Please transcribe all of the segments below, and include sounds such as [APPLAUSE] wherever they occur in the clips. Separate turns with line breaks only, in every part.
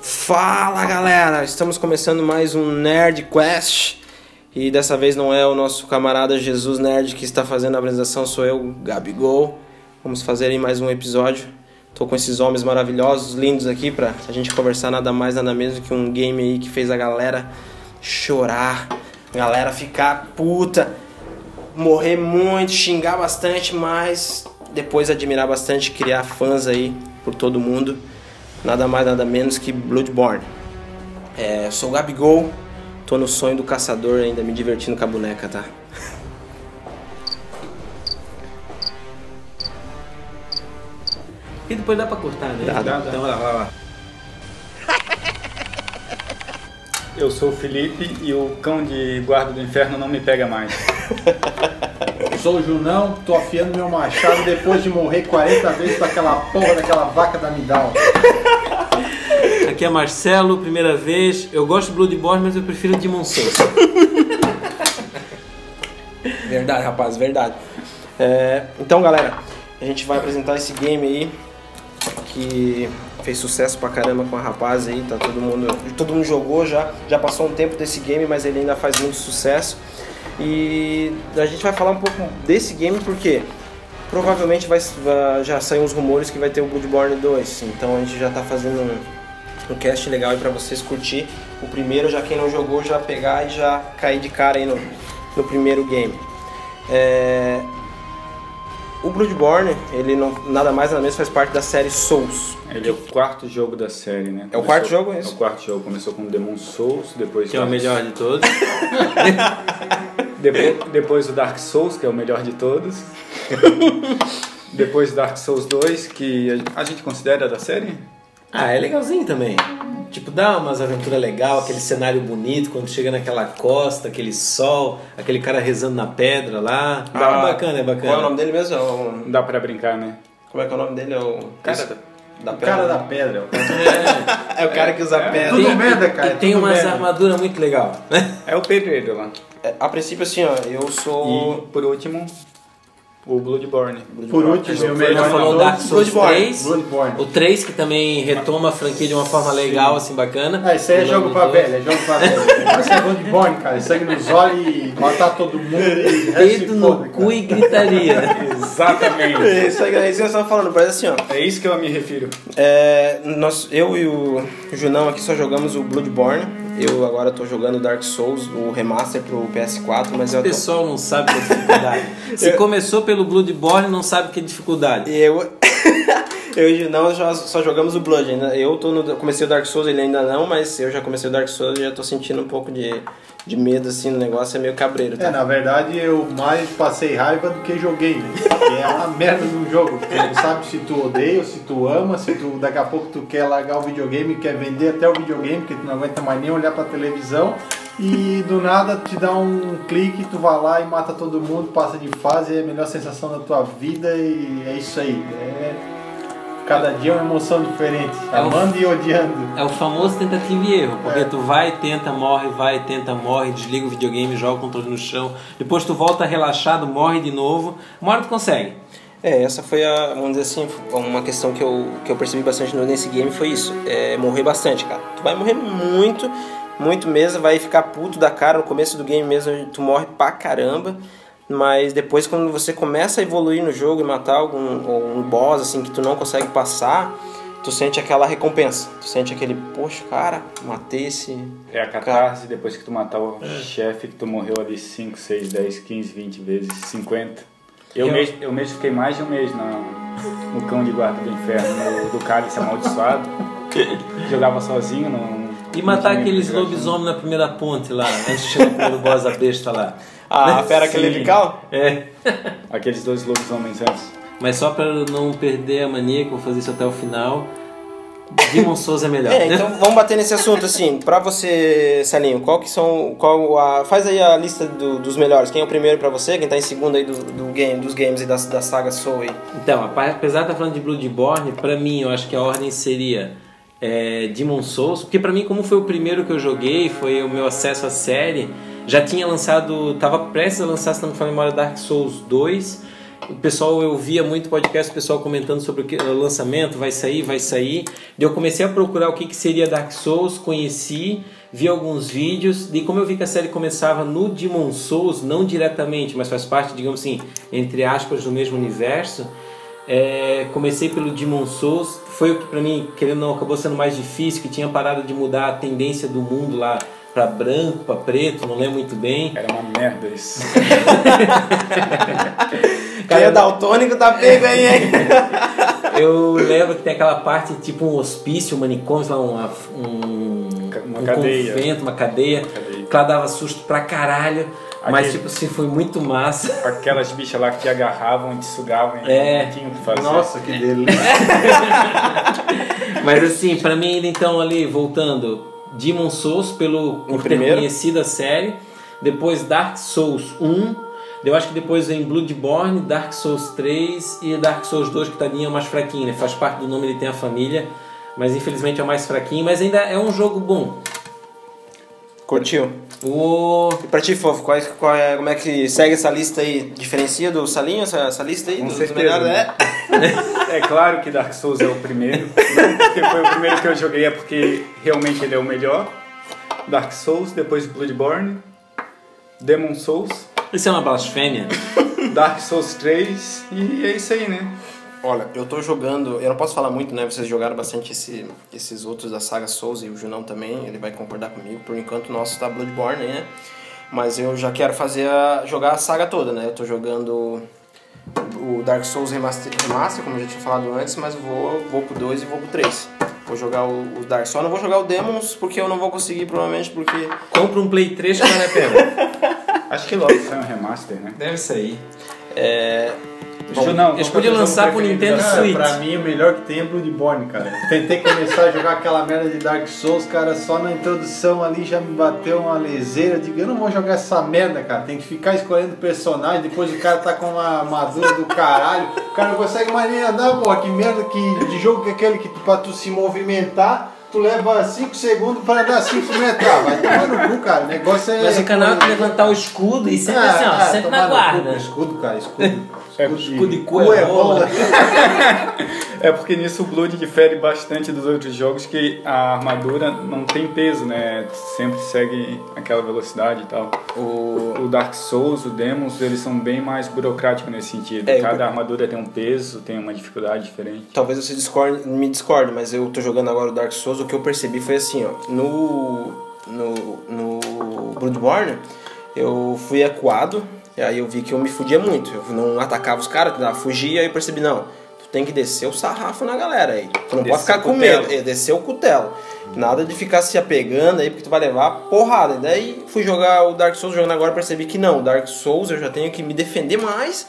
Fala galera, estamos começando mais um Nerd Quest e dessa vez não é o nosso camarada Jesus Nerd que está fazendo a apresentação, sou eu, Gabigol. Vamos fazer aí mais um episódio. Tô com esses homens maravilhosos, lindos aqui pra a gente conversar nada mais nada menos que um game aí que fez a galera chorar, a galera ficar puta, morrer muito, xingar bastante, mas depois admirar bastante, criar fãs aí por todo mundo. Nada mais, nada menos que Bloodborne. É, sou o Gabigol, tô no sonho do caçador ainda me divertindo com a boneca, tá?
E depois dá pra cortar, né?
Dá, dá.
Então, olha lá, olha lá.
Eu sou o Felipe e o cão de guarda do inferno não me pega mais.
Sou o Junão, tô afiando meu machado depois de morrer 40 vezes pra aquela porra daquela vaca da Midal.
Aqui é Marcelo, primeira vez. Eu gosto de Bloodborne, mas eu prefiro Demon Souls.
Verdade, rapaz, verdade. É, então, galera, a gente vai apresentar esse game aí que fez sucesso pra caramba com a rapaz aí, tá todo mundo, todo mundo jogou já, já passou um tempo desse game, mas ele ainda faz muito sucesso. E a gente vai falar um pouco desse game porque provavelmente vai, va- já saem uns rumores que vai ter o Bloodborne 2, então a gente já tá fazendo um, um cast legal aí pra vocês curtir. O primeiro, já quem não jogou, já pegar e já cair de cara aí no, no primeiro game. É, o Bloodborne, ele não, nada mais nada menos faz parte da série Souls.
Ele é o quarto jogo da série, né?
É o quarto jogo, é
é
isso?
É o quarto jogo. Começou com Demon Souls, depois...
Que é o melhor de todos.
Depois, depois o Dark Souls, que é o melhor de [LAUGHS] todos. depois o Dark Souls 2, que a a gente considera da série?
Ah, é legalzinho também. Tipo, dá umas aventuras legal, aquele cenário bonito, quando chega naquela costa, aquele sol, aquele cara rezando na pedra lá.
Ah,
é bacana, é bacana.
Qual é o nome dele mesmo? É o-
Dá pra brincar, né?
Como é que é o nome dele? É o.
Cara
da pedra.
Cara da pedra.
É o cara que usa pedra.
um-
Tudo merda, cara,
E tem
tudo
umas
merda.
armaduras muito legal.
É o pedreiro lá.
É, a princípio, assim, ó, eu sou.
E, por último, o Bloodborne.
Por último, o
Já
melhor
falou
de
o Dark
todos.
Souls
Bloodborne,
3.
Bloodborne.
[LAUGHS] O 3, que também retoma a franquia de uma forma legal, assim, bacana.
Ah, isso aí é jogo pra
Bloodborne
velha, é jogo pra velha. Vai ser Bloodborne, cara. Sangue nos olhos e matar todo mundo. e resto
Dedo
de
no
foda,
cu
cara. [LAUGHS]
e gritaria.
Exatamente.
É Isso aí, galera, isso que eu tava falando, parece assim, ó.
é isso que eu me refiro.
É, nós, eu e o Junão aqui só jogamos o Bloodborne. Eu agora tô jogando Dark Souls, o remaster pro PS4, mas eu
O
tô.
pessoal não sabe o que
[LAUGHS]
é dificuldade. Se começou pelo Bloodborne, não sabe o que é dificuldade.
Eu. Eu [LAUGHS] e o Junão já- só jogamos o Blood ainda. Eu tô no, comecei o Dark Souls, ele ainda não, mas eu já comecei o Dark Souls e já tô sentindo um pouco de, de medo, assim, no negócio é meio cabreiro, tá?
É, na verdade eu mais passei raiva do que joguei, né? Que é uma merda no jogo. Porque tu sabe se tu odeia, ou se tu ama, se tu daqui a pouco tu quer largar o videogame, quer vender até o videogame, porque tu não aguenta mais nem olhar pra televisão. E do nada te dá um clique, tu vai lá e mata todo mundo, passa de fase, é a melhor sensação da tua vida e é isso aí. É... Cada dia é uma emoção diferente,
É um-
amando e odiando.
É o famoso tentativa e erro, porque tu vai, tenta, morre, vai, tenta, morre, desliga o videogame, joga o controle no chão, depois tu volta relaxado, morre de novo, uma hora tu consegue.
É, essa foi a, vamos dizer assim, uma questão que eu, que eu percebi bastante no- nesse game foi isso. É morrer bastante, cara. Tu vai morrer muito, muito mesmo, vai ficar puto da cara no começo do game mesmo, tu morre pra caramba. Mas depois quando você começa a evoluir no jogo e matar algum algum boss assim que tu não consegue passar, tu sente aquela recompensa. Tu sente aquele, poxa, cara, matei esse
É a catarse depois que tu matar o
É.
chefe que tu morreu ali 5, 6, 10, 15, 20 vezes, 50. Eu,
Eu-
Mesmo, eu mesmo fiquei mais de um mês na, no cão de guarda do inferno, no, do
[LAUGHS]
cálice amaldiçoado. Jogava sozinho. Não,
E matar
não tinha
aqueles
ninguém
lobisomens na primeira ponte lá, né? antes de chegar no primeiro boss, a besta lá.
Ah, a fera que
Sim.
legal?
É,
jogando. Aqueles dois lobisomens antes.
mas só pra eu não perder a mania, que eu vou fazer isso até o final, Demon Souls é melhor.
É, então vamos bater nesse assunto assim, pra você, Celinho, qual que são, qual a, faz aí a lista do- dos melhores, quem é o primeiro pra você, quem tá em segundo aí do, do game, dos games e da, da saga Soul aí.
Então, apa- apesar de estar falando de Bloodborne, pra mim eu acho que a ordem seria é, Demon Souls, porque pra mim como foi o primeiro que eu joguei, foi o meu acesso à série, já tinha lançado, tava prestes a lançar, se não me falha a memória, Dark Souls 2 O pessoal, eu via muito podcast, o pessoal comentando sobre o, que, o lançamento, vai sair, vai sair. E eu comecei a procurar o que, que seria Dark Souls, conheci, vi alguns vídeos. E como eu vi que a série começava no Demon Souls, não diretamente, mas faz parte, digamos assim, entre aspas, do mesmo universo. é, comecei pelo Demon Souls, foi o que pra mim, querendo ou não, acabou sendo mais difícil, que tinha parado de mudar a tendência do mundo lá pra branco, pra preto, não lembro muito bem.
Era uma merda
[LAUGHS]
isso.
Quem é daltônico tá pego aí,
[LAUGHS]
hein?
Eu lembro que tem aquela parte, tipo um hospício, um manicômio, sei lá, uma, um,
Uma
um
cadeia.
convento, uma cadeia.
Cadeia.
Que ela dava susto pra caralho. Mas,
Aquele-
tipo assim, foi muito massa.
Aquelas bichas lá que te agarravam e te sugavam e
É.
não tinha o que fazer.
Nossa, que delícia.
Mas, assim, pra mim, ainda então, ali, voltando, Demon Souls, pelo por ter
primeiro.
conhecido a série. Depois, Dark Souls 1. Eu acho que depois vem Bloodborne, Dark Souls 3 e Dark Souls 2, que tadinho é o mais fraquinho, né? Faz parte do nome, ele tem a família. Mas, infelizmente, é o mais fraquinho. Mas ainda é um jogo bom.
Curtiu?
O...
E pra ti, Fofo, quais, qual é, como é que segue essa lista aí? Diferencia do Salinho essa, essa lista aí?
Com
dos
certeza,
melhores?
né?
É.
É claro que Dark Souls é o primeiro. Não porque foi o primeiro que eu joguei, é porque realmente ele é o melhor. Dark Souls, depois Bloodborne, Demon Souls,
Isso é uma blasfêmia.
Dark Souls 3 e é isso aí, né?
Olha, eu tô jogando, eu não posso falar muito, né? Vocês jogaram bastante esse, esses outros da saga Souls e o Junão também, ele vai concordar comigo. Por enquanto, o nosso tá Bloodborne aí, né? Mas eu já quero fazer a, jogar a saga toda, né? Eu tô jogando o Dark Souls Remaster, Remaster como eu já tinha falado antes, mas vou, vou pro 2 e vou pro 3. Vou jogar o, o Dark Souls, não vou jogar o Demons porque eu não vou conseguir, provavelmente, porque
Compra um Play 3 que vale a pena.
Acho que logo sai um remaster, né?
Deve sair.
é,
Ju, não,
eles
qual
podiam
que é o
lançar
jogo
pro
preferido
Nintendo
da-
Switch.
Cara, pra mim o melhor que tem é Bloodborne, cara. Tentei começar a jogar aquela merda de Dark Souls, cara, só na introdução ali já me bateu uma leseira. Eu digo, eu não vou jogar essa merda, cara. Tem que ficar escolhendo personagem, depois o cara tá com uma armadura do caralho. O cara não consegue mais nem andar, porra. Que merda que, de jogo que é aquele que pra tu se movimentar, tu leva 5 segundos pra andar 5 metros. Ah, Vai tomar no cu, cara. O negócio é.
Mas o canal é que levantar o escudo e sempre assim, ó,
Ah, ah,
sempre
tomar
na
no cu,
guarda.
Escudo, cara, escudo.
É,
Escudo de cu
Cu né?
é rola.
É porque nisso o Blood difere bastante dos outros jogos que a armadura não tem peso, né? Sempre segue aquela velocidade e tal. O, Dark Souls, o Demons, eles são bem mais burocráticos nesse sentido.
É, eu-
Cada armadura tem um peso, tem uma dificuldade diferente.
Talvez você discorde, me discorde, mas eu tô jogando agora o Dark Souls, o que eu percebi foi assim, ó, no no no Bloodborne, eu fui acuado, e aí eu vi que eu me fudia muito, eu não atacava os caras, tentava fugir, e aí eu percebi, não, tu tem que descer o sarrafo na galera aí. Tu não
Descer
pode ficar
o
com
cutelo.
medo, é, descer o cutelo. Nada de ficar se apegando aí, porque tu vai levar porrada. E daí fui jogar o Dark Souls, jogando agora, percebi que não, o Dark Souls eu já tenho que me defender mais.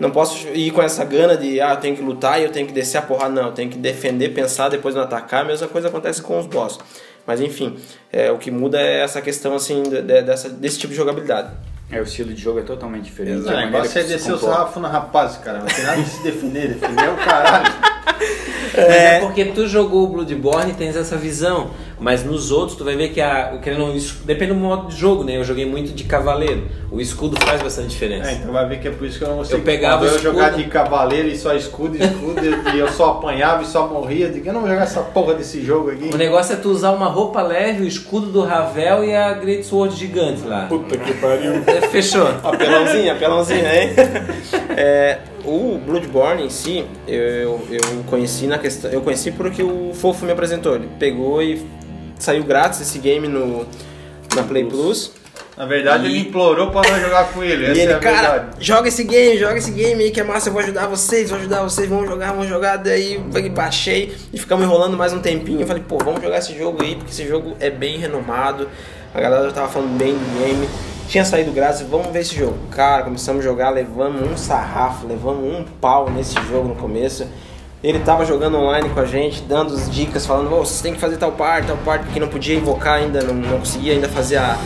Não posso ir com essa gana de, ah, eu tenho que lutar e eu tenho que descer a porrada. Não, eu tenho que defender, pensar, depois não atacar. A mesma coisa acontece com os bosses. Mas enfim, é, o que muda é essa questão, assim, de- de- dessa, desse tipo de jogabilidade.
É, o estilo de jogo é totalmente diferente.
Não,
a
o
maneira
negócio é
que se
descer o
comporta.
sarrafo na rapaz, cara. Não tem nada de se defender. Defender é o
[LAUGHS]
caralho.
Mas é porque tu jogou o Bloodborne e tens essa visão. Mas nos outros tu vai ver que a. o Que não, isso, depende do modo de jogo, né? Eu joguei muito de cavaleiro. O escudo faz bastante
É,
diferença.
então vai ver que é por isso que eu não gostei.
Eu pegava
Quando eu
escudo.
jogar de cavaleiro e só escudo, escudo, e eu só apanhava e só morria. Eu digo, eu não vou jogar essa porra desse jogo aqui.
O negócio é tu usar uma roupa leve, o escudo do Ravel e a Great Sword gigante lá.
Puta que pariu.
É, Fechou.
Apelãozinho, apelãozinho, hein? [LAUGHS] É, o Bloodborne em si, eu, eu conheci na questão. Eu conheci porque o Fofo me apresentou. Ele pegou e saiu grátis esse game no, na Play Plus.
Na verdade, ele implorou pra não jogar com ele.
E
Essa
ele,
é a
cara,
verdade.
joga esse game, joga esse game aí que é massa, eu vou ajudar vocês, vou ajudar vocês, vamos jogar, vamos jogar. Daí vai- baixei e ficamos enrolando mais um tempinho. Eu falei, pô, vamos jogar esse jogo aí, porque esse jogo é bem renomado. A galera já tava falando bem do game. Tinha saído graça, vamos ver esse jogo. Cara, começamos a jogar, levamos um sarrafo, levamos um pau nesse jogo no começo. Ele tava jogando online com a gente, dando as dicas, falando, "Ô, você tem que fazer tal parte, tal parte, porque não podia invocar ainda, não, não conseguia ainda fazer a-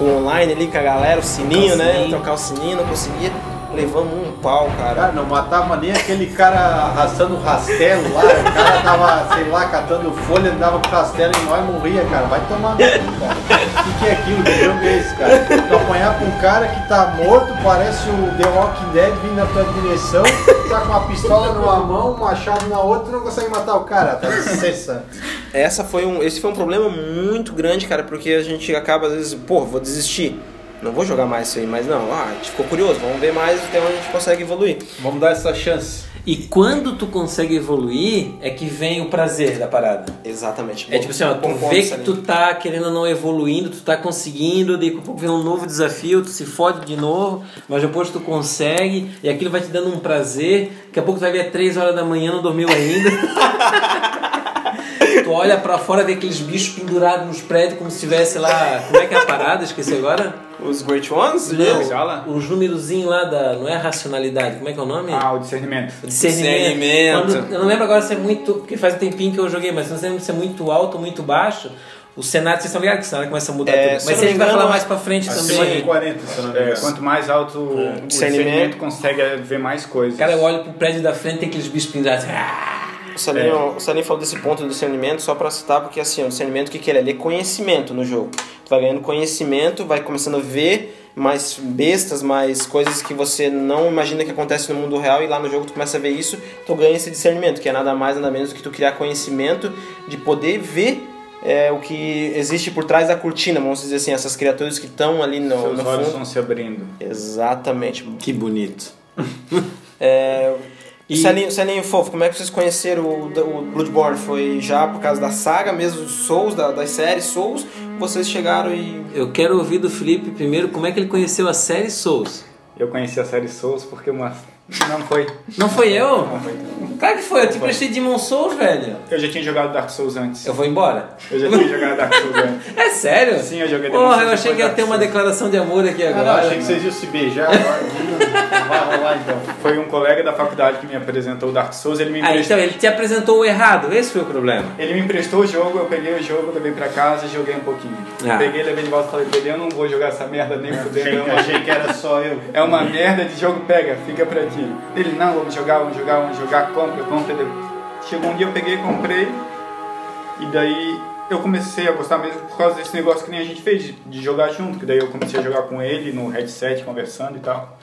o, o online ali com a galera, o sininho, né?
sininho.
Tocar o sininho, não conseguia. levamos um pau, cara.
Cara, Ah, não matava nem aquele cara arrastando rastelo lá. O cara tava, sei lá, catando folha, andava com rastelo e nós morria, cara. Vai tomar no cu, cara. O que, que é aquilo? Que jogo é esse, cara? Tu apanhar pra um cara que tá morto, parece o The Walking Dead vindo na tua direção, tá com uma pistola numa mão, um machado na outra não consegue matar o cara. Tá licença.
Essa foi um, esse foi um problema muito grande, cara, porque a gente acaba às vezes, pô, vou desistir. Não vou jogar mais isso aí, mas não, ah, a gente ficou curioso, vamos ver mais até onde a gente consegue evoluir.
Vamos dar essa chance.
E quando tu consegue evoluir, é que vem o prazer da parada.
Exatamente.
É tipo assim, ó, tu
Bom ponto,
vê que
Salim.
tu tá querendo ou não evoluindo, tu tá conseguindo, daí com pouco vem um novo desafio, tu se fode de novo, mas depois tu consegue, e aquilo vai te dando um prazer, daqui a pouco tu vai ver é 3 horas da manhã, não dormiu ainda. [LAUGHS] tu olha pra fora, vê aqueles bichos pendurados nos prédios como se tivesse lá. Como é que é a parada? Esqueci agora?
Os Great Ones?
Bengala?
Não, os númerozinhos lá da. Não é racionalidade, como é que é o nome?
Ah, o discernimento.
O discernimento.
Discernimento.
Quando- eu não lembro agora se é muito. Porque faz um tempinho que eu joguei, mas não lembro se é muito alto ou muito baixo. O cenário, vocês estão ligados que o cenário começa a mudar
É,
tudo.
se eu
Mas
não
a gente
me
vai
engano,
falar mais pra frente
Acima de
também.
40, se eu não me
É,
engano.
quanto mais alto o discernimento
Discernimento.
consegue ver mais coisas.
Cara, eu olho pro prédio da frente tem aqueles bichos pendurados. Ah!
O
É.
Salim, é o Salim falou desse ponto do discernimento só pra citar, porque assim, o discernimento, o que, que ele é? Ele é conhecimento no jogo. Tu vai ganhando conhecimento, vai começando a ver mais bestas, mais coisas que você não imagina que acontece no mundo real e lá no jogo tu começa a ver isso, tu ganha esse discernimento, que é nada mais, nada menos do que tu criar conhecimento de poder ver é, o que existe por trás da cortina, vamos dizer assim, essas criaturas que estão ali no,
Seus
no
olhos
fundo.
vão se abrindo.
Exatamente. É,
Que
[LAUGHS]
bonito.
E... Celinho, Celinho Fofo, como é que vocês conheceram o, o Bloodborne? Foi já por causa da saga mesmo, dos Souls, da, das séries Souls? Vocês chegaram e...
Eu quero ouvir do Felipe primeiro como é que ele conheceu a série Souls.
Eu conheci a série Souls porque uma... [LAUGHS] Não foi.
Não foi eu? Claro que foi, eu te prestei Demon Souls, velho.
Eu já tinha jogado Dark Souls antes.
Eu vou embora.
Eu já tinha jogado Dark
[LAUGHS]
Souls antes.
É sério?
Sim, eu joguei Demon
Porra,
Souls
eu achei que ia
depois
ter uma
Dark
declaração de amor aqui
Ah, não,
agora.
achei que vocês iam se beijar agora. Não Vai rolar então.
Foi um colega da faculdade que me apresentou o Dark Souls, ele me
Ah,
emprestou.
então ele te apresentou o errado, esse foi o problema.
Ele me emprestou o jogo, eu peguei o jogo, levei pra casa e joguei um pouquinho.
Ah.
Peguei, levei de volta e falei, pra ele, eu não vou jogar essa merda nem
Achei
fudendo.
que,
é uma-
achei que era só eu.
É uma merda de jogo, pega, fica pra ti. Ele, não, vamos jogar, vamos jogar, vamos jogar, compra, compra. Ele- Chegou um dia, eu peguei, comprei. E daí eu comecei a gostar mesmo por causa desse negócio que nem a gente fez, de- de jogar junto. Que daí eu comecei a jogar com ele no headset, conversando e tal.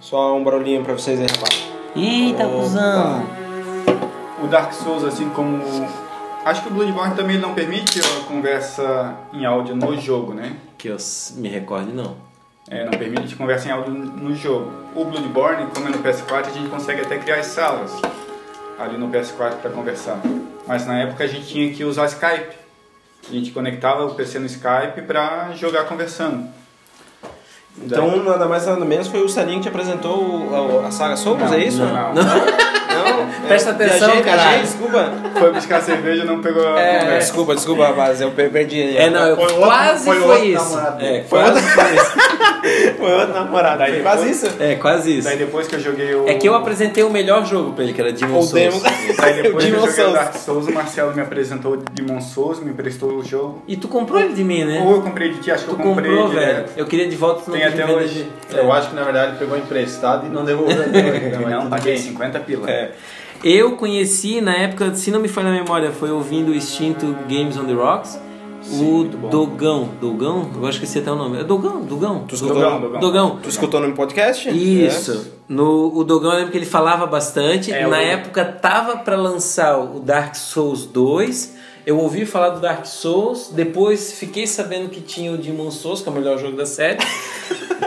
Só um barulhinho pra vocês aí, rapaz.
Eita, cuzão.
O Dark Souls, assim como. Acho que o Bloodborne também não permite a conversa em áudio no jogo, né?
Que eu s- me recorde, não.
É, não permite conversa em áudio no jogo. O Bloodborne, como é no PS4, a gente consegue até criar as salas ali no PS4 para conversar. Mas na época a gente tinha que usar Skype. A gente conectava o PC no Skype para jogar conversando.
Então, nada mais, nada menos, foi o Celinho que te apresentou o- a, a saga Souls, é isso?
Não.
Não? É,
Presta atenção,
viajei,
caralho.
viajei, desculpa.
Foi buscar cerveja e não pegou a
É,
conversa.
desculpa, desculpa, rapaz, eu per- perdi aí.
É, não, eu
Foi outro-
quase
foi
foi,
outro
isso.
namorado.
É, quase foi isso.
[LAUGHS] Foi outro namorado aí. Faz isso.
É, quase isso.
Daí depois que eu joguei o.
É que eu apresentei o melhor jogo pra ele, que era Demon
O
um Souls.
demo.
Daí
O [LAUGHS]
depois que eu
Demon
joguei o
Souls.
Dark Souls, o Marcelo me apresentou o Demon Souls, me emprestou o jogo.
E tu comprou ele de mim, né?
Ou eu comprei de ti, acho que
tu
eu comprei
comprou,
direto.
velho. Eu queria de volta, tu não
Tem
quis me
até
vender
hoje.
de-
Eu acho que na verdade pegou emprestado e não devolveu.
Não,
[LAUGHS] Não,
não paguei 50 pila.
Eu conheci na época, se não me falha a memória, foi ouvindo o extinto Games on the Rocks. o Dogão, Dogão, eu acho que esse até o nome. É Dogão, Dogão.
escutou?
Dogão. Dogão.
Tu escutou no podcast? É.
Isso. No, o Dogão eu lembro que ele falava bastante.
É,
Na
o-
época tava pra lançar o Dark Souls 2. Eu ouvi falar do Dark Souls, depois fiquei sabendo que tinha o Demon Souls, que é o melhor jogo da
[LAUGHS]
série.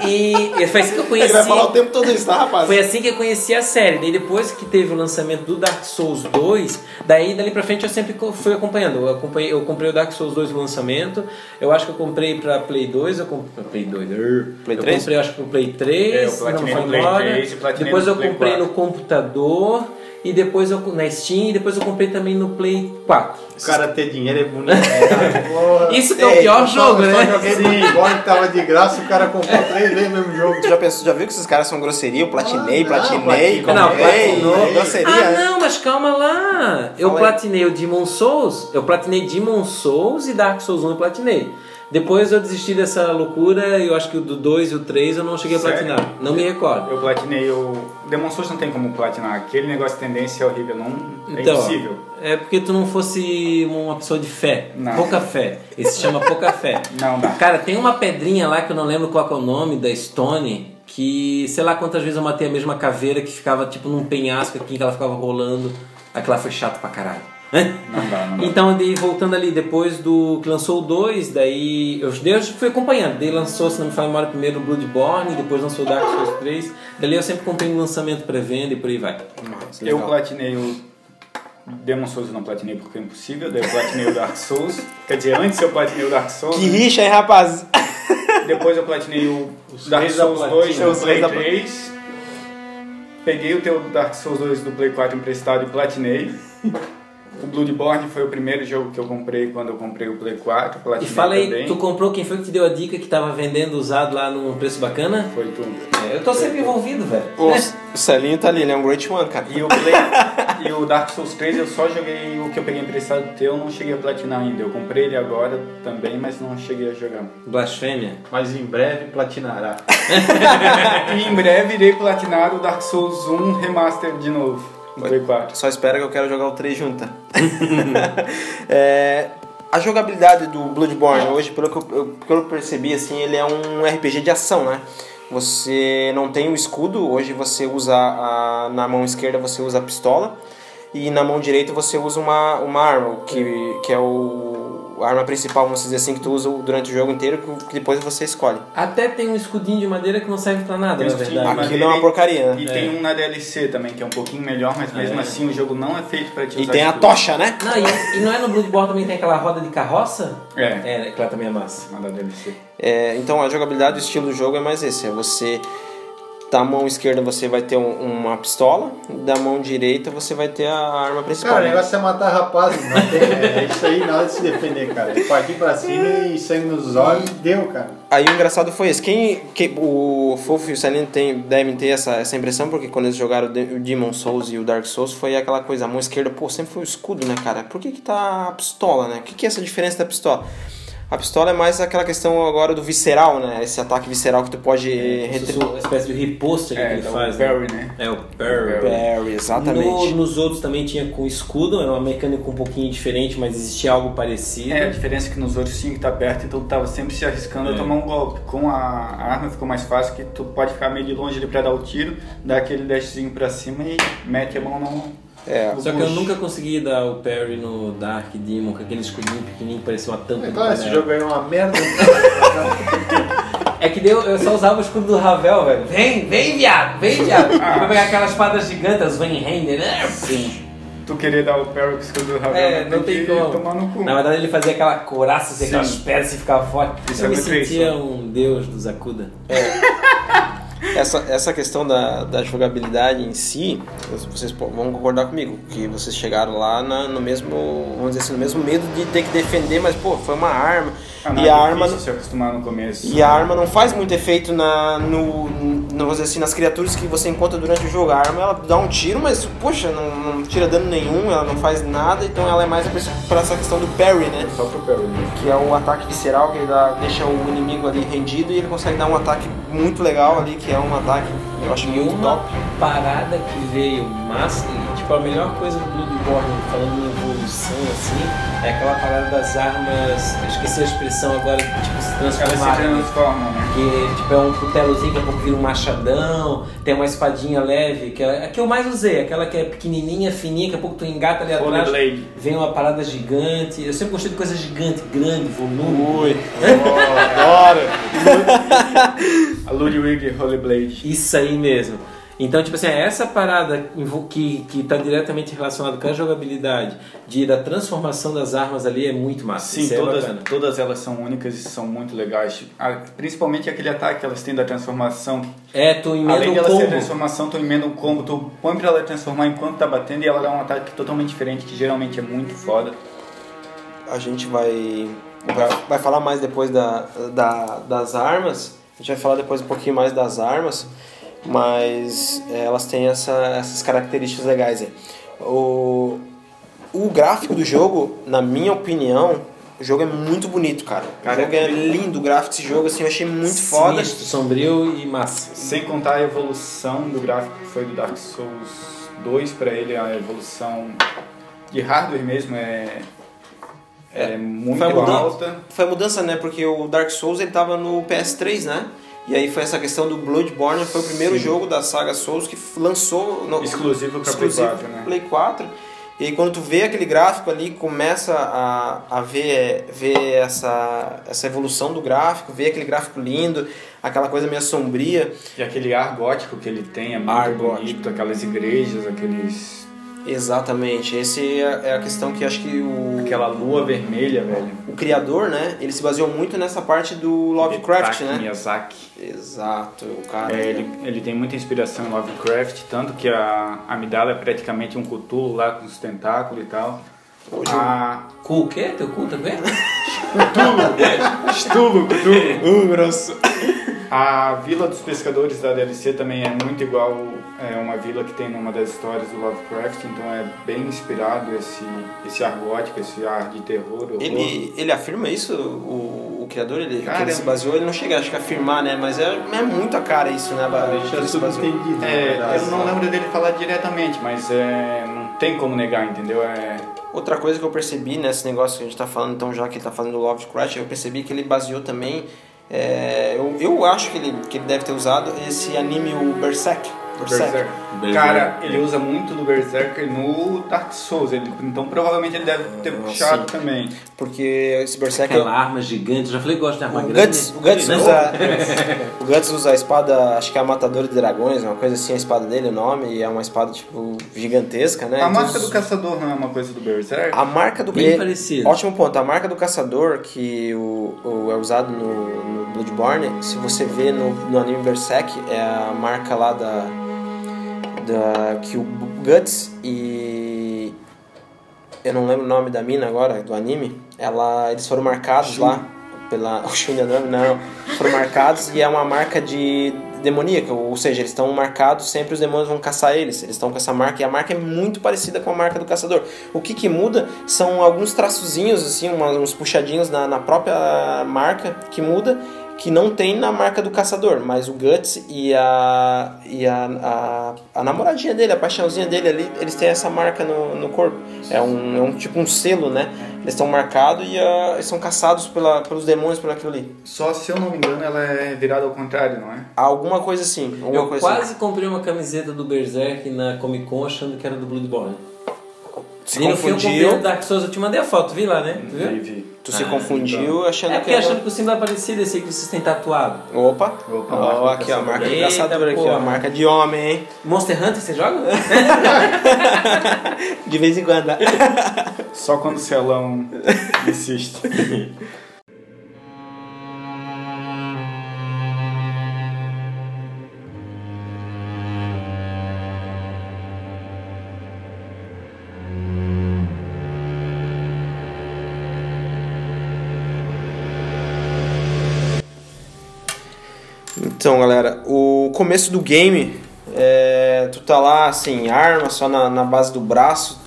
e, e foi assim que eu conheci.
Ele vai falar o tempo todo isso, tá, rapaz?
Foi assim que eu conheci a série. Daí depois que teve o lançamento do Dark Souls 2, daí dali pra frente eu sempre co- fui acompanhando. Eu, acompanhei, eu comprei o Dark Souls 2 no lançamento. Eu acho que eu comprei pra Play 2, eu comprei pra Play 2. er,
Play
eu
3?
comprei, eu acho que pro Play 3,
É, eu
não
platinei
foi
no Play
embora.
3 e platinei
Depois
no
eu
Play
comprei
4.
no computador e depois eu na Steam e depois eu comprei também no Play 4.
O cara ter dinheiro é bonito. [LAUGHS] né? Porra.
Isso que é o pior jogo,
só, Só
né?
joguei de igual que tava de graça, o cara comprou três vezes o mesmo jogo.
Tu já, pensou, já viu que esses caras são grosseria? Eu platinei,
Ah, não,
platinei,
platinou,
comprei,
platinou.
grosseria.
Ah,
né?
não, mas calma lá. Eu
Fala aí.
platinei o Demon Souls. um Eu platinei Demon Souls e Dark Souls 1 eu platinei. Depois eu desisti dessa loucura, eu acho que o do 2 e o 3 eu não cheguei a
Sério?
platinar. Não me recordo.
Eu platinei o. Demon Souls não tem como platinar. Aquele negócio de tendência é horrível. Não... É
Então,
impossível.
É porque tu não fosse uma pessoa de fé.
Não.
Pouca fé. Esse se chama pouca fé.
[LAUGHS] Não dá.
Cara, tem uma pedrinha lá que eu não lembro qual que é o nome, da Stone, que sei lá quantas vezes eu matei a mesma caveira que ficava tipo num penhasco aqui, que ela ficava rolando. Aquela foi chato pra caralho. Hã?
Não dá, não dá.
Então, daí, voltando ali, depois do que lançou o 2, daí eu, daí eu fui acompanhando. Daí lançou, se não me falha a memória, primeiro o Bloodborne, depois lançou o Dark Souls 3. Dali eu sempre comprei um lançamento pré-venda e por aí vai.
Massa,
Eu
legal.
platinei o. Demon Souls eu não platinei porque é impossível, daí eu platinei o Dark Souls. Quer dizer, antes eu platinei o Dark Souls,
Que rixa, hein, rapaz?
depois eu platinei o
Os
Dark
três da
Souls
platina,
2 no
os três
Play
da
3. Peguei o teu Dark Souls 2 do Play 4 emprestado e platinei. O Bloodborne foi o primeiro jogo que eu comprei quando eu comprei o Play 4,
E
platinei
fala aí,
também.
tu comprou quem foi que te deu a dica que tava vendendo usado lá num preço bacana?
Foi tu.
É, eu tô sempre envolvido, velho.
Pô, o Celinho tá ali, ele é um great one, cara.
E o, Play- e o Dark Souls 3 eu só joguei o que eu peguei emprestado teu, não cheguei a platinar ainda. Eu comprei ele agora também, mas não cheguei a jogar.
Blasfêmia.
Mas em breve platinará.
[LAUGHS] E em breve irei platinar o Dark Souls 1 Remaster de novo. No Play 4.
Só espera que eu quero jogar o 3 junta. [LAUGHS] É, a jogabilidade do Bloodborne hoje, pelo que eu, eu- pelo que eu percebi, assim, ele é um RPG de ação, né? Você não tem o escudo, hoje você usa a, na mão esquerda você usa a pistola e na mão direita você usa uma, uma arma, que, que é o a arma principal, vamos dizer assim, que tu usa durante o jogo inteiro, que- que depois você escolhe.
Até tem um escudinho de madeira que não serve pra nada,
Tem
na
um escudinho
verdade.
de
Aquilo é uma porcaria, né?
E tem um na DLC também, que é um pouquinho melhor, mas mesmo assim o jogo não é feito pra te
E
usar
tem a
escudo.
tocha, né?
Não, e, e não é no Bloodborne também tem aquela roda de carroça?
É,
É, que lá também é massa.
uma da DLC.
É, então a jogabilidade, o estilo do jogo é mais esse. É você da mão esquerda você vai ter um- uma pistola, da mão direita você vai ter a arma principal.
Cara, o negócio é matar rapaz, não é, é isso aí na hora de se defender, cara. É Partir pra cima e sangue nos olhos, deu, cara.
Aí o engraçado foi esse. Quem, que- o Fofo e o Celine tem, devem ter essa, essa impressão, porque quando eles jogaram o De- o Demon Souls e o Dark Souls foi aquela coisa, a mão esquerda, pô, sempre foi o escudo, né, cara? Por que, que tá a pistola, né? O que, que é essa diferença da pistola? A pistola é mais aquela questão agora do visceral, né? Esse ataque visceral que tu pode
É, Como se
retri-
fosse Uma espécie de riposte ali
É,
que ele
dá um
faz.
parry, né?
É o parry.
Parry, É, exatamente.
No- nos outros também tinha com escudo, era uma mecânica um pouquinho diferente, mas existia algo parecido.
É, a diferença é que nos outros 5 tá perto, então tu tava sempre se arriscando
É.
a tomar um golpe. Com a arma ficou mais fácil, que tu pode ficar meio de longe ali pra dar o tiro, dá aquele dashzinho pra cima e mete a mão no...
É.
no
Só que eu
bucho.
nunca consegui dar o parry no Dark Demon, com aquele escudinho pequenininho que parecia uma tampa
É
de
claro, esse
panela.
jogo aí é uma merda.
É que deu, eu só usava o escudo do Ravel, velho. Vem, vem, viado, vem,
[LAUGHS]
viado. Pra pegar aquelas espadas gigantes, Van Hender, né? Sim.
Tu querer dar o parry que escolheu o Ravel,
É,
né?
não tem
que tomar no
como.
cu.
Na verdade, ele fazia aquela coraça, assim,
Sim.
aquelas pedras e ficava forte.
Isso
eu
é
me
muito isso,
sentia
né?
um deus do Zakuda.
Essa, essa questão da, da jogabilidade em si, vocês po- vão concordar comigo, que vocês chegaram lá na- no mesmo, vamos dizer assim, no mesmo medo de ter que defender, mas pô, foi uma arma.
Ah, não,
e,
é
a arma
difícil se acostumar no começo.
e a arma não faz muito efeito na, no, no- vamos dizer assim, nas criaturas que você encontra durante o jogo. A arma ela dá um tiro, mas poxa, não, não tira dano nenhum, ela não faz nada, então ela é mais para essa questão do parry, né?
Só pro parry. né?
que é o ataque visceral, que ele dá- deixa o inimigo ali rendido e ele consegue dar um ataque muito legal ali, que é um ataque, eu acho
E
muito
uma
top.
parada que veio massa, e, tipo, a melhor coisa do Bloodborne, falando em evolução, assim, é aquela parada das armas, eu esqueci a expressão agora, tipo, se
Ela se
transformar. né?
transforma, né?
Que, tipo, é um cutelozinho que é um pouco vira um machadão, tem uma espadinha leve, que é a que eu mais usei, aquela que é pequenininha, fininha, que a pouco tu engata ali
Holy
atrás,
Blade.
vem uma parada gigante. Eu sempre gostei de coisa gigante, grande, volume.
Ui.
A Ludwig Holy Blade.
Isso aí mesmo. Então, tipo assim, essa parada envo- que, que tá diretamente relacionada com a jogabilidade, de, da transformação das armas ali é muito massa.
Sim,
Isso é
todas,
bacana.
todas elas são únicas e são muito legais. A- principalmente aquele ataque que elas têm da transformação.
É, tu emenda
Além
um
de ela ser
combo.
transformação, tu emenda um combo, tu põe pra ela transformar enquanto tá batendo e ela dá um ataque totalmente diferente, que geralmente é muito foda.
A gente vai, vai, vai falar mais depois da, da- das armas, a gente vai falar depois um pouquinho mais das armas, mas é, elas têm essa, essas características legais aí. O, o gráfico do jogo, na minha opinião, O jogo é muito bonito, cara.
Cara,
o jogo é
eu também-
lindo, o gráfico desse jogo, assim, eu achei muito foda.
Sinistro, sombrio e massa.
Sem contar a evolução do gráfico que foi do Dark Souls 2 pra ele, a evolução de hardware mesmo é, é, muito
Vai mudando.
alta.
Foi a mudança, né? Porque o Dark Souls ele tava no PS3, né? E aí foi essa questão do Bloodborne, foi o primeiro jogo da saga Souls que lançou no,
Exclusivo pra Play
exclusivo
4, né?
Play 4. E aí, quando tu vê aquele gráfico ali, começa a, a ver, ver essa, essa evolução do gráfico, ver aquele gráfico lindo, aquela coisa meio sombria.
E aquele ar gótico que ele tem é muito
Ar
bonito, aquelas igrejas, aqueles,
Exatamente, essa é é a questão que acho que o,
aquela lua vermelha, velho.
o criador, né? Ele se baseou muito nessa parte do Lovecraft,
Taki
né?
Miyazaki.
Exato, o cara.
É, ele, ele tem muita inspiração em Lovecraft, tanto que a Amidala é praticamente um cutulo lá com os tentáculos e tal.
Hoje
a
Cu o quê? Teu cu também?
Cthulhu, Cthulhu.
Uh, grosso.
A Vila dos Pescadores da DLC também é muito igual é uma vila que tem numa das histórias do Lovecraft, então é bem inspirado esse, esse ar gótico, esse ar de terror. horror.
Ele, ele afirma isso, o, o criador, ele, que
Cara,
ele se
é-
baseou, ele não chega acho que a afirmar, né? Mas é, é muito a cara isso, né? Ba- que ele
Deixa
se baseou.
subentendido, na
É,
verdade.
eu não lembro dele falar diretamente, mas é, não tem como negar, entendeu? É,
Outra coisa que eu percebi nesse negócio que a gente tá falando, então já que ele tá falando do Lovecraft, eu percebi que ele baseou também, é, eu, eu acho que ele, que ele deve ter usado esse anime, o Berserk.
Berserk.
Berserk.
Cara, ele usa muito do Berserker no Dark Souls, ele- então provavelmente ele deve
Ah,
ter puxado também.
Porque esse Berserk... é
Então,
Aquela arma gigante. Já falei que gosto de
O
arma grande.
Guts, o, Guts usa, [LAUGHS] o Guts usa a espada, acho que é a Matadora de Dragões, uma coisa assim, a espada dele, o nome, e é uma espada, tipo, gigantesca, né?
A
Então, Ah.
marca do caçador não é uma coisa do Berserk?
A marca do
é Bem
e-
parecido.
Ótimo ponto. A marca do caçador que o, o- é usado no, no Bloodborne, se você vê no, no anime Berserk, é a marca lá da, da que o Guts e eu não lembro o nome da mina agora do anime. Ela eles foram marcados lá pela [LAUGHS] o Shun é o nome? não, foram marcados e é uma marca de demoníaca, ou seja, eles estão marcados, sempre os demônios vão caçar eles. Eles estão com essa marca e a marca é muito parecida com a marca do caçador. O que, que muda são alguns traçozinhos, assim, uma- uns puxadinhos na, na própria marca que muda, que não tem na marca do caçador, mas o Guts e a, e a, a, a namoradinha dele, a paixãozinha dele ali, eles têm essa marca no, no corpo. É um, é um tipo um selo, né? Eles estão marcados e ah, eles são caçados pela, pelos demônios por aquilo ali.
Só se eu não me engano ela é virada ao contrário, não é?
Alguma coisa assim. Alguma
Eu
coisa assim.
quase comprei uma camiseta do Berserk na Comic Con achando que era do Bloodborne.
Se
E no fim eu comprei o
confundiu, Uhum.
Dark Souls. Eu te mandei a foto, vi lá, né? Tu viu?
Vive.
tu se confundiu achando
É
que
porque
era...
achando que o símbolo é parecido esse aí que vocês têm tatuado.
Opa!
Opa,
Ó,
marca do
aqui, ó, a marca de
Eita,
caçador aqui, ó,
porra.
a marca de homem, hein?
Monster Hunter você joga?
De vez em quando.
Só quando o Celão [LAUGHS] insiste.
Então, galera, o começo do game, é, tu tá lá sem arma, só na, na base do braço,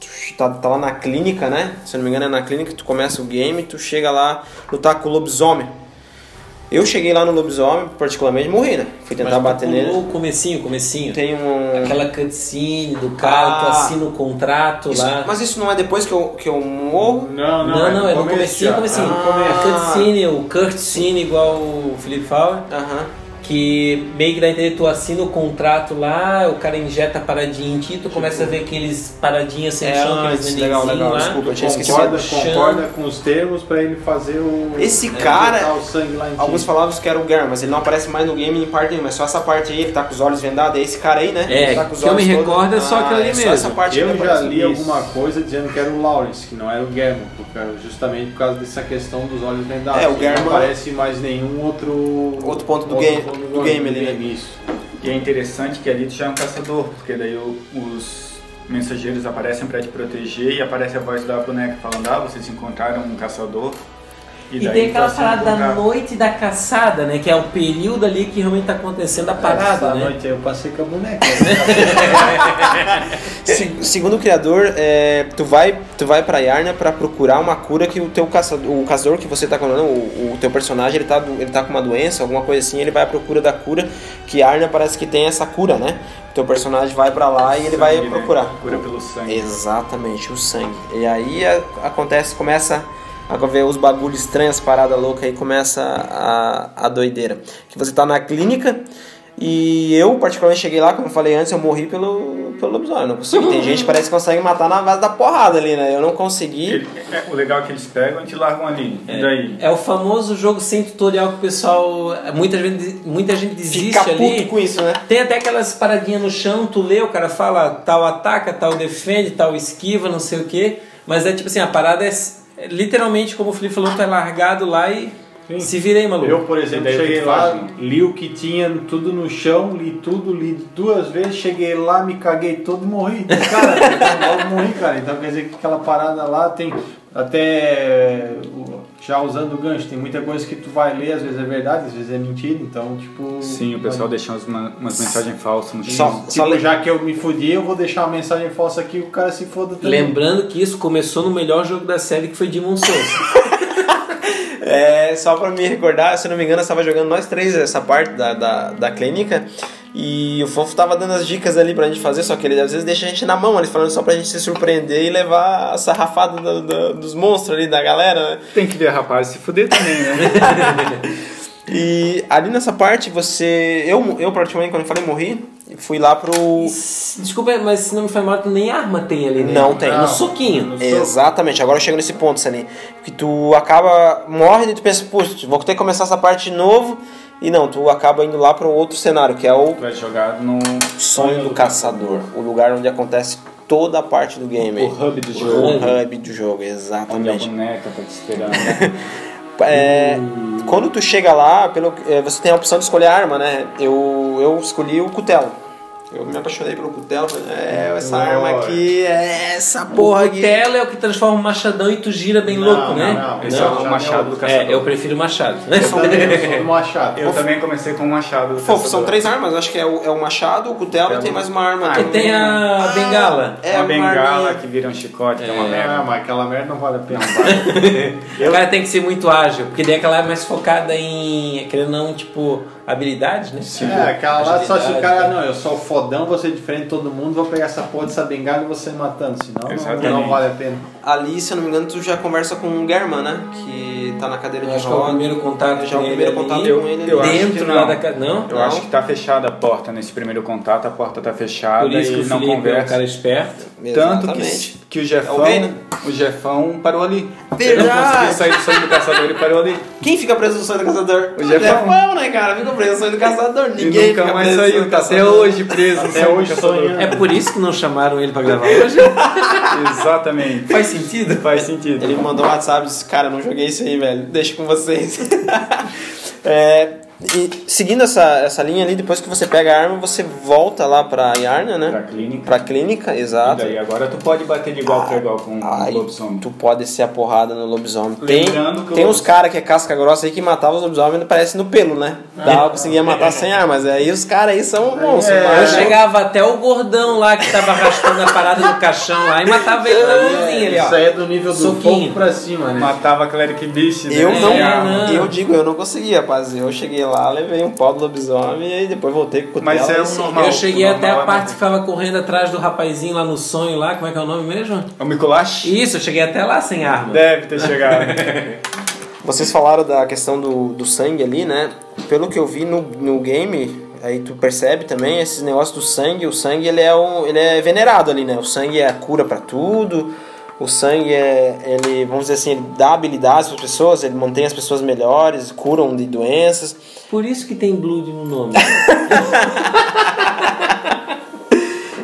tu tá, tá lá na clínica, né? Se eu não me engano é na clínica, tu começa o game, tu chega lá lutar com o lobisomem. Eu cheguei lá no lobisomem, particularmente, morri, né? Fui tentar bater nele.
O comecinho, comecinho.
Tem um...
Aquela cutscene do cara, tu
Ah.
assina o contrato
Isso-
lá.
mas isso não é depois que eu, que eu morro?
Não,
Não, não, é no
começo
comecinho, comecinho.
Ah.
A cutscene, o cutscene igual o Felipe fala,
Aham.
que meio que dá a entender, tu assina o contrato lá, o cara injeta a paradinha em ti, tu começa a ver aqueles paradinhas sem
É,
chão,
antes,
aqueles
legal,
nenenzinhos
legal,
lá.
desculpa, eu tinha esquecido.
Concorda,
Chama.
concorda Ah, com os termos pra ele fazer o.
Esse
é,
cara-
botar O sangue lá em ti.
Alguns falavam que era o Garen, mas ele não aparece mais no game em parte nenhuma. É só essa parte aí, ele tá com os olhos vendados. É esse cara aí, né?
É,
Ele tá com os
que eu me
olhos
recordo é só aquele
é
ali
Só
mesmo.
essa parte
Eu
que
já
aparece.
li alguma coisa dizendo que era o Lawrence, que não era o German, por causa- justamente por causa dessa questão dos olhos vendados.
É, o
que
German-
Não aparece mais nenhum outro.
Outro ponto do game-
ponto
do game ali, né?
Isso.
E é interessante que ali tu já é um caçador, porque daí o- os mensageiros aparecem pra te proteger e aparece a voz da boneca falando: Ah, vocês encontraram um caçador. E
E,
daí
tem aquela
pra se
parada da
encontrar.
noite da caçada, né? Que é o período ali que realmente tá acontecendo a
É,
parada,
Essa
né?
noite aí eu passei com a boneca.
Se- segundo o criador, é, tu vai, tu vai pra Yarna pra procurar uma cura que o teu caçador, o caçador que você tá com, não, o, o teu personagem, ele tá, do- ele tá com uma doença, alguma coisa assim, ele vai à procura da cura, que Yarna parece que tem essa cura, né? O teu personagem vai pra lá e ele vai
Sangue, né?
procurar.
Cura pelo sangue.
Exatamente, o sangue. E aí a- acontece, começa a ver os bagulhos estranhos, parada louca, aí começa a, a doideira. Que você tá na clínica e eu, particularmente, cheguei lá, como eu falei antes, eu morri pelo, pelo lobisomem. eu Não consegui. Tem gente que parece que consegue matar na base da porrada ali, né? Eu não consegui.
Ele- é, o legal é que eles pegam e te largam ali. E daí?
É o famoso jogo sem tutorial que o pessoal. Muita gente, muita gente desiste
Fica puto
ali.
com isso, né?
Tem até aquelas paradinhas no chão, tu lê, o cara fala tal ataca, tal defende, tal esquiva, não sei o quê. Mas é tipo assim, a parada é, s- é literalmente, como o Felipe falou, tu é largado lá e se vira aí, maluco.
Eu, por exemplo,
E daí o que
cheguei
que
lá,
faz, né?
li o que tinha tudo no chão, li tudo, li duas vezes, cheguei lá, me caguei todo e morri. Cara, então, logo morri, cara. Então quer dizer que aquela parada lá tem até o- já usando o gancho, tem muita coisa que tu vai ler, às vezes é verdade, às vezes é mentira, então tipo.
Sim, o pessoal deixa umas, umas mensagens falsas no
Só-
chão.
Tipo, já que eu me fudi, eu vou deixar uma mensagem falsa aqui, o cara se foda também.
Lembrando que isso começou no melhor jogo da série que foi Demon Souls.
É, só pra me recordar, se eu não me engano, eu estava jogando nós três essa parte da, da, da clínica. E o Fofo tava dando as dicas ali pra gente fazer, só que ele às vezes deixa a gente na mão, ele falando só pra gente se surpreender e levar a sarrafada do- do- dos monstros ali, da galera, né?
Tem que ver, rapaz, se fuder também, né? [LAUGHS]
E ali nessa parte, você. Eu, eu praticamente, quando eu falei morri, fui lá pro.
Desculpa, mas se não me foi mal, tu nem arma tem ali, né?
Não tem.
No suquinho. É,
Exatamente, agora eu chego nesse ponto, Sani. Que tu acaba, morre e tu pensa, putz, vou ter que começar essa parte de novo. E não, tu acaba indo lá pro outro cenário, que é o
Tu é jogado no.
Sonho do Caçador, o lugar onde acontece toda a parte do game.
O hub do jogo.
O hub do jogo,
Onde a
exatamente.
boneca tá te esperando. né?
É, quando tu chega lá, pelo, é, você tem a opção de escolher a arma, né? Eu, eu escolhi o cutelo. Eu me apaixonei pelo cutelo, falei, é, essa arma aqui, é essa porra
Porra, o
aqui.
tela é o que transforma o machadão e tu gira bem
Não,
louco,
não,
né?
não.
Esse é
já
o
deu
machado do
outro.
caçador.
É, eu prefiro o machado. Né?
Eu também eu sou do Machado.
[LAUGHS] Eu também comecei com o machado do
Fofo,
caçador.
são três armas, acho que é o, é o machado, o cutelo e tem mais uma arma.
[LAUGHS] E tem a bengala.
É
uma
uma
bengala
arminha.
que vira um chicote, que é uma merda.
Ah, mas aquela merda não vale a
[LAUGHS]
pena.
O cara tem que ser muito ágil, porque daí aquela é mais focada em, querendo ou não, tipo, habilidades, né?
É, aquela lá só se o
Agilidade,
cara,
né?
tá?
não, eu sou o fodão, vou ser diferente de todo mundo, vou pegar essa porra dessa bengala e vou sair matando, senão
Exatamente.
não, não vale a pena.
Ali, se eu não me engano, tu já conversa com o German, né? Que tá na cadeira
Eu
de
acho que é o
rodas.
primeiro contato
Já é o
com ele
primeiro
ali.
contato
Eu-
com ele.
eu
ali.
acho que
Dentro lá
não.
da casa. Não?
Eu
Não.
acho que tá fechada a porta nesse primeiro contato, a porta tá fechada
Por isso que
e
o
não
Felipe é um
conversa.
cara É esperto.
Tanto
Exatamente.
que, que o Jefão,
Alguém, né?
o Jefão parou ali. Ele não conseguiu
Verdade!
sair do sonho do caçador e parou ali.
Quem fica preso no sonho do caçador?
O Jefão.
né, cara? Fica preso no sonho do caçador.
E
Ninguém
nunca
fica
mais
preso no sonho
saiu,
do
tá até
caçador.
hoje preso. no
Até
sonho do
hoje
caçador.
sonhando.
É por isso que não chamaram ele pra [LAUGHS] gravar hoje.
Exatamente.
Faz sentido?
Faz sentido.
Ele me mandou um WhatsApp e disse, cara, não joguei isso aí, velho. Deixa com vocês. [LAUGHS] É, e seguindo essa, essa linha ali, depois que você pega a arma, você volta lá pra Yarna, né?
Pra clínica.
Pra clínica,
E
exato.
daí agora tu pode bater de igual pra igual com o
Aí
lobisomem.
tu pode ser a porrada no lobisomem. Tem,
Lembrando que o
tem uns
lobisomem-
caras que é casca grossa aí que matavam os lobisomens, parece no pelo, né?
É.
Dava, conseguia matar sem armas. Aí os caras aí são monstros.
Eu
mas-
é,
chegava até o gordão lá que tava arrastando a parada do caixão lá e matava ele na mãozinha ali, ó.
Isso aí é do nível do
Soquinho.
fogo pra cima, né?
Matava Cleric Beast. né?
Eu
É,
não,
não.
eu digo, eu não consegui, rapaz. Eu cheguei lá, levei um pau do lobisomem e depois voltei com o
Mas
cutelo
é
e
um
sim.
normal.
Eu cheguei
Normal
até
é
a
normal.
parte que ficava correndo atrás do rapazinho lá no sonho lá, como é que é o nome mesmo?
É O Micolash
Isso, eu cheguei até lá sem arma.
deve ter chegado.
Vocês falaram da questão do, do sangue ali, né? Pelo que eu vi no, no game, aí tu percebe também esses negócios do sangue. O sangue ele é, um, ele é venerado ali, né? O sangue é a cura pra tudo. O sangue é, ele, vamos dizer assim, ele dá habilidades para pessoas, ele mantém as pessoas melhores, curam de doenças.
Por isso que tem Blood no nome.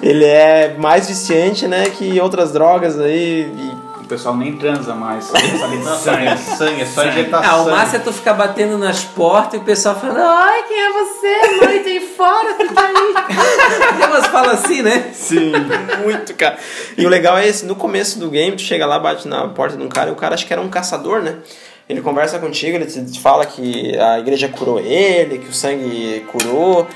Ele é mais viciante, né, que outras drogas aí. e-
o pessoal nem transa mais. Só sabe de sangue.
sangue, é só
Tá
injetar
Ah, o
sangue.
massa é tu ficar batendo nas portas e o pessoal falando, ai, quem é você? Noite aí fora, fica aí. Elas falam assim, né?
Sim.
[LAUGHS] Muito, cara. E o legal é esse, no começo do game, tu chega lá, bate na porta de um cara, e o cara acho que era um caçador, né? Ele conversa contigo, ele te fala que a igreja curou ele, que o sangue curou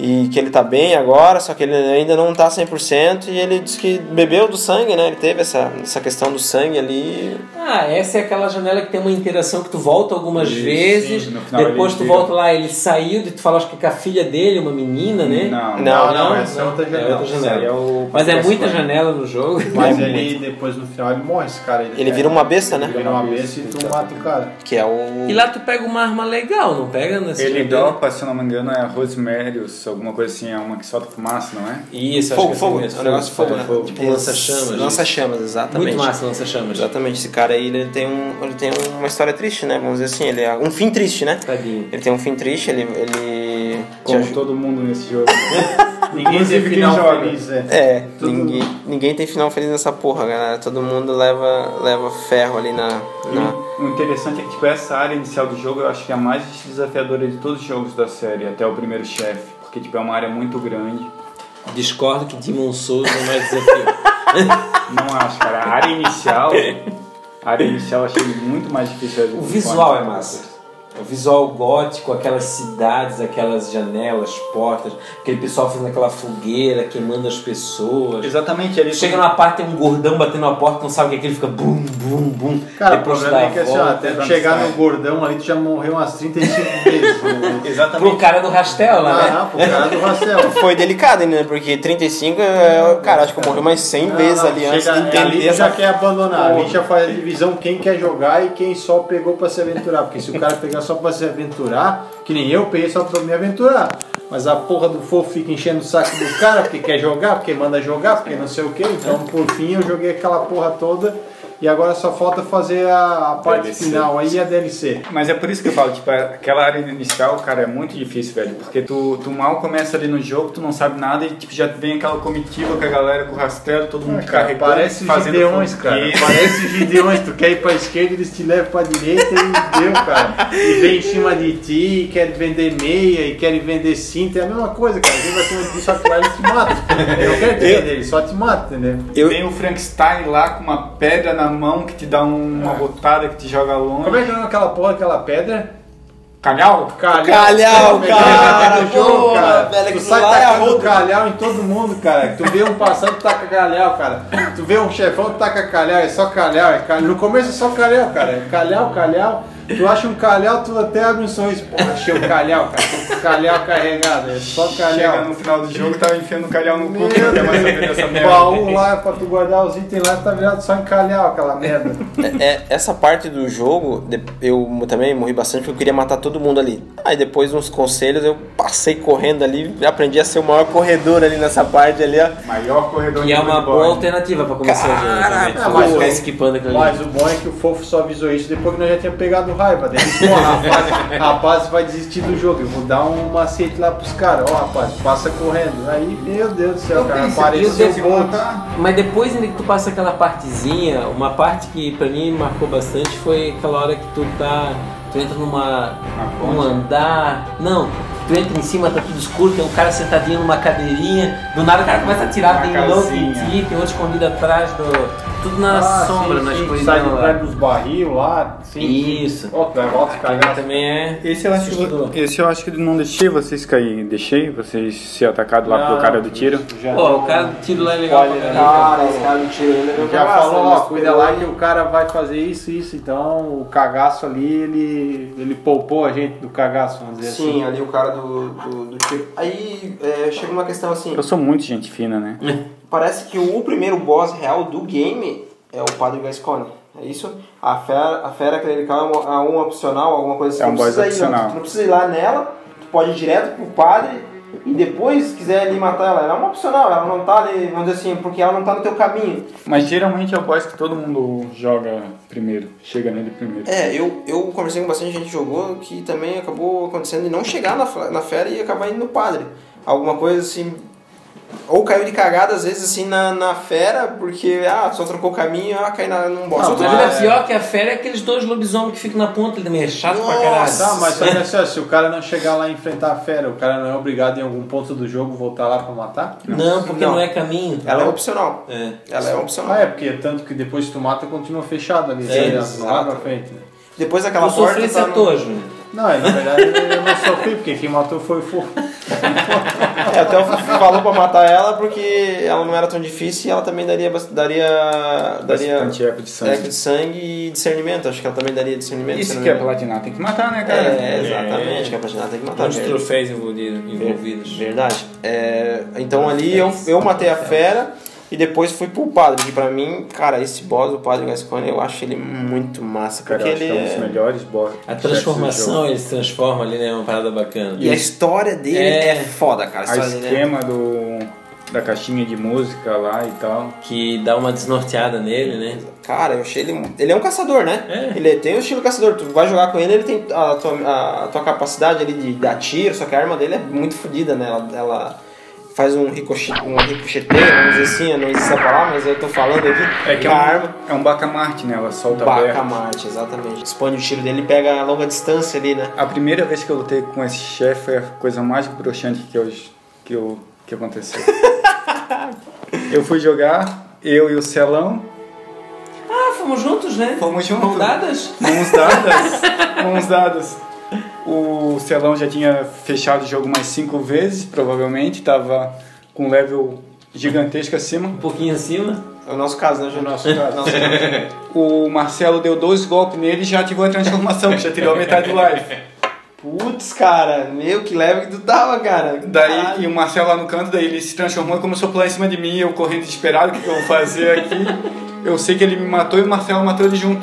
e que ele tá bem agora, só que ele ainda não tá 100% e ele diz que bebeu do sangue, né? Ele teve essa, essa questão do sangue ali.
Ah, essa é aquela janela que tem uma interação que tu volta algumas
Isso,
vezes,
sim, no final
depois
ele
tu
vira.
volta lá, ele saiu, e tu fala acho que com a filha dele, uma menina, né?
Não,
Não,
não, essa é outra janela.
Isso aí é o
Mas é
podcast
muita
lá.
janela no jogo.
Mas
É
ele depois no final ele morre, esse cara.
Ele vira uma besta, né?
Ele vira uma besta e tu mata o cara.
Que é o.
E lá tu pega uma arma legal, não pega nessa
Ele
janela?
dropa, se eu não me engano, é Rosemarius, alguma coisa assim, é uma que solta fumaça, não é?
Isso, acho
Fogo,
que
fogo.
é
É
assim mesmo.
um negócio de fogo, né?
Fogo.
Tipo
Um lança-chamas,
Lança-chamas, exatamente.
Muito massa tá lança chamas.
Exatamente, esse cara aí ele tem, um, ele tem uma história triste, né? Vamos dizer assim, ele é um fim triste, né?
Tadinho.
Ele tem um fim triste, ele. ele te
Como
ajuda-
todo mundo nesse
[LAUGHS]
jogo.
Ninguém tem
Inclusive quem
final
joga.
feliz, é.
É,
Todo
ninguém, ninguém tem final feliz nessa porra, galera. Todo mundo leva, leva ferro ali na. na...
E O interessante é que tipo, essa área inicial do jogo eu acho que é a mais desafiadora de todos os jogos da série, até o primeiro chefe, porque tipo, é uma área muito grande.
Discordo que Demon Souls é mais desafio.
Não acho, cara. A área inicial. A área inicial eu achei muito mais difícil.
o visual é massa. O visual gótico, aquelas cidades, aquelas janelas, portas, aquele pessoal fazendo aquela fogueira, queimando as pessoas.
Exatamente, ele
Chega numa parte, tem um gordão batendo na porta, não sabe o que é aquilo, fica bum, bum, bum.
Cara, o
Depois
problema
dá
é que
a
assim, ó,
volta.
até tu
volta,
chegar
sai.
no gordão ali, tu já morreu umas 35 vezes. né?
Pro
Exatamente.
cara do Rastel lá, né?
Ah, pro cara do Marcelo.
Foi delicado ainda, né? Porque 35, é, cara, acho que eu morri mais 100 vezes ali antes de
Chega, ali
entender
tu já
essa.
quer abandonar. Ali já faz a divisão quem quer jogar e quem só pegou pra se aventurar. Porque se o cara pegar só pra se aventurar, que nem eu peguei só pra me aventurar. Mas a porra do fofo fica enchendo o saco do cara porque quer jogar, porque manda jogar, porque não sei o que. Então por fim eu joguei aquela porra toda e agora só falta fazer a, a parte
DLC.
final aí e a DLC.
Mas é por isso que eu falo, tipo, aquela área inicial, cara, é muito difícil, velho. Porque tu, tu mal começa ali no jogo, tu não sabe nada e tipo, já vem aquela comitiva com a galera com o rastelo, todo mundo
Ah, Cara,
carregando,
parece
fazendo
gideões,
fogo.
cara.
E-
Parece gideões. Tu quer ir pra esquerda, eles te levam pra direita e deu, cara. E vem em cima de ti, e querem vender meia, e querem vender cinta. É a mesma coisa, cara. Quem vai cima de ti, só que lá eles te matam. Eu quero te vender, eles só te matam, entendeu?
Eu-
Tem o Frankenstein lá com uma pedra na mão que te dá um- uma botada que te joga longe.
Como é que é aquela porra, aquela pedra?
Calhau?
Calhau,
Calhau,
Como é que é a
cara,
pedra do jogo,
porra,
cara.
velho,
tu
aquilo
sai
lá é
tacando
arrodo.
calhau em todo mundo, cara. Tu vê um passando, tu taca calhau, cara. Tu vê um chefão, tu taca calhau, é só calhau. É calhau. No começo é só calhau, cara. É calhau, calhau. Tu acha um calhau, tu até abre um sorriso. Pô, achei um calhau, cara. Calhau carregado, é só
Chega
calhau.
no final do jogo, tava enfiando o calhau no
Meu
cu, que não quer mais saber
Deus,
dessa
o
merda.
baú lá pra tu guardar os itens lá, tá virado só em calhau, aquela merda.
É, é, essa parte do jogo, de- eu também morri bastante porque eu queria matar todo mundo ali. Aí depois, uns conselhos, eu passei correndo ali, aprendi a ser o maior corredor ali nessa parte ali, ó.
Maior corredor
E
de
é uma
futebol.
boa alternativa pra começar o jogo também.
Caraca,
Tu vai
mas-
ficar esquipando aquilo ali.
Mas o bom é que o fofo só avisou isso depois que nós já tínhamos pegado raiva. Daí, ele disse, pô, [LAUGHS] rapaz, rapaz vai desistir do jogo. Eu vou dar um macete lá pros caras. Ó, rapaz, passa correndo. Aí, meu Deus do céu, cara, apareceu um
Deus,
o Bolt.
Mas depois ainda que tu passa aquela partezinha, uma parte que pra mim marcou bastante foi aquela hora que tu tá. Tu entra numa.
ponte?
um andar. Não, tu entra em cima, tá tudo escuro, tem um cara sentadinho numa cadeirinha, do nada o cara começa a tirar,
Uma
tem um louco em
casinha.
ti, tem outro escondido atrás do. Tudo na
Ah,
sombra,
sim,
nas
sim,
coisas né,
Sai de
lá.
trás dos barril lá. Sim,
Isso.
Ó, que vai volta os
Aquele
caras.
também é.
Esse eu, acho
Assustador.
que, esse eu acho que não deixei vocês cair. Deixei vocês ser atacados lá pelo cara do tiro.
Já, um
Pô, o cara do tiro lá é legal pra caramba.
esse cara me tirou ainda.
já falou, ó, né? cuida lá que o cara vai fazer isso e isso. Então, o cagaço ali, ele, ele poupou a gente do cagaço, vamos dizer assim.
Sim, ali o cara do, do, do tiro. Aí é, chega uma questão assim.
Eu sou muito gente fina, né?
Parece que o primeiro boss real do game é o Padre Gascone. É isso? A fera, a fera clerical é uma, é uma opcional, alguma coisa assim.
É um
Não
boss
precisa ir lá,
opcional.
tu não precisa ir lá nela, tu pode ir direto pro padre e depois, se quiser ali matar ela, ela é uma opcional, ela não tá ali, vamos dizer assim, porque ela não tá no teu caminho.
[LAUGHS] Mas geralmente é o boss que todo mundo joga primeiro. Chega nele primeiro.
É, eu, eu conversei com bastante gente que jogou que também acabou acontecendo de não chegar na, fa- na fera e acabar indo no padre. Alguma coisa assim. Ou caiu de cagada, às vezes, assim, na, na fera, porque, ah, só trocou o caminho, ah, caiu na, num boss.
Ah,
Só
Mas
trocou-
ainda pior que a fera é aqueles dois lobisomens que ficam na ponta, ele também é chato pra
Nossa,
caralho.
Tá, mas só que assim, ó, se o cara não chegar lá e enfrentar a fera, o cara não é obrigado em algum ponto do jogo voltar lá pra matar?
Não, porque
Não.
não é caminho.
Ela é opcional.
É.
Ela é opcional.
Ah, é, porque tanto que depois que tu mata, continua fechado ali. né?
É,
não vai
exato.
pra frente, né?
Depois daquela
Eu
porta.
sofri esse
tá no-
ator, Júnior.
Não, na verdade eu não sofri, porque quem matou foi o Fofo.
É, até o Fufu falou pra matar ela porque ela não era tão difícil e ela também daria. bas- daria, daria
Bastante eco de sangue.
eco de sangue e discernimento. Acho que ela também daria discernimento. se
Isso
não
que
me
é
engano.
platinar, tem que matar, né, cara?
É, exatamente. Que é pra tirar, tem que matar.
Tantos
velho.
troféus envolvido- envolvidos.
Verdade. É, então ali eu, eu matei a fera e depois fui pro padre. Porque pra mim, cara, esse boss, o padre Gascone, eu acho ele muito massa.
Cara,
Porque
eu acho que
ele
é um dos
é...
melhores boss.
A transformação, ele se transforma ali, né? Uma parada bacana.
E a história dele
É.
é, foda, cara. A
A
história dele é...
esquema do, da caixinha de música lá e tal.
Que dá uma desnorteada nele, né?
Cara, eu achei ele. Ele é um caçador, né?
É.
Ele tem o estilo caçador. Tu vai jogar com ele, ele tem a tua, a tua capacidade ali de dar tiro, só que a arma dele é muito fodida, né? Ela, ela faz um, ricoche, um ricocheteio, vamos dizer assim, eu não sei se é a palavra, mas eu tô falando aqui.
É que é
a
um,
arma.
é um bacamarte, né? Ela solta aberto.
Bacamarte, exatamente. Expande o tiro dele e pega a longa distância ali, né?
A primeira vez que eu lutei com esse chefe foi a coisa mais broxante que, eu, que, eu, que aconteceu. eu fui jogar, eu e o Celão,
Ah, fomos juntos, né?
Fomos juntos.
Mão dadas?
mãos dadas, mãos dadas. O Celão já tinha fechado o jogo mais cinco vezes, provavelmente, tava com um level gigantesco acima.
Um pouquinho acima.
[LAUGHS] É o nosso caso, né, Júnior?
nosso caso.
Nosso caso.
O Marcelo deu dois golpes nele e já ativou a transformação, que já tirou a metade do life.
Putz, cara, meu, que leve que tu tava, cara.
Daí,
Caralho.
e o Marcelo lá no canto, daí ele se transformou e começou a pular em cima de mim, eu correndo desesperado, o que, que eu vou fazer aqui? Eu sei que ele me matou e o Marcelo matou ele junto.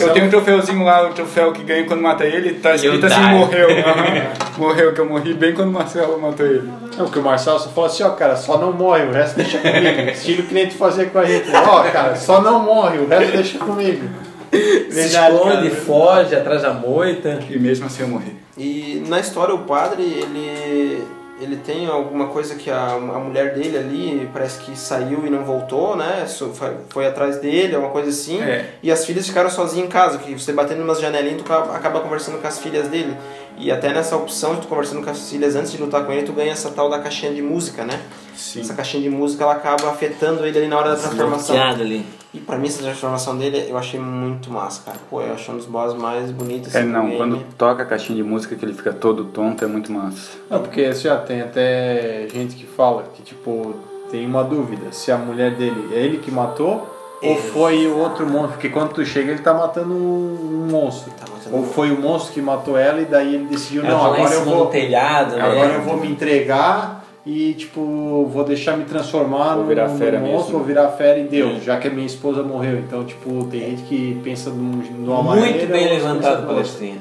Eu tenho um troféuzinho lá, o troféu que ganho quando mata ele, tá escrito assim,
die.
[LAUGHS]
morreu. Aham. morreu, que eu morri bem quando o Marcelo matou ele.
É o que o Marcelo só falou assim, ó, cara, só não morre, o resto deixa comigo. Estilo que nem tu fazia com a gente. né? Ó, cara, só não morre, o resto deixa comigo.
Se
Verdade,
esconde,
cara.
foge, atrás da moita.
E mesmo assim eu morri.
E na história, o padre, ele, ele tem alguma coisa que a, a mulher dele ali parece que saiu e não voltou, né? So- Foi, foi atrás dele, alguma coisa assim.
É.
E as filhas ficaram sozinhas em casa, que você batendo umas janelinhas, tu acaba acaba conversando com as filhas dele. E até nessa opção de tu conversando com as filhas antes de lutar com ele, tu ganha essa tal da caixinha de música, né?
Sim.
Essa caixinha de música ela acaba afetando ele ali na hora da transformação.
Desnorteado ali.
E pra mim essa transformação dele eu achei muito massa, cara. Pô, eu achei um dos boss mais bonitos
É,
assim, do
não,
game.
quando toca a caixinha de música que ele fica todo tonto, é muito massa.
Não, porque assim, ó, tem até gente que fala que, tipo, tem uma dúvida se a mulher dele é ele que matou ou foi o outro monstro. Porque quando tu chega, ele tá matando um monstro.
Tá matando
Ou
um-
foi o monstro que matou ela e daí ele decidiu,
Ela
não,
tá lá em
agora eu
cima do
vou.
telhado, né?
Agora eu vou me entregar e, tipo, vou deixar me transformar
Vou
no,
virar
no
fera
monstro,
mesmo.
vou virar fera em Deus,
É.
já que a minha esposa morreu. Então, tipo, tem gente que pensa num- numa maneira...
Muito bem
outra
levantado,
pensa noutra.
palestrinha.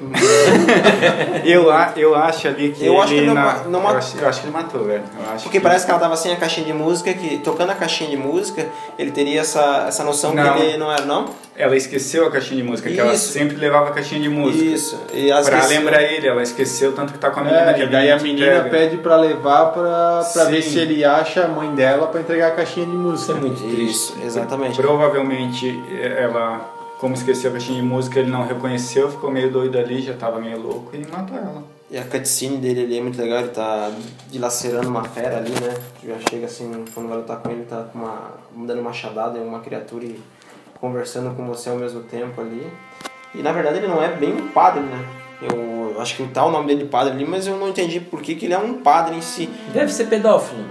Eu, a- eu acho ali que
Eu acho que
ele
ele não
na-
ma- não
eu
matou.
acho, eu acho que ele matou, velho. Eu acho
Porque parece que ela tava sem a caixinha de música, que tocando a caixinha de música, ele teria essa, essa noção
Não.
que ele não era, não?
Ela esqueceu a caixinha de música, que ela
Isso.
sempre levava a caixinha de música.
Isso. E ela
Pra
esqueceu.
lembrar ele, ela esqueceu tanto que tá com a menina
É,
que
e daí a
te
menina
pega.
pede pra levar pra, pra
Sim.
ver se ele acha a mãe dela pra entregar a caixinha de
é
música.
Isso, exatamente.
Provavelmente eh, ela, como esqueceu a caixinha de música, ele não reconheceu, ficou meio doido ali, já tava meio louco e matou ela.
E a cutscene dele ali é muito legal, ele tá dilacerando uma fera ali, né? Já chega assim, quando vai lutar com ele, tá com uma, dando uma machadada em uma criatura e conversando com você ao mesmo tempo ali. E na verdade ele não é bem um padre, né? Eu acho que tá o nome dele de padre ali, mas eu não entendi por que, que ele é um padre em si.
Deve ser pedófilo.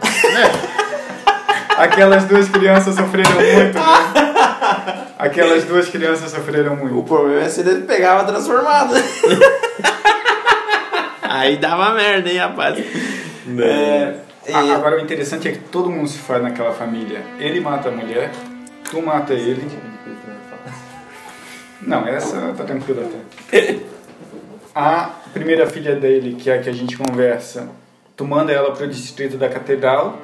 Aquelas duas crianças sofreram muito. Né? Aquelas duas crianças sofreram
O
muito.
problema é se ele pegava transformado. [LAUGHS] Aí dava merda, hein, rapaz?
Né?
É, e-
A- agora o interessante é que todo mundo se faz naquela família. Ele mata a mulher, tu mata ele. Não, essa tá tranquila até.
[LAUGHS]
A primeira filha dele, que é a que a gente conversa, tu manda ela pro distrito da catedral,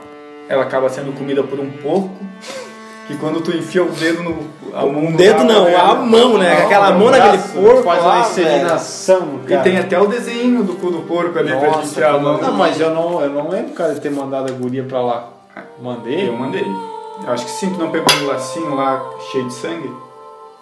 ela acaba sendo comida por um porco, que quando tu enfia o dedo no. A mão
o
no
dedo
rabo
não,
dela-
a mão, né?
Não,
Aquela
não,
mão
braço.
naquele porco
Faz
lá,
uma inseminação,
E
cara.
tem até o desenho do cu do porco ali pra gente enfiar a mão.
Não, mas eu não, eu não lembro, cara, de ter mandado a guria pra lá. Mandei?
Eu mandei. Eu acho que sim, tu não pegou um lacinho lá cheio de sangue?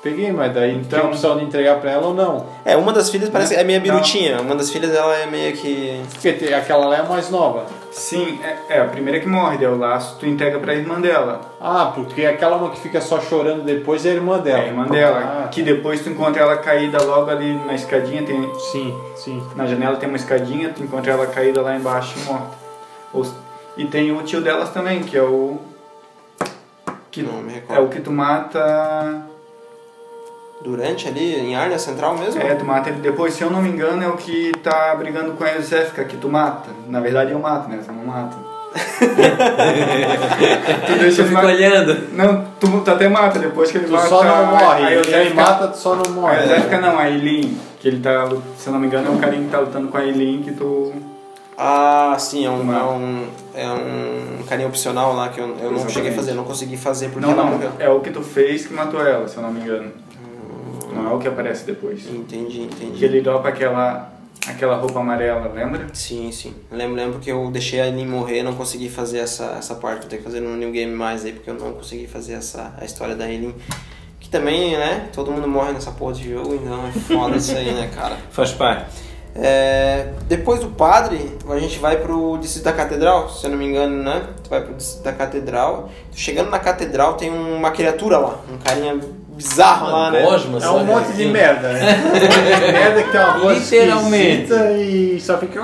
Peguei, mas daí
Então-
então, tinha opção de entregar pra ela ou não.
É, uma das filhas parece é meio
Não.
birutinha. Uma das filhas ela é meio que.
Porque tem- aquela lá é a mais nova.
Sim, é, é, a primeira que morde é o laço, tu entrega pra irmã dela.
Ah, porque aquela uma que fica só chorando depois é a irmã
É
dela.
a irmã dela,
tá.
Ah,
que depois tu encontra ela caída logo ali na escadinha, tem,
tá. Sim, sim.
na janela tem uma escadinha, tu encontra ela caída lá embaixo morta. Ou- e tem o tio delas também, que é o. Que
Não me
é
recordo.
o que tu mata.
Durante ali, em Arnia Central mesmo?
É, tu mata ele depois, se eu não me engano, é o que tá brigando com a Josefica, que tu mata. Na verdade eu mato, né? Tu não mata.
[LAUGHS]
tu deixa
Eu
ele
fico
matar.
olhando.
Não, tu, tu até mata depois que ele
Tu
mata.
só não morre.
A
Ele
Josefica,
mata, tu só não
a
morre.
Josefica não, a Eileen, que ele tá. lu- Se eu não me engano, é o carinha que tá lutando com a Eileen que tu.
Ah, sim, é um,
Uma-
é um, é um carinha opcional lá que eu, eu não
Exatamente.
cheguei a fazer, não consegui fazer porque
Não,
ela
não,
morreu.
é o que tu fez que matou ela, se eu não me engano. Não é o que aparece depois.
Entendi,
Que
entendi.
ele dopa aquela, aquela roupa amarela, lembra?
Sim, sim. Eu Lembro, lembro que eu deixei a Aline morrer, não consegui fazer essa, essa parte. Vou ter que fazer no New Game mais aí, porque eu não consegui fazer essa, a história da Aline. Que também, né? Todo mundo morre nessa porra de jogo, então é foda isso aí, né, cara?
Faz parte.
É, depois do padre, a gente vai pro distrito da catedral, se eu não me engano, né? Tu vai pro distrito da catedral. Tu Chegando na catedral tem uma criatura lá, um carinha bizarro lá, né?
Gosma,
Tá
É um
sabe?
monte de merda,
[LAUGHS]
né? merda que tem uma voz
Literalmente.
esquisita e só fica...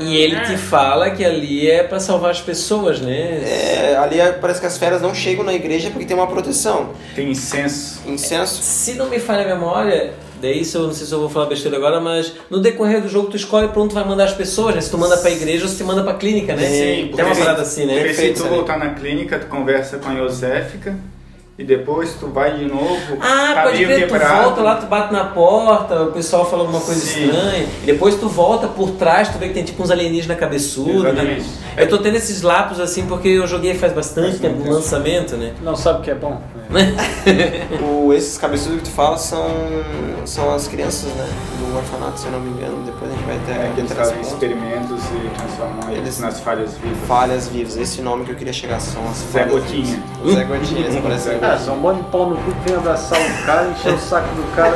E ele te fala que ali é pra salvar as pessoas, né?
É, ali é- parece que as feras não chegam na igreja porque tem uma proteção.
Tem incenso.
Incenso.
Se não me falha a memória, daí se eu não sei se eu vou falar besteira agora, mas no decorrer do jogo tu escolhe pra onde tu vai mandar as pessoas, né? Se tu manda pra igreja ou se tu manda pra
É,
clínica, né?
Sim,
Tem uma
porque-
parada assim, né?
Porque
Perfeito,
se tu
sabe?
voltar na clínica, tu conversa com a Joséfica e depois tu vai de novo.
Ah,
tá
pode
meio
crer, tu
quebrado.
volta lá, tu bate na porta, o pessoal fala alguma coisa
Sim.
estranha, e depois tu volta por trás, tu vê que tem tipo uns alienígenas cabeçudos, né?
Exatamente.
Eu tô tendo esses lapsos assim porque eu joguei faz bastante tempo o lançamento, né?
Não sabe o que é bom.
O- esses cabeçudos que tu fala são, são as crianças, né? Do orfanato, se eu não me engano. Depois a gente vai
É,
até
que
aqui
eles
atrás.
fazem experimentos e transformam eles
Eles-
nas falhas vivas.
Falhas vivas, esse nome que eu queria chegar são as
Zé
falhas
Gotinha.
vivas. Zé Gotinha,
[LAUGHS]
eles parecem.
Cara, são um monte de pau no cu que vem abraçar o cara, encher o saco do cara.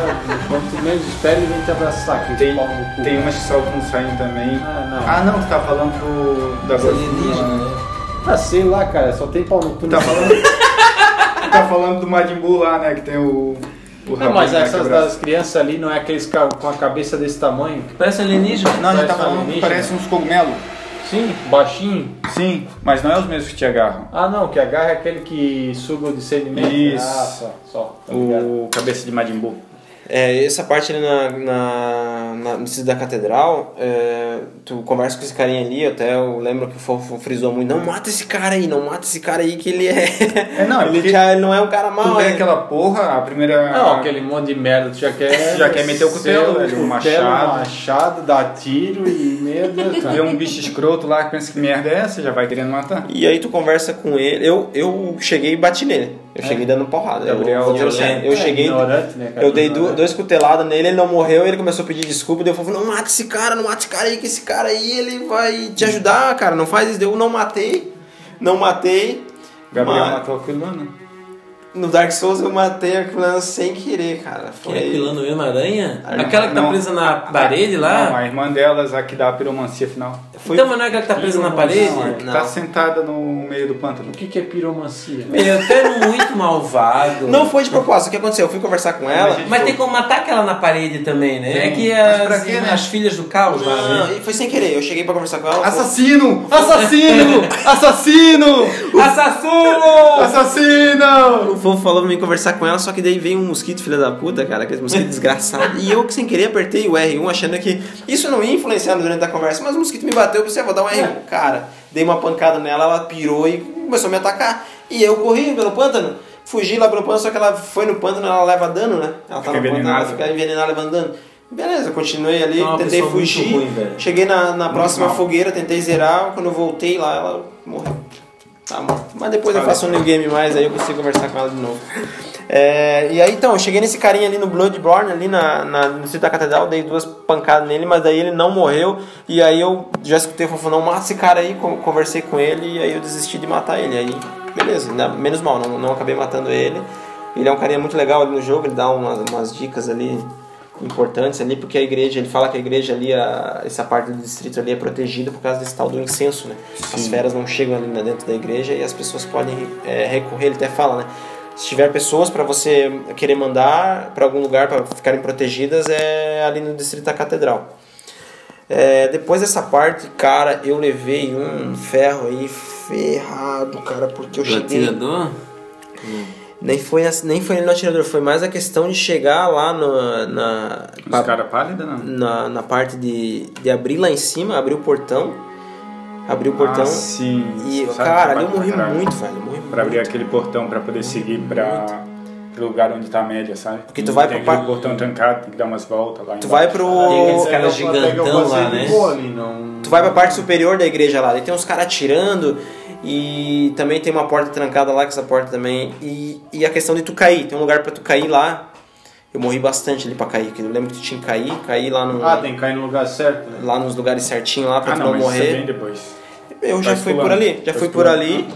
Quando tu menos espera, ele vem te abraçar aqui,
Tem,
pau no cu.
tem um- umas que soltam sangue também.
Ah, não.
Ah, não, tu tá falando do, da
é né?
alienígenas,
Tu
Ah, sei lá, cara, só tem pau no cu. né?
tá
no-
falando, tu tá falando do Majin Buu lá, né? Que tem o. o
Não, mas
rabinho
essas
quebrado.
das crianças ali não é aqueles ca- com a cabeça desse tamanho?
Parece um alienígena.
Não, a gente tá
parece
falando que
alienígena.
parece uns cogumelos.
Sim, baixinho.
Sim, mas não é os mesmos que te agarram.
Ah, não, que agarra é aquele que suga o discernimento.
Isso.
Ah, só, só. Tá ligado?
O cabeça de Majin Buu.
É, essa parte ali na, na, na- no sítio da catedral, é, tu conversa com esse carinha ali, até eu lembro que o Fofo frisou muito, não mata esse cara aí, não mata esse cara aí que ele é... [LAUGHS]
É, não, é
ele,
porque-
já, ele não é um cara
Tu
mau,
vê
é
aquela porra, a primeira.
Não, aquele monte de merda, tu já quer.
Ah. Já quer meter o cutelo,
Seu,
velho,
cutelo,
um machado.
machado, dar tiro e. Meu Deus,
Vê
cara.
um bicho escroto lá que pensa que merda é essa, já vai querendo matar.
E aí tu conversa com ele, eu, eu cheguei e bati nele, eu cheguei dando porrada, eu,
É. Gabriel
vou dizer o
violento.
sério, eu
É,
cheguei...
ignorante, né, cara?
Eu dei du-
Ignorante.
dois cuteladas nele, ele não morreu, ele começou a pedir desculpa, daí eu falei, não mata esse cara, não mata esse cara aí, que esse cara aí ele vai te ajudar, cara, não faz isso, Daí eu não matei, não matei.
Gabriel
mas-
matou aquilo lá, né?
No Dark Souls eu matei a Aquilana sem querer, cara.
Quem
Foi...
é Aquilano mesmo, aranha?
Aranha.
Aquela que tá
Não.
presa na parede
Não,
lá?
a irmã delas, a que dá a piromancia final.
Foi-
Então, mas não é aquela que tá presa na parede?
Não, é que tá
Não.
sentada no meio do pântano.
O que, que é piromancia?
Meu, tu é muito malvado.
Não foi de propósito, o que aconteceu? Eu fui conversar com ela.
Mas a gente-
Mas tem como matar aquela na parede também, né?
Tem.
É que
Mas pra
as,
quê, né?
as filhas do caos lá,
Não,
né?
e foi sem querer, eu cheguei pra conversar com ela.
Assassino!
[LAUGHS]
Assassino! Assassino!
Assassino!
Assassino!
O fofo falou pra mim conversar com ela, só que daí veio um mosquito, filha da puta, cara, aquele mosquito
[LAUGHS]
desgraçado. E eu, que sem querer, apertei o R1 achando que isso não ia influenciar durante a conversa, mas o mosquito me bateu, eu pensei, ah, vou dar um
É.
R1. Cara, dei uma pancada nela, ela pirou e começou a me atacar. E eu corri pelo pântano, fugi lá pelo pântano, só que ela foi no pântano, ela leva dano, né? Ela tá
Fica
no pântano, ela
envenenada.
fica envenenada levando dano. Beleza, continuei ali,
É uma
tentei
pessoa muito
fugir.
ruim, velho.
cheguei na, na próxima
mal.
fogueira, tentei zerar, quando eu voltei lá, ela morreu. Tá morto. Mas depois eu
Olha.
faço um new game mais, aí eu consigo conversar com ela de novo. É, e aí então, eu cheguei nesse carinha ali no Bloodborne, ali na, na- no sítio da catedral, dei duas pancadas nele, mas daí ele não morreu. E aí eu já escutei o Fofo, não mata esse cara aí, con- né, conversei com ele e aí eu desisti de matar ele. Aí, beleza, ainda- menos mal, não, não acabei matando ele. Ele é um carinha muito legal ali no jogo, ele dá umas, umas dicas ali importantes ali, porque a igreja, ele fala que a igreja ali, a- essa parte do distrito ali é protegida por causa desse tal do incenso, né? As feras não chegam ali na- dentro da igreja e as pessoas podem é, recorrer, ele até fala, né? Se tiver pessoas para você querer mandar para algum lugar para ficarem protegidas, é ali no distrito da catedral. É, depois dessa parte, cara, eu levei um ferro aí ferrado, cara, porque eu
Do
cheguei.
atirador?
Nem foi, assim- nem foi ele no atirador, foi mais a questão de chegar lá na- na,
Os caras pálidos, não?
na, na parte de, de abrir lá em cima, abrir o portão. Abrir o portão.
Ah, sim.
E,
Sabe
cara, ali
que
eu morri
pra-
muito, velho. Eu morri
Pra abrir
muito.
aquele portão pra poder seguir pra... Pro lugar onde tá a média, sabe?
Porque tu vai
Tem
pro par-
aquele portão trancado, tem que dar umas voltas lá
Tu vai
embaixo.
Tem
pro.
aqueles caras
um-
um
gigantão lá, né?
Gole, não...
Tu vai pra parte superior da igreja lá, e tem uns caras atirando e também tem uma porta trancada lá, que essa porta também. E, e a questão de tu cair, tem um lugar pra tu cair lá. Eu morri bastante ali pra cair, que eu lembro que tu tinha que cair, cair lá, no,
Ah, tem que cair no lugar certo, né?
lá nos lugares certinhos lá pra
Ah,
tu
não,
não,
mas
morrer.
você vem depois.
Eu
Tá
já fui por
esculando.
ali, já
Tá
fui por ali,
esculando.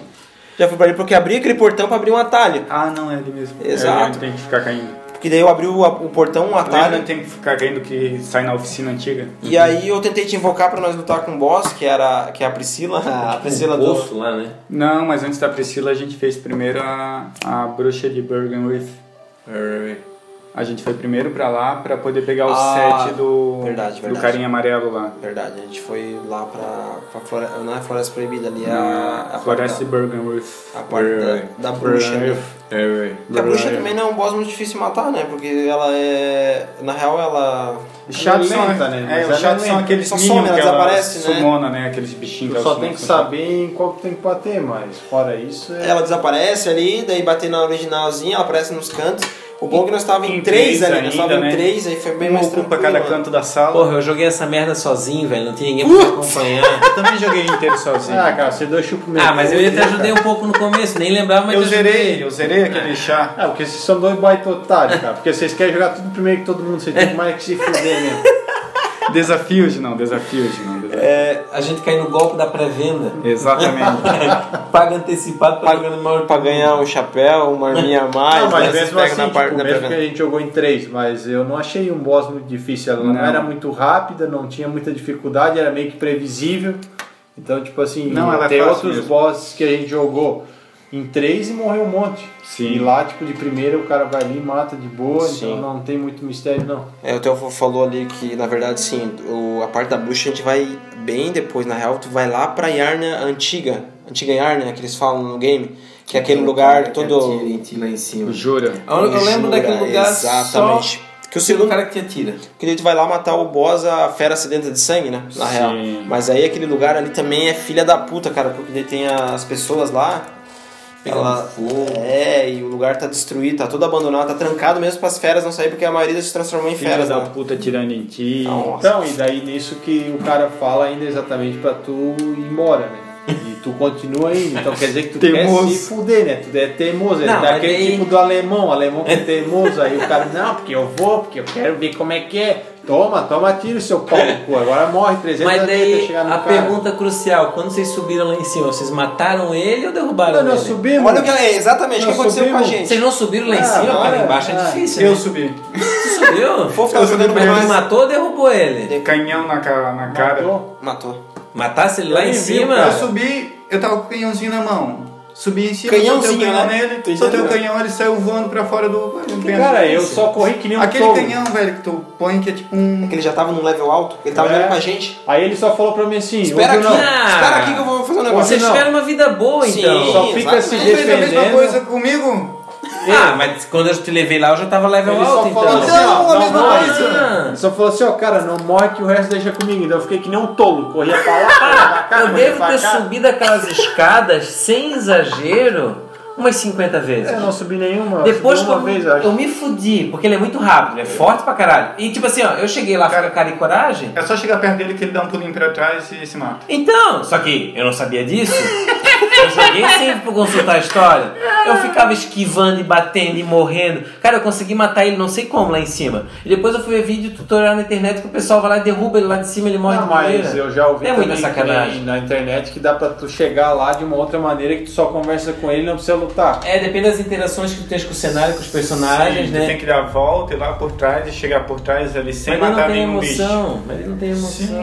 já fui por ali porque abri aquele portão pra abrir um atalho.
Ah, não, é ele mesmo.
Exato.
É, tem que ficar caindo.
Porque daí eu abri o, o portão, um
Lembra
atalho,
tem que ficar caindo que sai na oficina antiga?
e aí eu tentei te invocar pra nós lutar com o boss, que era que é a Priscila,
Ah,
[LAUGHS] a Priscila
do
do...
osso lá, né?
Não, mas antes da Priscila a gente fez primeiro a, a bruxa de Bergenwith. A gente foi primeiro pra lá pra poder pegar o
Ah,
set do,
verdade,
do
verdade.
carinha amarelo lá.
Verdade, a gente foi lá pra, pra floresta, não é a Floresta Proibida, ali é a, a
Floresta é,
parte
de Bergenwith.
da, a parte da, da bruxa. né? E a bruxa também não é um boss muito difícil de matar, né? Porque ela é... Na real, ela...
Os chatos
Ela é
são,
lenta, né?
é,
Mas
os
ela
chatos
é
são
lenta.
aqueles
Só
minions
some, ela
que ela
desaparece, né?
sumona, né? Aqueles bichinhos
Tu
que ela
só
sumona
tem que
quando tá-
saber em qual que tem que bater, mas fora isso é...
Ela desaparece ali, daí bater na originalzinha, ela aparece nos cantos. O bom é que nós estávamos em,
Em
três,
três
ali, nós
ainda,
estávamos em
né?
três, aí foi bem
Um
mais
ocupa
tranquilo,
é
cada
né?
canto da sala.
Porra, eu joguei essa merda sozinho, velho. Não tinha ninguém pra me acompanhar.
Eu também joguei inteiro sozinho.
Ah, cara, você dois chupos
Ah, mas eu ia te ajudei um pouco no começo, nem lembrava, mas
eu
te ajudei.
zerei, eu zerei aquele chá.
Ah, porque vocês são dois baita otários, cara. Porque vocês querem jogar tudo primeiro que todo mundo, vocês têm mais que se fuder mesmo.
Desafios não, desafios não. desafios.
É, a gente caiu no golpe da pré-venda. [LAUGHS]
Exatamente.
Paga antecipado pra jogar no maior
Pra ganhar um chapéu, uma arminha a mais,
Não, mas
né?
mesmo
Você pega
assim,
na parte
tipo,
da
mesmo que
pré-venda.
a gente jogou em três, mas eu não achei um boss muito difícil. Ela não,
Não.
era muito rápida, não tinha muita dificuldade, era meio que previsível. Então, tipo assim,
Não, ela é
tem
fácil
outros
mesmo.
bosses que a gente jogou em três e morreu um monte.
Sim.
E lá, tipo, de primeira o cara vai ali, mata de boa,
Sim.
então não tem muito mistério, não.
É, o Theo falou ali que, na verdade, sim, o- a parte da bruxa a gente vai bem depois, na real, tu vai lá pra Yarna antiga, antiga Yarna, né, que eles falam no game, que é aquele
Uhum.
lugar todo...
Atira em ti lá em cima.
Jura.
Eu, eu lembro
Jura,
daquele lugar
Exatamente. Que o
só pelo
segundo
cara que te atira.
Porque daí tu vai lá matar o boss, a fera sedenta de sangue, né? Na
Sim.
real. Mas aí aquele lugar ali também é filha da puta, cara, porque daí tem as pessoas lá.
Pegando
Ela,
fogo.
é, e o lugar tá destruído, tá todo abandonado, tá trancado mesmo pras feras não sair, porque a maioria se transformou em
Filha
feras,
da
né?
puta tirando em ti.
Não. Nossa.
Então, e daí nisso que o cara fala ainda exatamente pra tu ir embora, né? E tu continua indo, então quer dizer que tu
Teimoso.
quer se fuder, né? Tu é teimoso, é
Não, mas
daquele
daí-
tipo do alemão, alemão que é teimoso, aí o cara, não, porque eu vou, porque eu quero ver como é que é. Toma, toma tiro, seu pau no cu, agora morre 300
Mas
vezes até
daí,
chegar no
a
cara.
pergunta crucial, quando vocês subiram lá em cima, vocês mataram ele ou derrubaram
Não, não,
ele?
subimos.
Olha o que é, exatamente, o que
Nós
aconteceu com a
subimos.
gente.
Vocês não subiram lá em
Ah,
cima, cara?
olha,
Embaixo é
ah,
difícil,
Eu
né?
subi.
Você
[LAUGHS]
subiu?
O fofo tá jogando
Mas
bem
ele
mais.
matou ou derrubou ele?
Canhão na, ca- na cara. Ah.
Matou.
Matou.
Matasse ele lá
Eu
em
nem vi,
cima?
cara.
subi, eu tava com o canhãozinho na mão. Subi em cima,
Canhãozinho,
soltei o
né?
nele, soltei o canhão, ele saiu voando pra fora do.
Cara,
é
eu só corri que nem um
Aquele
touro.
canhão, velho, que tu põe que é tipo um.
Porque ele já tava num level alto, ele tava
É.
jogando com a gente.
Aí ele só falou pra mim assim,
Espera aqui,
ouve ou não.
Ah.
espera aqui que eu vou fazer um negócio.
Vocês
não.
tiveram uma vida boa,
Sim.
então.
Só fica se
Ele
Ele fez a mesma
né?
defendendo.
coisa comigo?
Ah, mas quando eu te levei lá, eu já tava level
Ele
alto,
só
então.
falou assim, ó,
Não, a
não
mesma
morre.
coisa.
Ele só falou assim, ó, cara, não morre que o resto deixa comigo. Então eu fiquei que nem um tolo, corria pra lá, corria pra cá,
Eu
corria
devo
pra
ter
cá.
subido aquelas escadas, sem exagero, umas 50 vezes.
Eu É, não subi nenhuma, eu
Depois
subi
que
uma
eu,
vez, eu
eu
acho.
me fudi, porque ele é muito rápido, ele é forte pra caralho. E tipo assim, ó, eu cheguei lá com cara e coragem.
É só chegar perto dele que ele dá um pulinho pra trás e se mata.
Então, só que eu não sabia disso. Mas alguém sempre pra consultar a história. Eu ficava esquivando e batendo e morrendo. Cara, eu consegui matar ele não sei como lá em cima. E depois eu fui ver vídeo tutorial na internet que o pessoal vai lá e derruba ele lá de cima ele morre
Não,
de
mas
maneira.
eu já ouvi
É muita
também que
sacanagem.
na internet que dá pra tu chegar lá de uma outra maneira que tu só conversa com ele e não precisa lutar.
É, depende das interações que tu tens com o cenário, com os personagens,
Sim,
né?
Tem que dar a volta e lá por trás e chegar por trás ali sem
mas ele não
matar
tem
nenhum bicho.
emoção. Mas ele não tem emoção.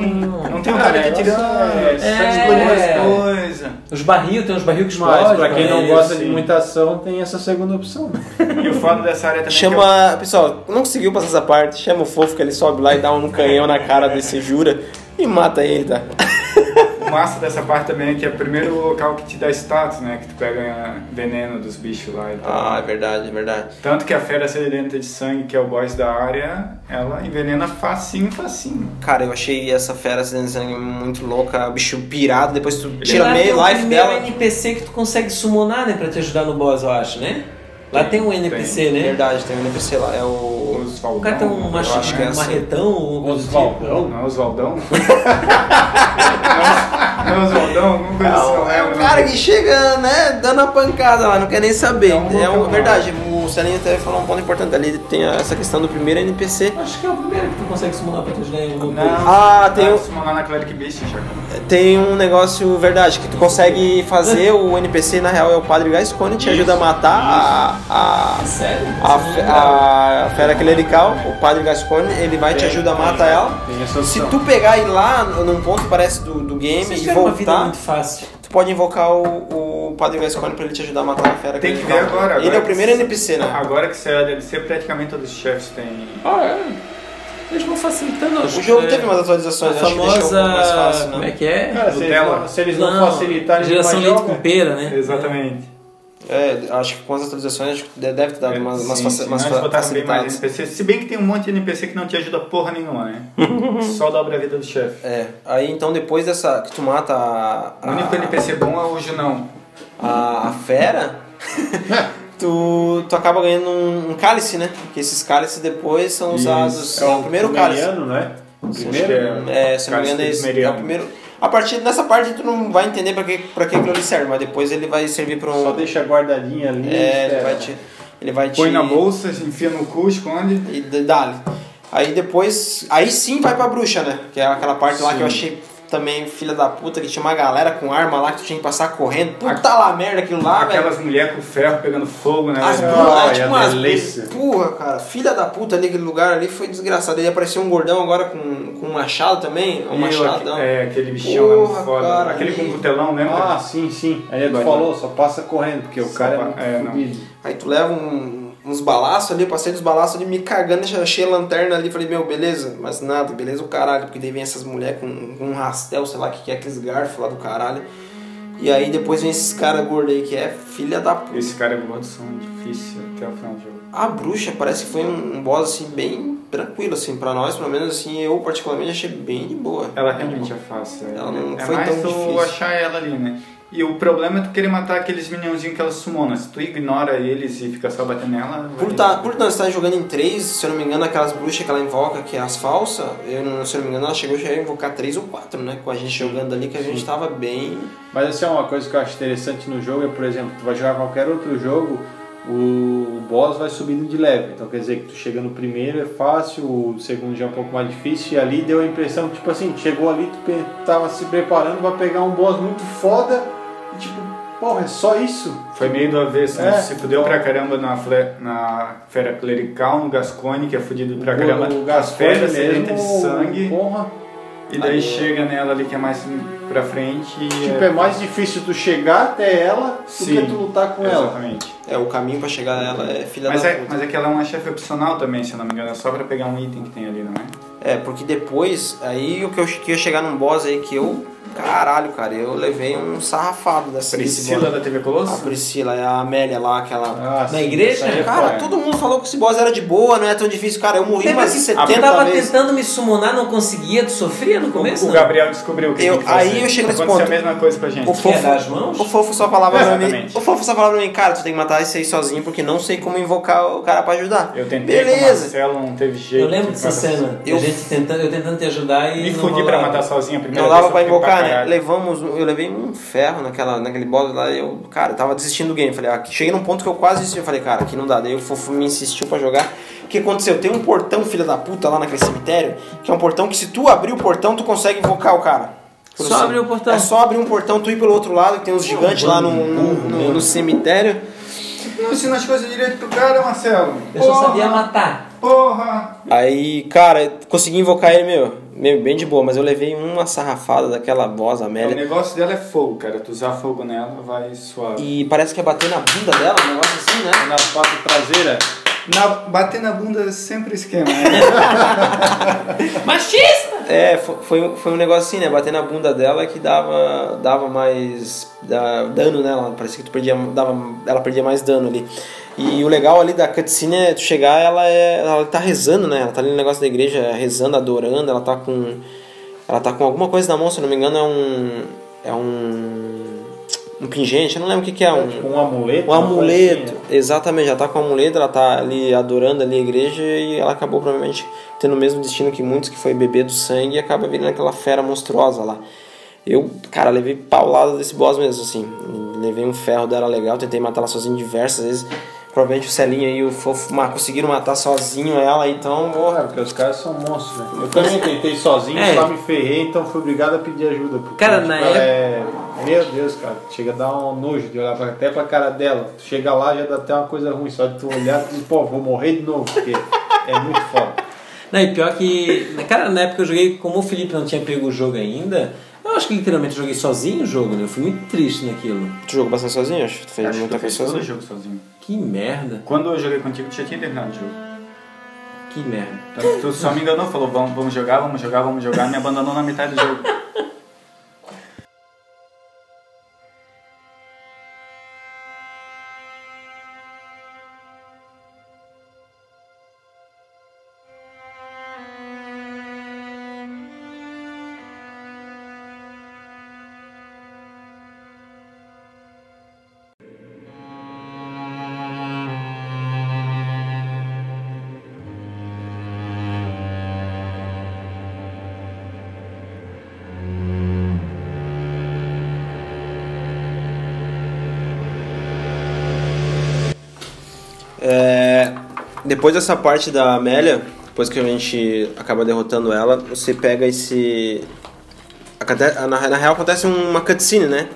Não tem um cara que tira
É,
é,
é.
explodindo as coisas.
Os barril, tem uns barril que explodem.
Mas pra quem não
mas-
gosta
sim.
de muita ação, tem essa segunda opção. né?
E o fato dessa área também que eu-
Chama, pessoal, não conseguiu passar essa parte, chama o fofo que ele sobe lá e dá um canhão na cara desse Jura e mata ele, tá?
O massa dessa parte também é que é o primeiro local que te dá status, né? Que tu pega veneno dos bichos lá e tal.
Ah, é verdade, é verdade.
Tanto que a fera sedenta de sangue, que é o boss da área, ela envenena facinho, facinho.
Cara, eu achei essa fera sangue muito louca, o bicho pirado, depois tu
E
tira
lá tem um
meio
o
life
primeiro
dela.
NPC que tu consegue summonar, né? Pra te ajudar no boss, eu acho, né? Lá tem, um NPC, né?
Verdade, tem um NPC lá, é o.
Os Valdão.
O cara tem um,
eu
macho,
acho,
que é
um marretão, um coisa do tipo.
Não é os Valdão? não, não é os Valdão? Alguma coisa assim. eu
É
lembro.
um cara que chega, né, dando a pancada lá, não quer nem saber. É,
um loucão,
uma
né?
verdade, o Celinho até falou um ponto importante ali, tem essa questão do primeiro NPC.
Acho que é o primeiro que tu consegue summonar pra te ajudar em algum
Não,
Ah, tem
não,
um-
se mandar na Cleric Beast, já.
Tem um negócio verdade, que tu consegue fazer o NPC, na real é o Padre Gascone, te ajuda a matar a, a,
Sério?
a, fe- a fera clerical, o Padre Gascone, ele vai te ajudar a matar ela.
Tem essa
Se
opção.
tu pegar e ir lá num ponto que parece do, do game
Vocês
e
tiveram uma vida
voltar,
muito fácil.
tu pode invocar o, o Padre Gascone pra ele te ajudar a matar a fera
Tem que
clerical.
ver agora,
Ele
agora
é o
que
primeiro
se-
NPC, né?
Agora que saiu a DLC, praticamente todos os chefes têm.
Ah, é. Eles vão facilitando.
O jogo teve umas atualizações,
é a
acho que deixou um pouco mais
famosa...
fácil,
Como é
né?
que é?
Cara, se eles
Nutella.
não, se eles não, facilitarem
Geração
mais
leite
jogo,
com pera, né?
Exatamente.
É, acho que com as atualizações acho que deve ter dado umas, umas,
É, Sim,
faci-
sim,
umas
nós botaram bem mais
facilitadas.
NPC. Se bem que tem um monte de NPC que não te ajuda porra nenhuma, né? Só dobra a vida do chefe.
É, aí então depois dessa que tu mata a,
O único
a,
NPC bom é o Junão.
a, a
[LAUGHS]
fera, tu, tu acaba ganhando um, um cálice, né? Porque esses cálices depois são usados.
É o
primeiro cálice.
Meriano, não é? O
que é.
primeiro?
É, se eu não me engano, é,
Cálice
esse, é o
Meriano.
primeiro. A partir dessa parte tu não vai entender pra que, pra que aquilo ali serve, mas depois ele vai servir pra um.
Só deixa guardadinha ali.
é, ele
espera.
vai te. Ele vai te.
Põe na bolsa, enfia no cu, esconde.
E d- dá-lhe. Aí depois. Aí sim vai pra bruxa, né? Que é aquela parte lá que eu achei também filha da puta, que tinha uma galera com arma lá que tu tinha que passar correndo. Puta lá merda aquilo lá, velho.
Aquelas mulheres com ferro pegando fogo, né?
As
velho?
burras,
Ai,
tipo
a
umas
delícia.
Porra, cara, filha da puta ali, aquele lugar ali foi desgraçado. Ele apareceu um gordão agora com, com um machado também. Um
E o-
machadão.
É, aquele bichão lá
Porra,
muito foda.
cara,
aquele com
que-
cutelão, lembra?
Ah, sim, sim. Aí tu
Vai,
falou, só passa correndo, porque o
é Só
cara é
pa-
muito
é, não.
fudido.
Aí tu leva um- uns balaços ali, eu passei dos balaços ali, me cagando, já achei a lanterna ali, falei, meu, beleza, mas nada, beleza o caralho, porque daí vem essas mulheres com, com um rastel, sei lá o que, que é aqueles garfos lá do caralho. E aí depois vem esses caras gordos aí que é filha da puta.
Esse cara é gordo, são difícil até o final do jogo.
A bruxa parece que foi um, um boss assim bem tranquilo, assim, pra nós, pelo menos assim, eu particularmente achei bem de boa.
Ela realmente é fácil. é.
Ela não
é
foi
mais
tão
tu
difícil.
achar ela ali, né? E o problema é tu querer matar aqueles minhãozinhos que ela sumona. Se tu ignora eles e fica só batendo nela.
Por,
vai-
tá, por nós estar jogando em três, se eu não me engano, aquelas bruxas que ela invoca, que é as falsas, eu não, se eu não me engano, ela chegou a chegar a invocar três ou quatro, né? Com a gente jogando ali, que a gente tava bem.
Mas assim, uma coisa que eu acho interessante no jogo é, por exemplo, tu vai jogar qualquer outro jogo, o boss vai subindo de level. Então quer dizer que tu chega no primeiro é fácil, o segundo já é um pouco mais difícil, e ali deu a impressão que, tipo assim, chegou ali, tu pe- tava se preparando pra pegar um boss muito foda, e tipo, porra, é só isso?
Foi meio do avesso, né?
É.
Se fudeu pra caramba na, fle- na fera clerical, no Gascone, que é fudido pra caramba.
O
As
Gascoigne
feras sedentas de sangue.
Porra.
E daí chega nela ali que é mais pra frente e.
Tipo, é mais difícil tu chegar até ela
Sim,
do que tu lutar com ela.
Exatamente.
É, o caminho pra chegar nela é filha
Uhum. Mas
da
é,
puta.
mas é que ela é uma chefe opcional também, se eu não me engano. É só pra pegar um item que tem ali, não é?
É, porque depois, aí o que eu queria chegar num boss aí que eu. Caralho, cara, eu levei um sarrafado dessa desse
Priscila
boss.
da TV
A
Colosso?
Priscila, é a Amélia lá, aquela.
Ah,
Na
sim,
igreja?
isso aí é
Cara,
foda.
todo mundo falou que esse boss era de boa, não é tão difícil. Cara, eu morri
Lembra
mais
que
de
tu tava
70 vezes.
tentando me summonar, não conseguia, tu sofria no começo? né?
O
não?
Gabriel descobriu o que
Eu,
tem que fazer.
aí aí eu chego nesse
Aconteceu
ponto.
a mesma coisa com a gente.
O fofo,
Quer dar as mãos?
o fofo só falava pra mim.
Exatamente.
O fofo só falava pra mim, cara, tu tem que matar esse aí sozinho porque não sei como invocar o cara pra ajudar.
Eu tentei com o
Beleza.
Marcelo, não teve jeito.
Eu lembro dessa cena.
Eu-
Eu, gente tentando, eu tentando te ajudar e.
Me
não
fudi pra
rolava.
matar sozinho a primeira
Não dava
vez.
pra
É, eu fiquei
invocar, né?
caralho.
Levamos, eu levei um ferro naquela, naquele boss lá, e eu, cara, tava desistindo do game. Falei, ah, cheguei num ponto que eu quase desisti. Eu falei, cara, aqui não dá. Daí o fofo me insistiu pra jogar. O que aconteceu? Tem um portão, filha da puta, lá naquele cemitério, que é um portão que se tu abrir o portão, tu consegue invocar o cara. Por
Só
cima.
abrir o portão.
É só abrir um portão, tu ir pelo outro lado, que tem uns gigantes lá no, no, no- no cemitério.
Não ensina as coisas direito pro cara, Marcelo.
Eu só sabia matar.
Porra!
Aí, cara, consegui invocar ele, meu, meu, bem de boa, mas eu levei uma sarrafada daquela voz,
O
Amélia.
negócio dela é fogo, cara. Tu usar fogo nela vai suave.
E parece que ia bater na bunda dela, um negócio assim, né?
Na parte traseira.
Na- bater na bunda é sempre esquema, né?
[LAUGHS]
Machista!
É, fo- foi, um- foi um negócio assim, né? Bater na bunda dela que dava, dava mais da- dano nela. Parecia que tu perdia, dava, ela perdia mais dano ali. E o legal ali da cutscene é tu chegar, ela, é, ela tá rezando, né? Ela tá ali no negócio da igreja, rezando, adorando. Ela tá com. Ela tá com alguma coisa na mão, se eu não me engano, é um. É um. Um pingente, eu não lembro o que, que é. Um,
Tipo um amuleto.
um
uma
amuleto,
coisinha.
exatamente, ela tá com um amuleto, ela tá ali adorando ali a igreja e ela acabou provavelmente tendo o mesmo destino que muitos, que foi beber do sangue e acaba virando aquela fera monstruosa lá. Eu, cara, levei paulada desse boss mesmo, assim. Levei um ferro dela legal, tentei matar ela sozinho diversas vezes. Provavelmente o Celinho e o Fofo ma- conseguiram matar sozinho ela, então, porra.
Porra, porque os caras são monstros, né? Eu também tentei sozinho,
É.
só me ferrei, então fui obrigado a pedir ajuda. Porque,
Cara, na
ela é... Meu Deus, cara, chega a dar um nojo de olhar pra- até pra cara dela. Tu Chega lá, já dá até uma coisa ruim, só de tu olhar tu diz, pô, vou morrer de novo, porque é muito foda.
Não, e pior que. Cara, na época eu joguei, como o Felipe não tinha pego o jogo ainda, eu acho que literalmente eu joguei sozinho o jogo, né? Eu fui muito triste naquilo.
Tu jogou bastante sozinho? Acho que tu fez
Acho que
muita
eu fiz
coisa
todo o
sozinho.
jogo sozinho.
Que merda,
Quando eu joguei contigo, tu já tinha terminado o jogo.
que merda.
Então, tu só me enganou, falou, vamos, vamos jogar, vamos jogar, vamos jogar, me abandonou na metade do jogo.
É, depois dessa parte da Amélia, depois que a gente acaba derrotando ela, você pega esse. aconte- Na, na real acontece uma cutscene, né?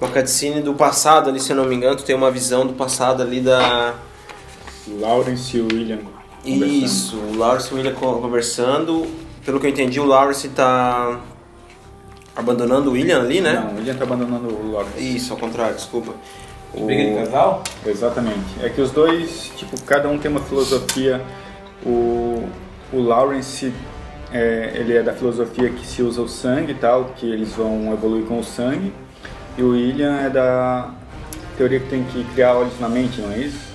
Uma cutscene do passado ali, se eu não me engano, tu tem uma visão do passado ali da.
Lawrence e o William. conversando.
Isso, o Lawrence e o William co- conversando. Pelo que eu entendi, o Lawrence tá abandonando o William ali, né?
Não, o William tá abandonando o Lawrence.
Isso, ao contrário, desculpa. O-
Briga de casal?
Exatamente. É que os dois, tipo, cada um tem uma filosofia. O, o Lawrence, é, ele é da filosofia que se usa o sangue e tal, que eles vão evoluir com o sangue. E o William é da teoria que tem que criar olhos na mente, não é isso?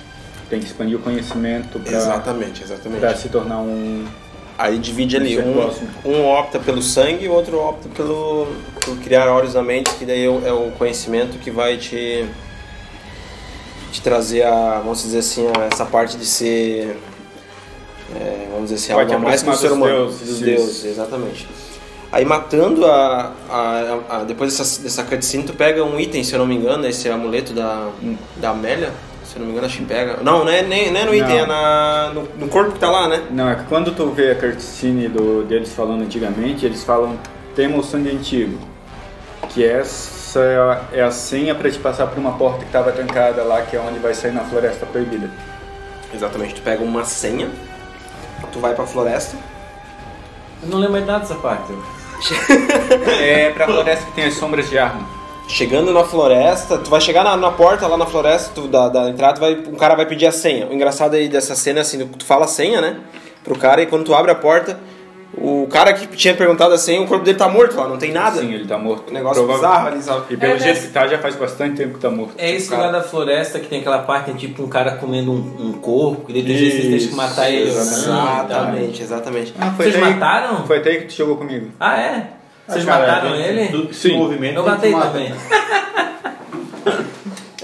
Tem que expandir o conhecimento pra,
Exatamente, exatamente.
pra se tornar um...
Aí divide ali,
Esse é
um,
próximo.
um opta pelo sangue e o outro opta pelo, por criar olhos na mente, que daí é o é o conhecimento que vai te, te trazer a, vamos dizer assim, a- essa parte de ser, é, vamos dizer assim,
Vai te
algo a mais que o ser
aproximar dos
humano,
deuses,
dos
isso.
deuses, exatamente. Aí matando a, a- a- a- depois dessa, dessa cutscene, tu pega um item, se eu não me engano, esse amuleto da, da Amélia, se eu não me engano, acho que pega. Não, não é, nem, não é no item,
Não.
é na, no, no corpo que tá lá, né?
Não, é que quando tu vê a cutscene do, deles falando antigamente, eles falam tema o sangue antigo. Que essa é a, é a senha pra te passar por uma porta que tava trancada lá, que é onde vai sair na floresta
[LAUGHS]
proibida.
Exatamente, tu pega uma senha, tu vai pra floresta.
Eu não lembro mais nada dessa parte.
É pra floresta que tem as sombras de arma.
Chegando na floresta, tu vai chegar na, na porta lá na floresta tu- da, da entrada, tu vai, um cara vai pedir a senha. O engraçado aí dessa cena é assim, tu fala a senha, né? Pro cara, e quando tu abre a porta, o cara que tinha perguntado a senha, o corpo dele tá morto lá, não tem nada.
Sim, ele tá morto.
Um negócio bizarro ali, sabe?
E pelo
É,
jeito
né?
que tá, já faz bastante tempo que tá morto.
É esse lugar da floresta que tem aquela parte tipo um cara comendo um, um corpo, e depois vocês têm que
Isso,
matar ele. né? ou não e tal.
Exatamente, exatamente.
Ah,
Vocês
daí-
mataram?
Foi até aí que tu chegou comigo.
Ah, é? Vocês
cara,
mataram
é,
ele?
Tudo que se
Sim.
movimenta.
Eu
a gente
matei
mata.
também.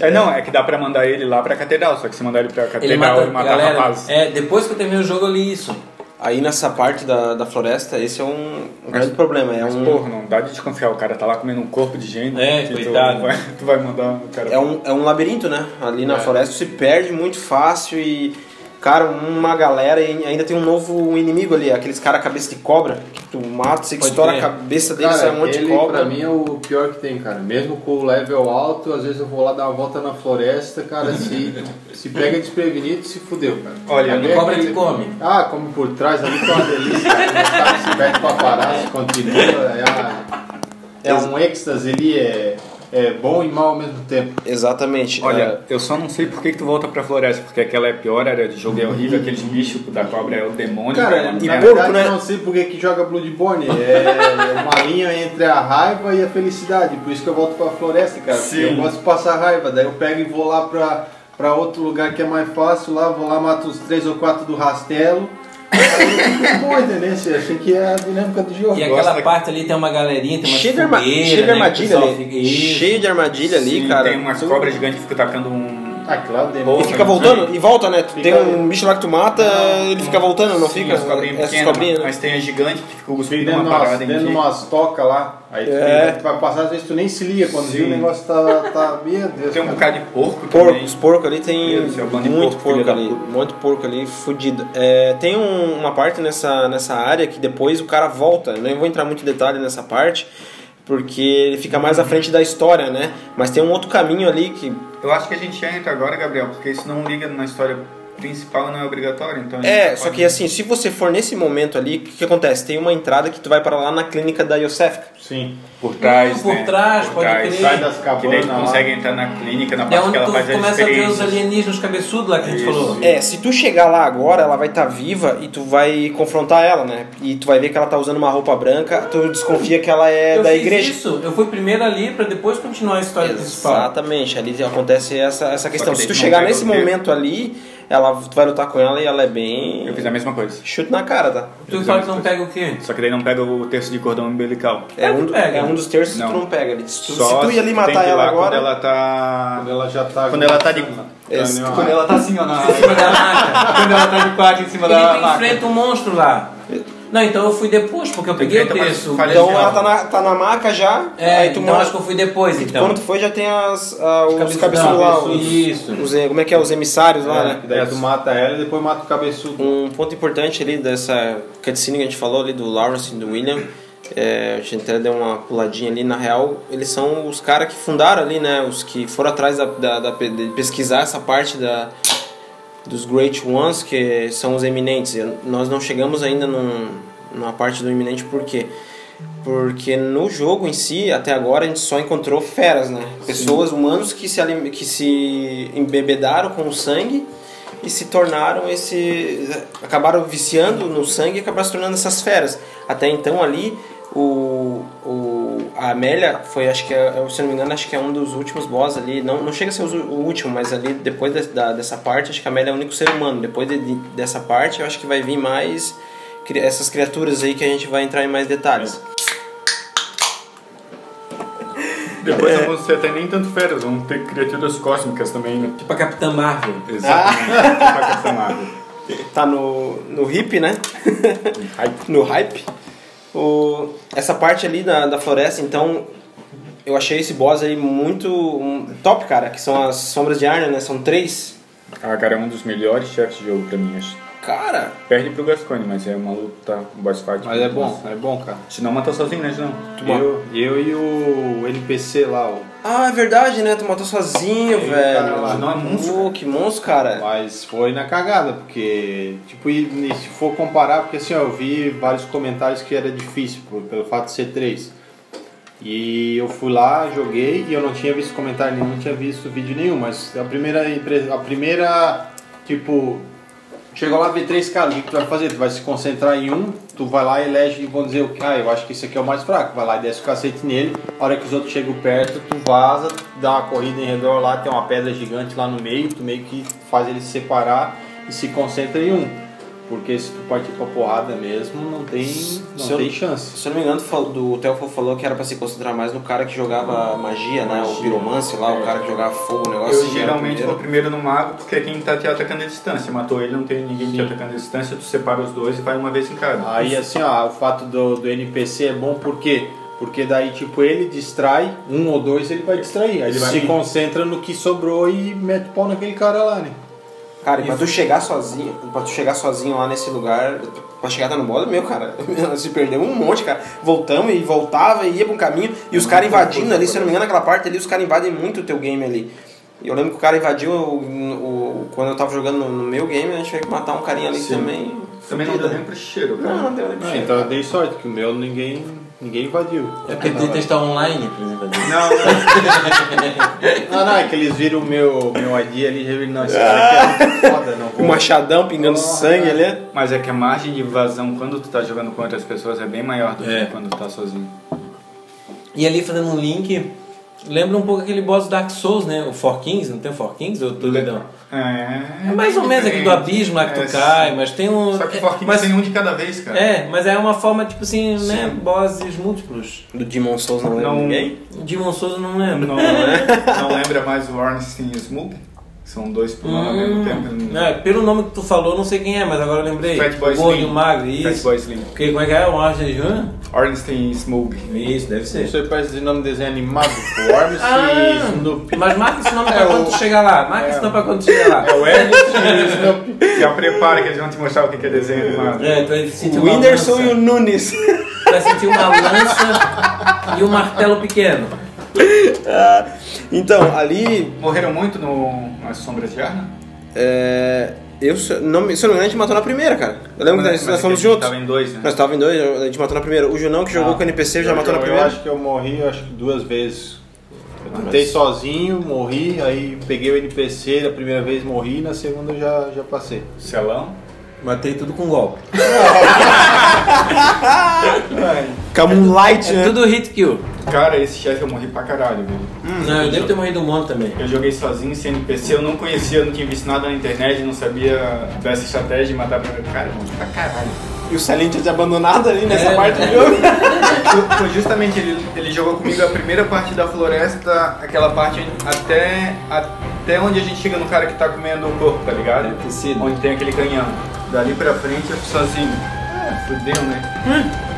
É, não, é que dá pra mandar ele lá pra catedral, só que se mandar ele pra catedral,
Ele mata,
ele, mata
galera,
o rapaz.
É, depois que eu terminei o jogo eu li isso.
Aí nessa parte da, da floresta, esse é um grande problema. É
Mas,
um,
porra, não dá de desconfiar. O cara tá lá comendo um corpo de gente.
É,
que
coitado.
Tu vai, tu vai mandar o cara.
é um, é um labirinto, né? Ali
É.
na floresta se perde muito fácil e, cara, uma galera e ainda tem um novo inimigo ali, aqueles cara cabeça de cobra, que tu mata, você que
Pode
estoura a
crer.
cabeça dele, sai
Cara,
um monte de
ele
cobra.
pra mim é o pior que tem, cara. Mesmo com o level alto, às vezes eu vou lá dar uma volta na floresta, cara, se,
[LAUGHS]
se pega desprevenido, se fudeu, cara.
Olha,
Ali
não
é
Cobra
aquele-
que come.
Ah, como por trás ali tá uma delícia, cara. O cara se perde pra parar, se continua. É, é um êxtase ali, é, é bom e mal ao mesmo tempo.
Exatamente. É.
Olha, eu só não sei por que, que tu volta pra floresta, porque aquela é a pior área de jogo, é horrível, aqueles bichos da cobra é o demônio.
Cara,
uma
na
e
merda.
porco,
verdade
né?
eu não sei por que que joga Bloodborne. É uma [LAUGHS] linha entre a raiva e a felicidade. Por isso que eu volto pra floresta, cara. Porque
Sim.
eu gosto de passar raiva. Daí eu pego e vou lá pra, pra outro lugar que é mais fácil. Lá vou lá, mato os três ou quatro do
[LAUGHS]
rastelo. Aí, Pô, entendeu? Eu achei que é a dinâmica do jogo.
E aquela
da-
parte ali tem uma galerinha, tem uma
cheio de, arma-
né,
cheio de armadilha ali. Cheio de armadilha ali,
Sim,
cara.
Tem umas
Tu-
cobras gigantes que ficam tacando um.
Ah, claro,
E
demônio.
fica voltando? E volta, né? Tu
Fica
tem um bicho lá que tu mata, ele fica voltando, não
Sim,
fica?
as cobrinhas
Essas
pequenas,
cobrinhas, né?
mas tem a gigante que fica
Fica
cuspindo
dentro
uma
de umas,
parada em
dentro de
ti.
umas tocas lá, aí tu
É.
tem- tu vai passar, às vezes tu nem se liga, quando
Sim.
viu o negócio tá, tá meu Deus,
Tem um
cara.
bocado de porco
Porco,
também.
os porcos ali tem
Meu Deus do céu, bando de
muito
porco,
porco,
filha da
ali,
puta.
muito porco ali, fudido. É, tem um- uma parte nessa, nessa área que depois o cara volta, eu não vou entrar muito em detalhe nessa parte, porque ele fica mais
Uhum.
à frente da história, né? Mas tem um outro caminho ali que...
Eu acho que a gente entra agora, Gabriel, porque isso não liga na história principal, não é obrigatório, então... a gente
É,
pode-
só que assim, se você for nesse momento ali, o que, que acontece? Tem uma entrada que tu vai para lá na clínica da Yosefka.
Sim.
Por trás,
Por
né?
trás, pode crer.
Sai das
Que daí tu
cabanas lá.
consegue entrar na clínica, na
É
parte que
onde
ela
tu
faz as
começa a ver os
experiências.
alienígenas cabeçudos lá que a gente
Isso.
falou.
É, se tu chegar lá agora, ela vai estar viva e tu vai confrontar ela, né? E tu vai ver que ela tá usando uma roupa branca, tu desconfia que ela é
eu
da
fiz
igreja.
isso, eu fui primeiro ali pra depois continuar a história principal.
Exatamente, ali acontece essa, essa questão.
que
Se tu
daí não
chegar
pega
nesse
o dedo.
momento ali, ela, tu vai lutar com ela e ela é bem.
Eu fiz a mesma coisa.
Chute na cara, tá?
Tu fala que não pega o quê?
Só que daí não pega o terço de cordão umbilical.
É
Mas tu
um,
pega.
é um dos terços que tu
Não.
não pega ali. Se tu,
Só
se tu ir ali
tem
matar
que ir
ela
lá
agora.
Quando ela tá...
Quando ela já tá.
Quando ela tá de...
Esse-
Quando ela tá assim, ó, na...
[LAUGHS]
Em cima da maca.
Quando ela tá de quatro em cima
E
da
tu
maca.
enfrenta um monstro lá. Não, então eu fui depois, porque eu peguei o
enfrenta, mas
texto.
falha
Então
legal.
ela tá na, tá na maca já,
É,
aí tu
então
manda-
acho que eu fui depois, então.
Quando tu foi já tem as, ah, os
cabeçudos.
cabeçudos lá, os,
Isso.
os- como é que é, os emissários lá, né?
É, que daí tu mata ela e depois mata o cabeçudo.
Um ponto importante ali dessa cutscene que a gente falou ali do Lawrence e do William, é, a gente até deu uma puladinha ali, na real, eles são os caras que fundaram ali, né? Os que foram atrás da, da- da- de pesquisar essa parte da, dos Great Ones, que são os eminentes. Eu- Nós não chegamos ainda num, numa parte do eminente, por quê? Porque no jogo em si, até agora, a gente só encontrou feras, né? Pessoas, humanos que se, alim- que se embebedaram com o sangue e se tornaram esse. acabaram viciando no sangue e acabaram se tornando essas feras. Até então ali, o, o, a Amélia foi, acho que, é, se eu não me engano, acho que é um dos últimos boss ali. Não, não chega a ser o o último, mas ali depois de- da, dessa parte, acho que a Amélia é o único ser humano. Depois de- de- dessa parte, eu acho que vai vir mais cri- essas criaturas aí que a gente vai entrar em mais detalhes.
Depois não vão ser até nem tanto feras, vão ter criaturas cósmicas também, né?
Tipo a Capitã Marvel.
Exatamente. Tipo a Capitã Marvel.
Tá no, no hip, né? [LAUGHS] no hype. O, essa parte ali da, da floresta, então, eu achei esse boss aí muito um, top, cara. Que são as sombras de Arnia, né? São três.
Ah, cara, é um dos melhores chefes de jogo pra mim, acho.
Cara,
Perde pro Gascone, mas é uma luta, um boss fight.
Mas é bom, é bom, cara.
Se não matou sozinho, né, não?
Eu, eu e o NPC lá, o
ah, é verdade, né? Tu matou sozinho,
cara,
velho.
lá
não é monstro.
Pô, que monstro,
É.
cara.
Mas foi na cagada, porque, tipo, e, e se for comparar, porque assim, ó, eu vi vários comentários que era difícil, por- pelo fato de ser três. E eu fui lá, joguei, e eu não tinha visto comentário nenhum, não tinha visto vídeo nenhum, mas a primeira, impre- a primeira tipo, chegou lá, vê três caras, o que que tu vai fazer? Tu vai se concentrar em um, tu vai lá e elege, e vão dizer, o que- ah, eu acho que esse aqui é o mais fraco, vai lá e desce o cacete nele, a hora que os outros chegam perto, tu vaza, dá uma corrida em redor lá, tem uma pedra gigante lá no meio, tu meio que faz ele se separar e se concentra em um. Porque se tu partir pra porrada mesmo, não tem, não
Se eu-
tem chance.
Se eu não me engano, tu falou- do, o Telfo falou que era pra se concentrar mais no cara que jogava magia, né? O piromance lá, o cara que jogava fogo, o negócio.
É. Eu
assim, era o
geralmente
primeiro.
vou primeiro no mago, porque é quem tá te atacando à distância. Matou ele, não tem ninguém te atacando à distância, tu separa os dois e vai uma vez em cada.
é
Aí assim, ó, o fato do, do NPC é bom por quê? Porque daí, tipo, ele distrai, um ou dois ele vai distrair. Aí
Ele
ele
vai-
se concentra no que sobrou e mete o pau naquele cara lá, né?
Cara, e pra tu chegar sozinho, pra tu chegar sozinho lá nesse lugar, pra chegar até no modo, meu, cara, [LAUGHS] se perdeu um monte, cara. Voltamos e voltava e ia pra um caminho, e os caras invadindo ali, se eu não me engano, aquela parte ali, os caras invadem muito o teu game ali. E eu lembro que o cara invadiu o, o- quando eu tava jogando no, no meu game, a gente teve que matar um carinha ali
Sim.
também.
Também não deu
né?
nem pro cheiro, cara.
Não, não deu né, nem pra
Ah,
chegar.
então eu dei sorte, que o meu ninguém, ninguém invadiu.
É porque tem que testar online, por exemplo.
Não, não.
Não, não, é que eles viram o meu, meu ID ali e já viram, não,
Ah.
esse cara aqui é muito foda, não
Com o
vou.
machadão pingando sangue ali.
Mas é que a margem de vazão quando tu tá jogando com outras pessoas é bem maior do que quando tu tá sozinho.
E ali fazendo um link, lembra um pouco aquele boss do Dark Souls, né? O Forkins, não tem o Forkins? Ou do Lidão?
É,
É mais ou menos aquele do abismo lá que
É,
tu cai, mas tem um.
Só que Forkin
mas,
tem um de cada vez, cara.
É, mas é uma forma, tipo assim, né? Bosses múltiplos.
Do Demon Souls não lembra
Não-
ninguém.
Demon Souls eu não lembro.
Não, lembra- não lembra mais o Ornstein e o Smoog? São dois pro nome ao mesmo tempo. né?
É, pelo nome que tu falou, eu não sei quem é, mas agora eu lembrei.
Fat Boy
O Gordo e
Slim.
o Magro,
Fat
isso.
Boy Slim.
Porque como é que é? O Arja Júnior?
Ornstein e Smoog.
Isso, deve ser.
Isso aí parece de nome de desenho animado, Forms e
Ah.
Snoopy.
Mas marca esse nome
É
pra quando tu chegar lá. Marca esse nome pra quando tu chegar lá.
É o Ernest e o Snoopy.
Já prepara que eles vão te mostrar o que que é desenho animado.
É, tu vai sentir
O
uma
Whindersson
lança.
e o Nunes. [LAUGHS]
Tu Vai sentir uma lança e um martelo pequeno.
Então, ali
Morreram muito no... nas sombras de Arna?
É, eu, se eu não, me- se eu não me engano, a gente matou na primeira, cara. Eu lembro que
Mas-
nós, nós
mas é que a
fomos
gente
juntos.
Tava em dois, Ah. né?
Nós estávamos em dois, a gente matou na primeira. O Junão que jogou com o NPC já
Eu-
matou na
eu-
primeira.
Eu acho que eu morri, eu acho que duas vezes. Eu tentei sozinho, morri, aí peguei o NPC da primeira vez, morri, na segunda eu já, já passei.
Celão.
Matei tudo com golpe.
Camum um Light, né?
É tudo hit kill.
Cara, esse chefe eu morri pra caralho, velho.
Hum,
Não, eu devo ter morrido um monte também.
Eu joguei sozinho, sem NPC, eu não conhecia, não tinha visto nada na internet, não sabia dessa estratégia de matar primeiro cara. eu morri pra caralho.
E o Celinho tinha te abandonado ali nessa
É,
parte
né?
do jogo.
Foi- Foi justamente ele, ele jogou comigo a primeira parte da floresta, aquela parte até, até onde a gente chega no cara que tá comendo o corpo, tá ligado?
Tecido.
Onde tem aquele canhão. Dali pra frente eu fui sozinho. Ah, fudeu, né?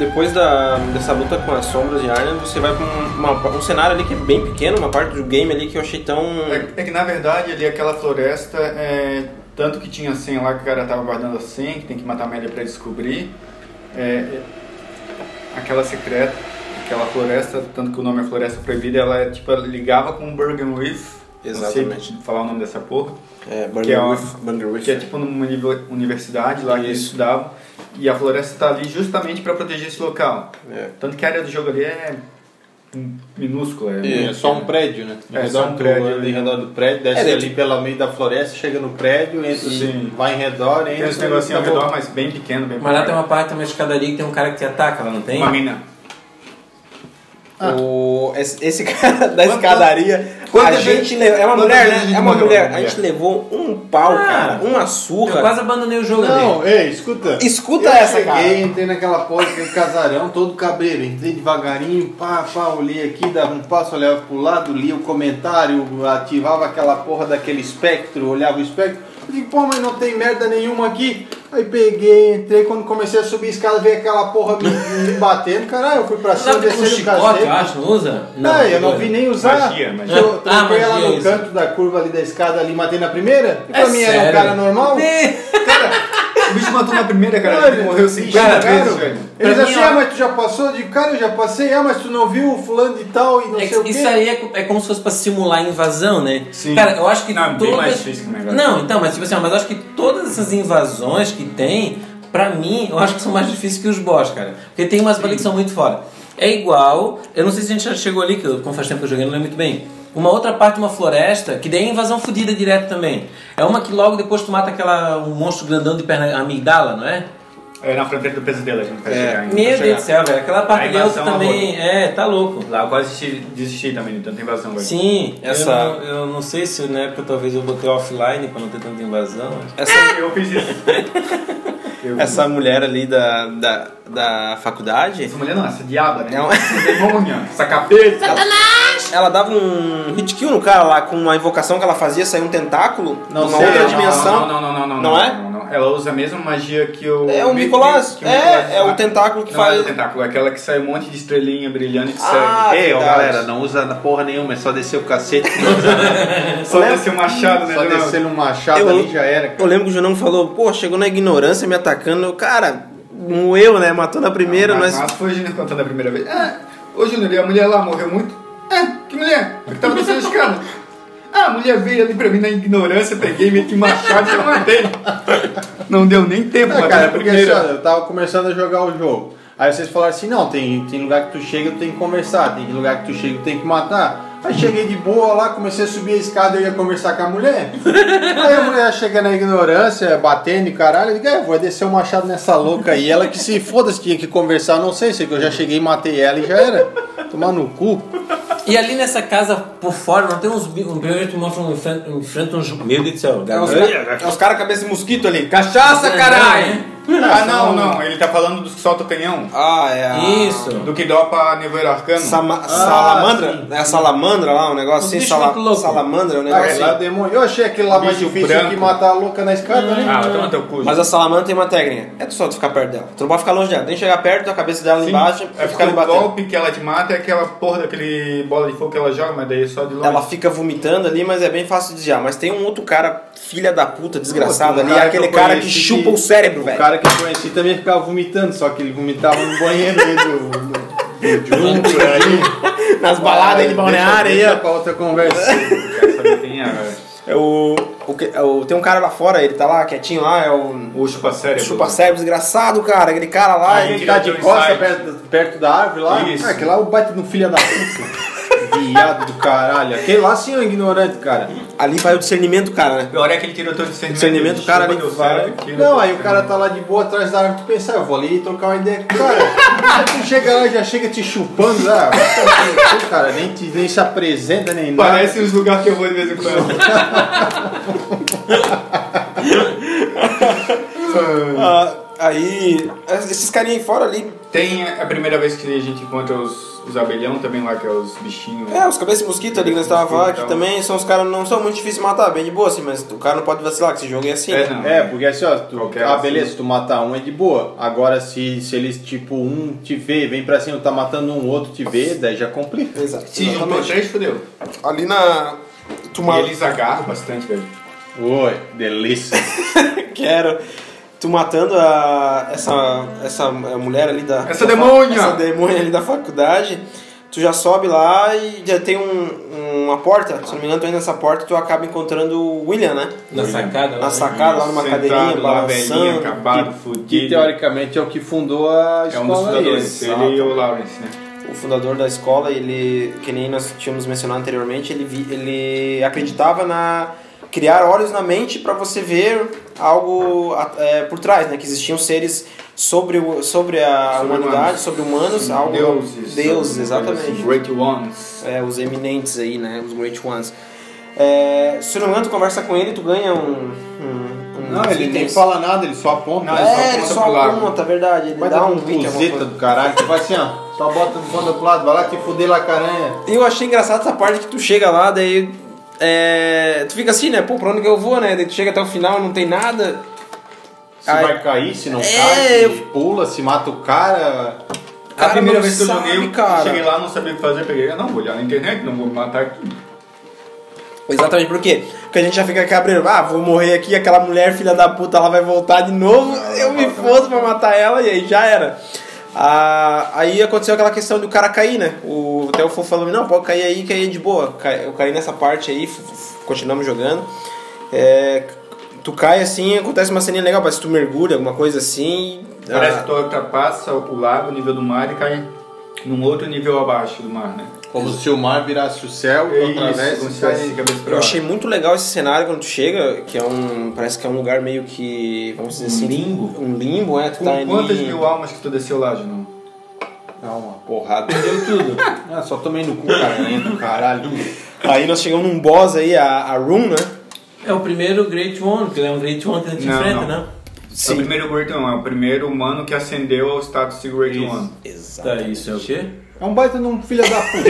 Depois, da, dessa luta com as sombras de Arnhem, você vai pra um, uma- um cenário ali que é bem pequeno, uma parte do game ali que eu achei tão.
É, é que na verdade ali aquela floresta é. Tanto que tinha a senha lá que o cara tava guardando a senha, que tem que matar a média pra descobrir. É, é, aquela secreta, aquela floresta, tanto que o nome é Floresta Proibida, ela é tipo, ela ligava com o Bergen Reef. não sei
Exatamente.
falar o nome dessa porra.
É,
Que é
Burger
uma-
Wolf. Burger Wolf.
que é tipo numa univer- universidade lá que eles
Isso.
estudavam. E a floresta tá ali justamente para proteger esse local.
É.
Tanto que a área do jogo ali é min- minúscula. É,
É só um prédio, né?
É, só um prédio,
Do,
né?
em redor do prédio, desce
É,
ali pela meio da floresta, chega no prédio, entra,
Sim.
vai em redor,
Tem
entra.
esse negocinho ao
acabou.
redor, mas bem pequeno, bem
Mas lá tem
pequeno.
uma parte, tem uma escadaria que tem um cara que te ataca, lá não tem?
Uma mina.
Ah. O, esse, esse [LAUGHS] cara da escadaria. a
quantas
gente
vezes-
levou. É uma
quantas
mulher,
vezes a
né?
gente
É uma
morreu,
mulher.
uma
A gente
mulher?
levou um pau,
Ah.
cara. Uma
Eu
surra.
quase abandonei o jogo ali.
Não, ei, escuta.
Escuta
eu
essa,
cheguei,
cara.
entrei naquela porta, aquele casarão, todo cabreiro. Entrei devagarinho, pá, pá, olhei aqui, dava um passo, olhava pro lado, lia o comentário, ativava aquela porra daquele espectro, olhava o espectro. Eu digo, pô, mas não tem merda nenhuma aqui. Aí peguei, entrei, quando comecei a subir a escada, veio aquela porra me, me batendo. Caralho, eu fui pra
Lá
cima,
tem um
descendo o
chicote, eu
cacete.
acho, não usa?
Não, eu não vi nem usar.
Magia, magia.
Eu troquei
Ah, magia,
ela no
isso.
canto da curva ali da escada ali, matei na primeira. E pra
É
mim era um
sério? [LAUGHS]
cara normal.
O bicho matou na primeira, cara.
Olha,
Ele morreu
bicho,
50
cara,
vezes, velho.
Eles
Pra
assim,
mim, ó.
ah, mas tu já passou? De cara, eu já passei. Ah, mas tu não viu o fulano de tal e não
É que
sei o quê.
isso aí é, co- é como se fosse pra simular invasão, né?
Sim.
Cara, eu acho que
Não, é bem
todas...
mais difícil que o negócio.
Não, então, mas tipo assim, ó, mas eu acho que todas essas invasões que tem, pra mim, eu acho que são mais difíceis que os boss, cara. Porque tem umas ali que são muito fora. É igual, eu não sei se a gente já chegou ali, que eu, como faz tempo que eu joguei, não lembro muito bem. Uma outra parte de uma floresta, que daí é invasão fodida direto também. É uma que logo depois tu mata aquela um monstro grandão de perna amigdala, não é?
É na fronteira do pesadelo a gente vai
É.
chegar ainda.
Pra
Meu Deus
chegar.
do céu, velho. Aquela parte
Aí
de Elsa
maçã,
também. É, tá louco.
Lá eu quase desisti, desisti também, então tem invasão agora.
Sim,
Essa-
eu, não, eu não sei se na época talvez eu botei offline pra não ter tanta invasão.
Eu
[LAUGHS]
fiz isso.
Essa mulher ali da, da, da faculdade,
Essa mulher não, essa diaba, né?
Não.
Essa demônia, essa capeta.
ela dava um hit kill no cara lá, com uma invocação que ela fazia, saiu um tentáculo
Não
numa
sei,
é outra
não,
dimensão.
Não, não, não, não, não.
Não é?
não, não. Ela usa a mesma magia que o.
É o
que-
Nicolás.
que o Nicolás
É, é o
faz.
tentáculo que
Não é o
faz.
tentáculo, é aquela que sai um monte de estrelinha brilhando e te
Ah,
Ei, ó,
verdade.
galera, não usa na porra nenhuma, é só descer o
[LAUGHS]
cacete.
segue. Só descer o machado, né?
só
Leonardo?
descer numa machado
Eu-
ali já era.
Eu lembro que o Junão falou, pô, chegou na ignorância me atacando. Cara, um eu, né? Matou na primeira,
mas,
nós.
mas foi o Júnior contando a primeira vez. Ah, ô Júnior, e a mulher lá morreu muito? Ah, que mulher? Eu que tava descendo a escada. Ah, a mulher veio ali pra mim na ignorância, peguei, meti machado e eu matei. Não deu nem tempo,
Ah,
mas
cara,
cara,
porque assim, ó, eu tava começando a jogar o jogo. Aí vocês falaram assim, não, tem, tem lugar que tu chega, tu tem que conversar, tem lugar que tu chega, tu tem que matar. Aí cheguei de boa lá, comecei a subir a escada, eu ia conversar com a mulher. Aí a mulher chega na ignorância, batendo e caralho, eu digo, é, vou descer o machado nessa louca aí. Ela que se foda-se, tinha que conversar, não sei, sei que eu já cheguei, matei ela e já era. Tomar no cu.
E ali nessa casa por fora, não tem uns bi- um bicho que mostra um enfrenta enfrenta um ju- Meu Deus do céu.
É os, ca- é os caras cabeça de mosquito ali. Cachaça,
É, né?
caralho!
Ah, não, não, ele tá falando dos que solta o canhão.
Ah, é. a-
Isso.
Do que dopa a nevoeiro arcano.
Sama- salamandra? É a salamandra lá, um negócio
Os
assim?
bichos
sala-
muito loucos.
salamandra é um
Ah,
negócio assim.
lá, demônio. Eu achei aquele lá mais
Bicho
difícil
branco.
que matar a louca na escada, né?
Ah, vai tomar teu cu.
Mas a salamandra tem uma técnica. É tu só tu ficar perto dela. Tu não pode ficar longe dela. Tem que chegar perto da cabeça dela
Sim.
embaixo
É
e ficar
porque
ali
o
batendo.
golpe que ela te mata é aquela porra daquele bola de fogo que ela joga, mas daí é só de longe.
Ela fica vomitando ali, mas é bem fácil de desviar. Mas tem um outro cara, filha da puta, desgraçado
Um
ali.
cara
aquele
que eu
cara que
conheci
chupa o cérebro,
O
velho.
cara que eu conheci também ficava vomitando, só que ele vomitava no banheiro aí do, do, do um Júnior.
Nas baladas
É.
aí de balneário aí, ó.
Pra outra conversa.
[LAUGHS]
Sabe, tem a-
É o, o, que- é o- tem um cara lá fora, ele tá lá quietinho lá, é o.
O chupa-cérebro.
Chupa cérebro, desgraçado, cara. Aquele cara lá.
Ai,
ele-
Ele tá de
Diretor
costa
Insight.
perto, perto da árvore lá.
Isso.
Ah, aquele lá o bate no filho da puta. Viado do caralho. Aquele lá sim é um ignorante, cara.
Ali vai o discernimento, cara, né?
Pior é que ele tirou teu discernimento.
Discernimento, o cara
Chupa
nem
teu
vai.
cérebro, tira
é
Não,
um
teu
aí o cara tá lá de boa atrás da árvore, tu pensa, ah, eu vou ali trocar uma ideia com o cara. Aí tu chega lá, já chega te chupando [LAUGHS] lá. Cara, nem, te, nem se apresenta, nem nada.
Parece os lugares que eu vou de vez em quando.
É.
Ah, aí. Esses carinha aí fora ali.
[LAUGHS] Tem a primeira vez que a gente encontra os, os abelhão também lá, que é os bichinhos.
É, os cabeças de mosquito ali que nós tava falando, que também são os caras não são muito difíceis de matar, bem de boa, assim, mas o cara não pode vacilar, que esse jogo é assim.
É,
né?
não.
É, porque assim, ó, tu,
Qualquer
ah,
assim.
beleza, se tu matar um é de boa. Agora, se, se eles, tipo, um te vê, vem pra cima, tá matando um, outro te vê, daí já complica.
Exato.
Se juntou
exatamente.
três, fodeu.
Ali na. Tu
E
ma-
eles agarram bastante, velho.
Oi, delícia.
[LAUGHS] Quero. Tu matando a. Essa. Essa mulher ali da.
Essa demônia!
Essa demônia ali da faculdade. Tu já sobe lá e já tem um- uma porta. Se não me engano, tu entra nessa porta e tu acaba encontrando o William, né?
Na sacada.
Na
lá.
sacada, lá numa
Sentado
cadeirinha,
lá, velhinho,
balançando.
acabado,
que
fudido.
teoricamente é o que fundou a
É um dos
escola. aí.
fundadores, ele e o Lawrence, né?
o fundador da escola, ele, que nem nós tínhamos mencionado anteriormente, ele, vi- ele acreditava na criar olhos na mente para você ver algo a- é, por trás, né? Que existiam seres sobre, o, sobre a
Sobre
humanidade,
humanos.
sobre humanos, algo
Deuses.
deuses,
Os
exatamente.
Great Ones.
É, os eminentes aí, né? Os great ones. É, se não me engano, tu conversa com ele, tu ganha um, um- um-
Não,
uns
ele nem
itens.
fala nada, ele só aponta.
Não,
É,
ele
ele
só
só
aponta pro lado.
aponta, é verdade. Ele
Vai
dá
dar
um
um
item, alguma
cozeta
coisa.
do caralho. Tipo assim, ó, só bota no fundo do lado, vai lá te fuder lá, caranha.
E eu achei engraçado essa parte que tu chega lá, daí. é, tu fica assim, né? Pô, pra onde que eu vou, né? Daí tu chega até o final, não tem nada.
Se
Ai.
vai cair, se não
É,
cai, se
eu-
pula, se mata o cara.
A primeira
não
vez que eu
sabe,
joguei,
cara.
cheguei lá, não sabia o que fazer, peguei, eu não vou olhar na internet, não vou me matar aqui.
Exatamente, por quê? Porque a gente já fica cabreiro, ah, vou morrer aqui, aquela mulher filha da puta, ela vai voltar de novo, eu me fodo pra matar ela e aí já era. Ah, aí aconteceu aquela questão do cara cair, né? O, até o Fofo falou, não, pode cair aí, que aí é de boa. Ca- Eu caí nessa parte aí, f- f- continuamos jogando. É, tu cai assim, acontece uma ceninha legal, parece que tu mergulha, alguma coisa assim.
Parece
Ah,
que tu ultrapassa o lago, o nível do mar e cai num outro nível abaixo do mar, né?
Como se o mar virasse o céu,
É
então,
Isso,
atravessa
como
e
se fosse de
fosse-
cabeça
Eu
pra
achei
baixo.
muito legal esse cenário quando tu chega, que é um. Parece que é um lugar meio que. Vamos dizer assim. Um limbo. Um limbo, é. Tu tá
Com quantas
ali-
mil almas que tu desceu lá, Junão?
Dá uma porrada. Deu tudo. Ah, só tomei no cu, cara. né, do Caralho.
Aí nós chegamos num boss aí, a, a Room, né?
É o primeiro Great One, que ele é um Great One que a gente
Não,
enfrenta,
não.
né?
É o primeiro Great One, é o primeiro humano que ascendeu ao status de Great One.
Tá, isso é o quê?
É um baita de um filho da puta.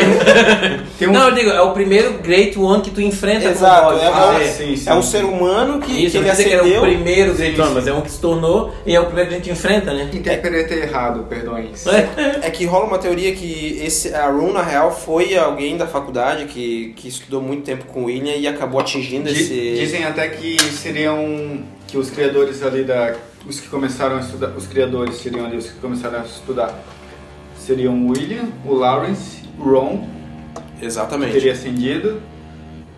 Tem um...
Não, eu digo, é o primeiro Great One que tu enfrenta
Exato,
com o boss.
é
Ah,
uma-
é.
sim, sim.
É um ser humano que, que
Isso,
ele
não quer dizer que era um o
acendeu.
primeiro Great One, mas é um que se tornou e é o primeiro que a gente enfrenta, né?
Interpretei errado, perdões.
É que rola uma teoria que esse, a Room, na real, foi alguém da faculdade que, que estudou muito tempo com o William e acabou atingindo
Di-
esse.
Dizem até que seriam que os criadores ali da os que começaram a estudar, os criadores seriam ali os que começaram a estudar. Seriam o William, o Lawrence, o Ron, que
Exatamente.
teria ascendido.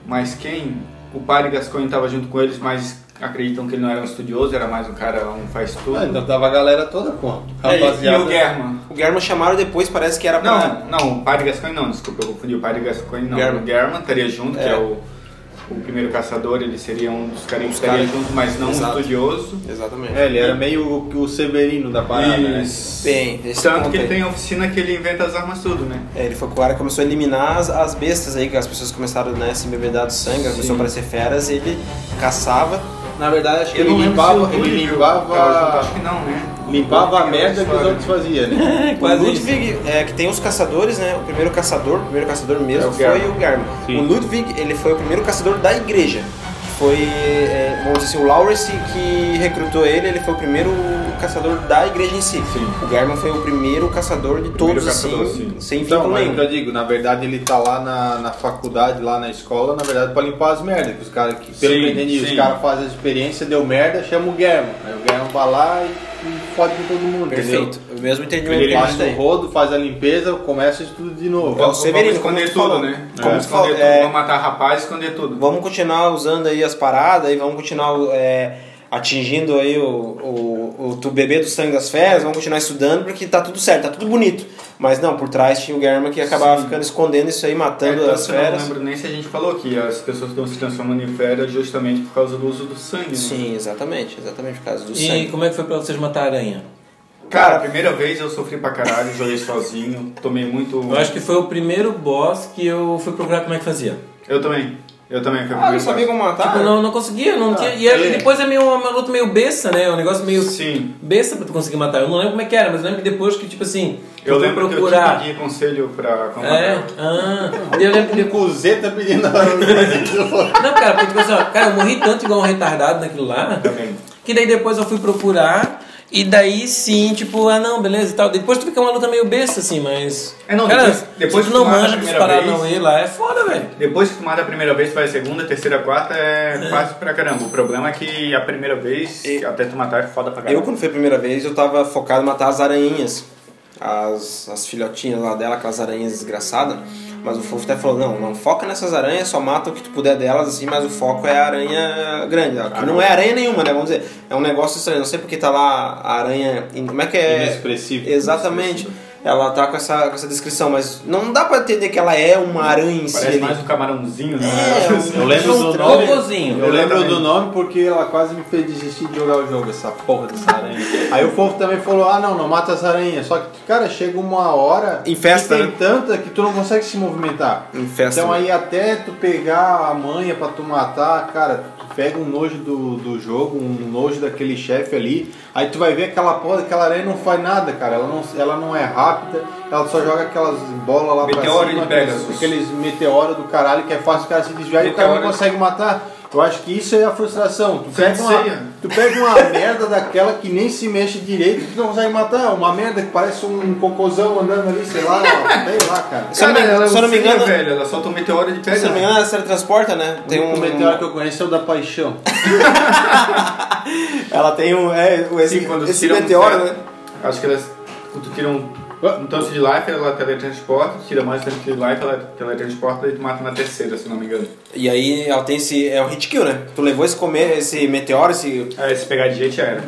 Mas quem? O padre Gascoigne estava junto com eles, mas acreditam que ele não era um estudioso, era mais um cara, um faz tudo.
Ainda Ah, então tava a galera toda com.
É, e o
Rapaziada.
German?
O German chamaram depois, parece que era pra.
Não, não, o padre Gascoigne não, desculpa, eu confundi o padre Gascoigne não.
German.
O German estaria junto, que
É.
é o, o primeiro caçador, ele seria um dos caras que
Os
estaria
caras-
junto, mas não
Exato.
um estudioso.
Exatamente.
É, ele era meio o, o Severino da parada, né?
Isso.
Bem, esse
Tanto
ponto
que
aí.
ele tem a oficina que ele inventa as armas tudo, né?
É, ele foi o cara que começou a eliminar as, as bestas aí, que as pessoas começaram né, a se embebedar do sangue, começou a aparecer feras, e ele caçava.
Na verdade, acho que ele
não lembro
limpava,
se o
ele
Rodrigo tava junto, acho
limpava,
que não, né?
limpava a
Eu
merda que os
história.
outros faziam,
[LAUGHS]
né?
o Ludwig, é, que tem os caçadores, né? O primeiro caçador, o primeiro caçador mesmo
É o Garmin.
foi o Garmin. O Ludwig, ele foi o primeiro caçador da igreja. Foi, é, vamos dizer assim, o Lawrence que recrutou ele, ele foi o primeiro caçador da igreja em si. O Garmin foi o primeiro caçador de todos,
caçador,
assim,
sim.
sem
Então,
vínculo
mas eu
nenhum.
já digo, na verdade ele tá lá na, na faculdade, lá na escola, na verdade pra limpar as merdas, que os caras que, pelo
Sim,
que eu entendi, os
sim.
caras fazem a experiência, deu merda, chama o Guermo. Aí o Guermo vai lá e, e fode com todo mundo,
Perfeito.
entendeu?
Eu mesmo entendi o
tá Ele é
negócio
passa o
daí.
rodo, faz a limpeza, começa isso tudo de novo.
Então-
É o Severino,
Vamos
como tu
esconder tudo,
falou.
né?
Como
Vamos
tu falou,
esconder tudo,
é.
vamos matar rapaz, esconder tudo.
Vamos continuar usando aí as paradas e vamos continuar é, atingindo aí o, o, o, tu bebê do sangue das feras, vamos continuar estudando porque tá tudo certo, tá tudo bonito. Mas não, por trás tinha o Germa que acabava ficando escondendo isso aí,
É,
matando
tanto
as
que eu não
feras.
lembro nem se a gente falou que as pessoas estão se transformando em fera justamente por causa do uso do sangue, né?
Sim, exatamente, exatamente por causa do
E
sangue.
como é que foi pra vocês matar a aranha?
Cara, a primeira vez eu sofri pra caralho, joguei sozinho, tomei muito...
Eu acho que foi o primeiro boss que eu fui procurar como é que fazia.
Eu também, eu também. Foi a
Ah, não
primeira
sabia
vez.
como matar?
Tipo, não, não conseguia,
Tá,
não tinha. E era- depois é meio uma luta meio besta, né? Um negócio meio
Sim.
besta pra tu conseguir matar. Eu não lembro como é que era, mas eu lembro que depois que, tipo assim,
Eu
fui
lembro
procurar.
que eu te pedi conselho pra... como
é,
matar.
ah. E eu lembro que depois.
Cuseta tá pedindo [LAUGHS] a...
Não, cara, porque tipo assim, ó, cara, eu morri tanto igual um retardado naquilo lá.
Também.
Que daí depois eu fui procurar. E daí sim, tipo, ah não, beleza e tal. Depois tu fica uma luta meio besta, assim, mas.
É, não,
cara,
depois- depois
se
que
tu não
tu mata a
manja pros
primeira vez-
paranauê lá, é foda, velho.
Depois que tu mata a primeira vez, tu vai a segunda, terceira, quarta, é fácil pra caramba. O problema é que a primeira vez,
Eu-
até tu matar, é foda pra
Eu,
caramba.
quando foi a primeira vez, eu tava focado em matar as aranhinhas. As, as filhotinhas lá dela, aquelas aranhas desgraçadas. Mas o Fofo até falou, não, não foca nessas aranhas, só mata o que tu puder delas, assim, mas o foco é a aranha grande. ó, Que não é aranha nenhuma, né? Vamos dizer, é um negócio estranho. Não sei porque tá lá a aranha... in- Como é que é?
Inexpressivo.
Exatamente. Ela tá com essa, com essa descrição, mas não dá pra entender que ela é uma aranha em si.
Parece
ali.
mais um camarãozinho, né? [LAUGHS]
É,
um- Eu lembro do
um
Não,
nome.
Cocôzinho.
Eu lembro do nome porque ela quase me fez desistir de jogar o jogo, essa porra dessa aranha. Aí o povo também falou, ah não, não mata essa aranha. Só que, cara, chega uma hora
Em festa,
que tem
né?
tanta que tu não consegue se movimentar.
Em festa,
Então
né?
aí até tu pegar a manha pra tu matar, cara, tu pega um nojo do, do jogo, um nojo daquele chefe ali, aí tu vai ver aquela porra, aquela aranha não faz nada, cara. Ela não, ela não é rápida, ela só joga aquelas bolas lá
Meteoro
pra cima,
de
aqueles,
Pegasus.
aqueles meteoros do caralho que é fácil o cara se desviar e o cara não
Meteoro-
consegue consegue matar. Eu acho que isso é a frustração. Tu
Sim,
pega, uma,
sim.
tu pega uma [LAUGHS] merda daquela que nem se mexe direito, tu não consegue matar. Uma merda que parece um cocôzão andando ali, sei lá, sei lá, cara.
Se eu não me-
Cara, ela é
se eu não me
ursinha,
engano-
velho, ela solta um meteoro de pedra.
Se não me engano, ela se transporta, né? Tem um,
O meteoro que eu conheço é o da paixão.
Ela tem um... É, o- esse
Sim, quando
esse
tira um
meteoro,
ferro,
né?
Acho que elas, quando tu tira um, um tanto de life, ela teletransporta, tira mais tanto de life, ela teletransporta e tu mata na terceira, se não me engano.
E aí ela tem esse. É um hit kill, né? Tu levou esse, comer, esse meteoro, esse.
É, se pegar de jeito já era.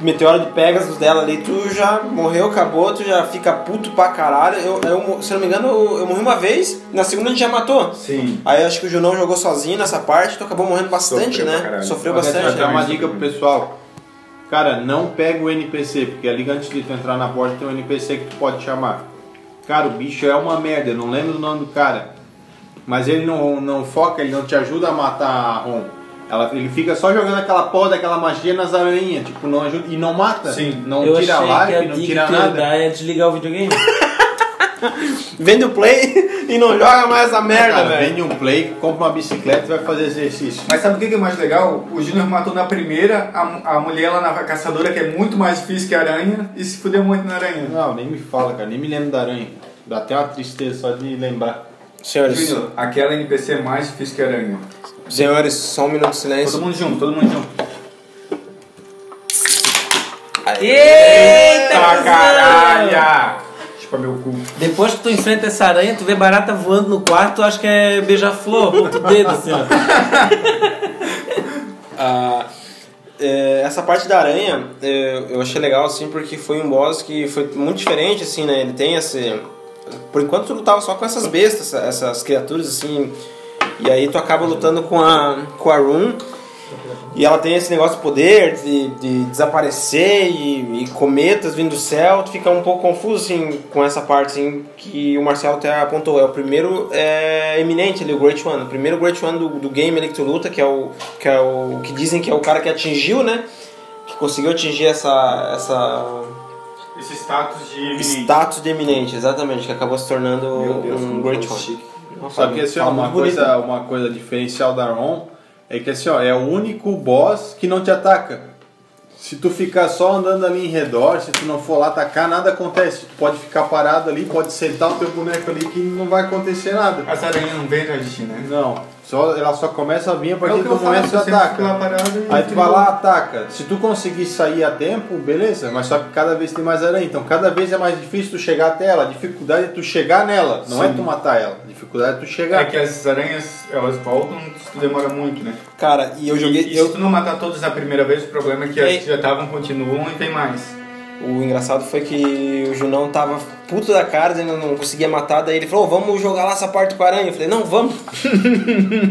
meteoro de Pegasus dela ali, tu já morreu, acabou, tu já fica puto pra caralho. Eu, eu mo- se eu não me engano, eu, eu morri uma vez, na segunda a gente já matou.
Sim.
Aí acho que o Junão jogou sozinho nessa parte, tu acabou morrendo bastante,
Sofreu pra
né?
caralho.
Sofreu
Mas
bastante.
essa é
né?
uma dica pro pessoal. Cara, não pega o NPC, porque ali antes de tu entrar na porta tem um NPC que tu pode chamar. Cara, o bicho é uma merda, eu não lembro o nome do cara. Mas ele não, não foca, ele não te ajuda a matar a Ron. Ela, ele fica só jogando aquela porra daquela magia nas aranhas, tipo, não ajuda e não mata.
Sim.
Não
eu
tira
achei
life,
que a
não
dica
tira
que eu ia
nada.
dar é desligar o videogame.
Vende o play [LAUGHS] e não joga mais essa merda,
Cara,
velho.
vende um play, compra uma bicicleta e vai fazer exercício.
Mas sabe o que que é mais legal? O Júnior matou na primeira a, a mulher lá na caçadora, que é muito mais difícil que a aranha, e se fudeu muito na aranha.
Não, nem me fala, cara, nem me lembro da aranha. Dá até uma tristeza só de lembrar.
Senhores,
Júnior, aquela NPC é mais difícil que a aranha.
senhores, só um minuto de
Todo
silêncio.
mundo junto, todo mundo junto.
Eita,
Tá
cuzão!
caralho! Chupa meu cu.
Depois que tu enfrenta essa aranha, tu vê barata voando no quarto, tu acha que é beija-flor, ponto dedo assim, ó.
Ah, é, essa parte da aranha é, eu achei legal assim porque foi um boss que foi muito diferente assim né ele tem esse por enquanto tu lutava só com essas bestas essa- essas criaturas assim e aí tu acaba lutando com a com a Rune e ela tem esse negócio de poder de, de desaparecer e, e cometas vindo do céu tu fica um pouco confuso assim com essa parte assim que o Marcelo até apontou é o primeiro é, eminente ali o Great One o primeiro Great One do, do game ali que tu luta que é o que é o que dizem que é o cara que atingiu né que conseguiu atingir essa essa
Esse status de eminente.
status de eminente exatamente que acabou se tornando
Meu Deus,
um
como
Great
foi
One
chique.
Só que assim, ó,
Fala
uma
muito bonito.
coisa, uma coisa diferencial da ROM é que assim, ó, é o único boss que não te ataca. Se tu ficar só andando ali em redor, se tu não for lá atacar, nada acontece. Tu pode ficar parado ali, pode sentar o teu boneco ali que não vai acontecer nada.
Essa aranha não vem atrás de ti, né?
Não, só, ela só começa a vir a
É
partir
o que
do
eu
momento
falo,
que tu
você sempre fica
ataca.
lá parado e...
Aí tu vai lá, ataca. Se tu conseguir sair a tempo, beleza, mas só que cada vez tem mais aranha. Então cada vez é mais difícil tu chegar até ela. A dificuldade é tu chegar nela, não é tu matar ela. A dificuldade é tu chegar.
É que as aranhas, elas voltam se tu demora muito, né?
cara e eu joguei
E, e
eu
se tu não matar todas na primeira vez, o problema é que as que já estavam continuam e tem mais.
O engraçado foi que o Junão tava puto da cara, dizendo que não conseguia matar, daí ele falou, "Ô, vamos jogar lá essa parte com a aranha. Eu falei, não,
[LAUGHS]
vamos.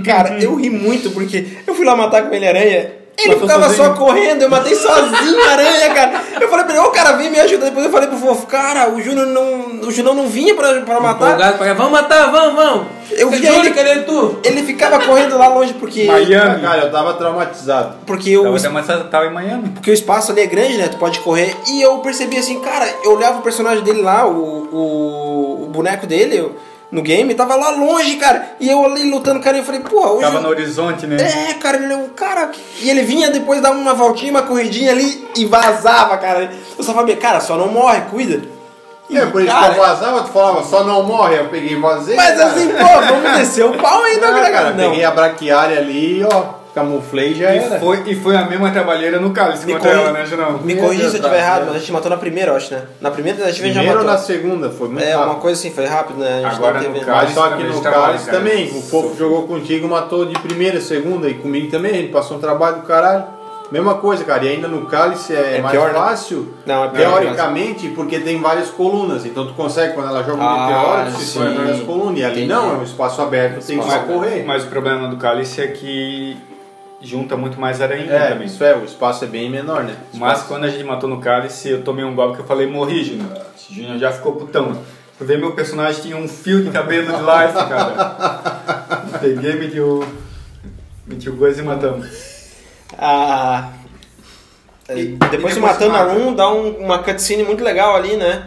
cara, eu ri muito porque eu fui lá matar com ele a aranha, ele
Matou
ficava
sozinho?
só correndo, eu matei sozinho a aranha, cara. Eu falei pra ele, ô cara, vem me ajudar. Depois eu falei pro Fofo, cara, o Junão não, o Junão não vinha pra, pra matar.
Empolgado pra cá, Vamos matar, vamos, vamos.
Eu vi
Júlio,
ele-
cadê tu?
Ele ficava correndo lá longe porque...
Miami.
Cara, eu tava traumatizado.
Porque o,
Tava, até mais- tava em Miami.
Porque o espaço ali é grande, né? Tu pode correr. E eu percebi assim, cara, eu olhava o personagem dele lá, o, o, o boneco dele eu- no game, tava lá longe, cara. E eu ali lutando, cara, e eu falei, porra, hoje.
Tava no horizonte, né?
É, cara, ele é um cara. E ele vinha depois dar uma voltinha, uma corridinha ali e vazava, cara. Eu só falei, cara, só não morre, cuida. E,
É, por isso
cara,
que eu vazava, tu falava, só não morre, eu peguei e vazei.
Mas
cara.
assim, pô, vamos descer o pau ainda,
É. Ah,
cara.
cara,
não.
peguei a braquiária ali, ó, camuflei e já
E
era.
foi, e foi a mesma trabalheira no cálice
Me
contra
corri-
ela, né, Junão?
Me
Meu
corrija
Deus,
se eu tiver
cara.
errado, mas a gente matou na primeira, eu acho, né? Na primeira tentativa a gente já
né? Primeiro
matou.
na segunda, foi muito
É,
rápido.
uma coisa assim, foi rápido, né? A gente não
Agora
teve-
no caso-
Mas só que
Cálice
no
também,
Cálice
cara.
também, o Fofo jogou contigo, matou de primeira, segunda e comigo também, ele passou um trabalho do caralho. Mesma coisa, cara, e ainda no Cálice é,
É
mais
pior, né?
fácil,
Não, é pior,
teoricamente, porque tem várias colunas, então tu consegue, quando ela joga um
Ah,
meteoro, tu se
sim.
põe atrás das colunas, e ali
Entendi.
não, é um espaço aberto, tem que só correr.
Mas o problema do cálice é que junta muito mais aranha
É,
também.
isso é, o espaço é bem menor, né?
Mas quando a gente matou no cálice, eu tomei um golpe que eu falei, morri, Júnior. Júnior já ficou putão. Fui ver meu personagem tinha um fio de cabelo de life, cara. Peguei, meti o. Meti o coisa e matamos.
a. Ah, é, depois
e
de matando a
mata.
Room, dá um- uma cutscene muito legal ali, né?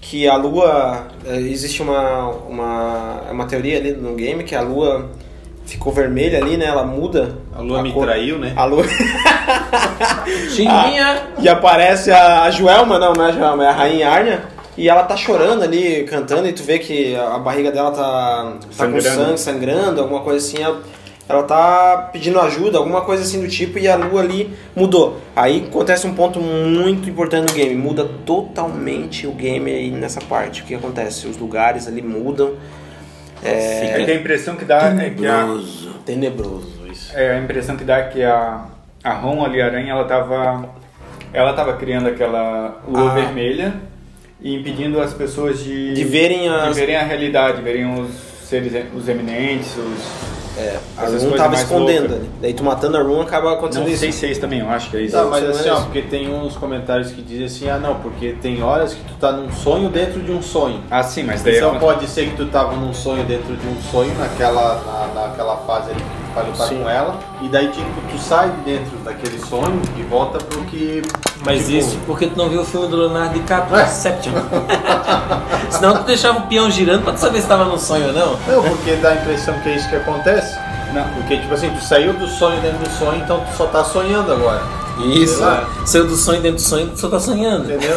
Que a lua. é, Existe uma, uma, é uma teoria ali no game que a lua ficou vermelha ali, né? Ela muda.
A lua me
cor.
traiu, né?
A lua. [LAUGHS]
Xinguinha.
E aparece a Joelma, não, não é a Joelma, é a Rainha Arnia. E ela tá chorando ali, cantando, e tu vê que a barriga dela tá, tá com
Sangrando.
sangue, sangrando, alguma coisa assim. Ela, ela tá pedindo ajuda, alguma coisa assim do tipo, e a lua ali mudou. Aí acontece um ponto muito importante no game, muda totalmente o game aí nessa parte. O que acontece? Os lugares ali mudam.
É, que a impressão que dá é que a,
Tenebroso isso.
É, a impressão que dá é que a, a Ron ali, a aranha, ela tava Ela estava criando aquela lua vermelha e impedindo as pessoas de,
Ah. De verem as-
de verem a realidade, verem os seres, os eminentes, os...
É, a
Essas
Rune
coisas
tava
mais
escondendo
loucas.
ali. Daí tu matando a Rune acaba acontecendo
Não
isso.
sei se é isso também, eu acho que é isso.
Tá, mas assim,
isso.
ó, porque tem uns comentários que dizem assim, ah não, porque tem horas que tu tá num sonho dentro de um sonho.
Ah, sim, mas daí...
Então
é-
pode ser que tu tava num sonho dentro de um sonho, naquela, na, naquela fase ali que tu vai lutar com ela, e daí tipo, tu sai dentro daquele sonho e volta pro que.
Mas
tipo,
isso porque tu não viu o filme do Leonardo DiCaprio, Inception. [LAUGHS] Senão tu deixava o peão girando pra tu saber se tava no sonho ou não.
Não, porque dá a impressão que é isso que acontece.
Não.
Porque tipo assim, tu saiu do sonho dentro do sonho, então tu só tá sonhando agora.
Isso.
Saiu do sonho dentro do sonho, tu só tá sonhando.
Entendeu?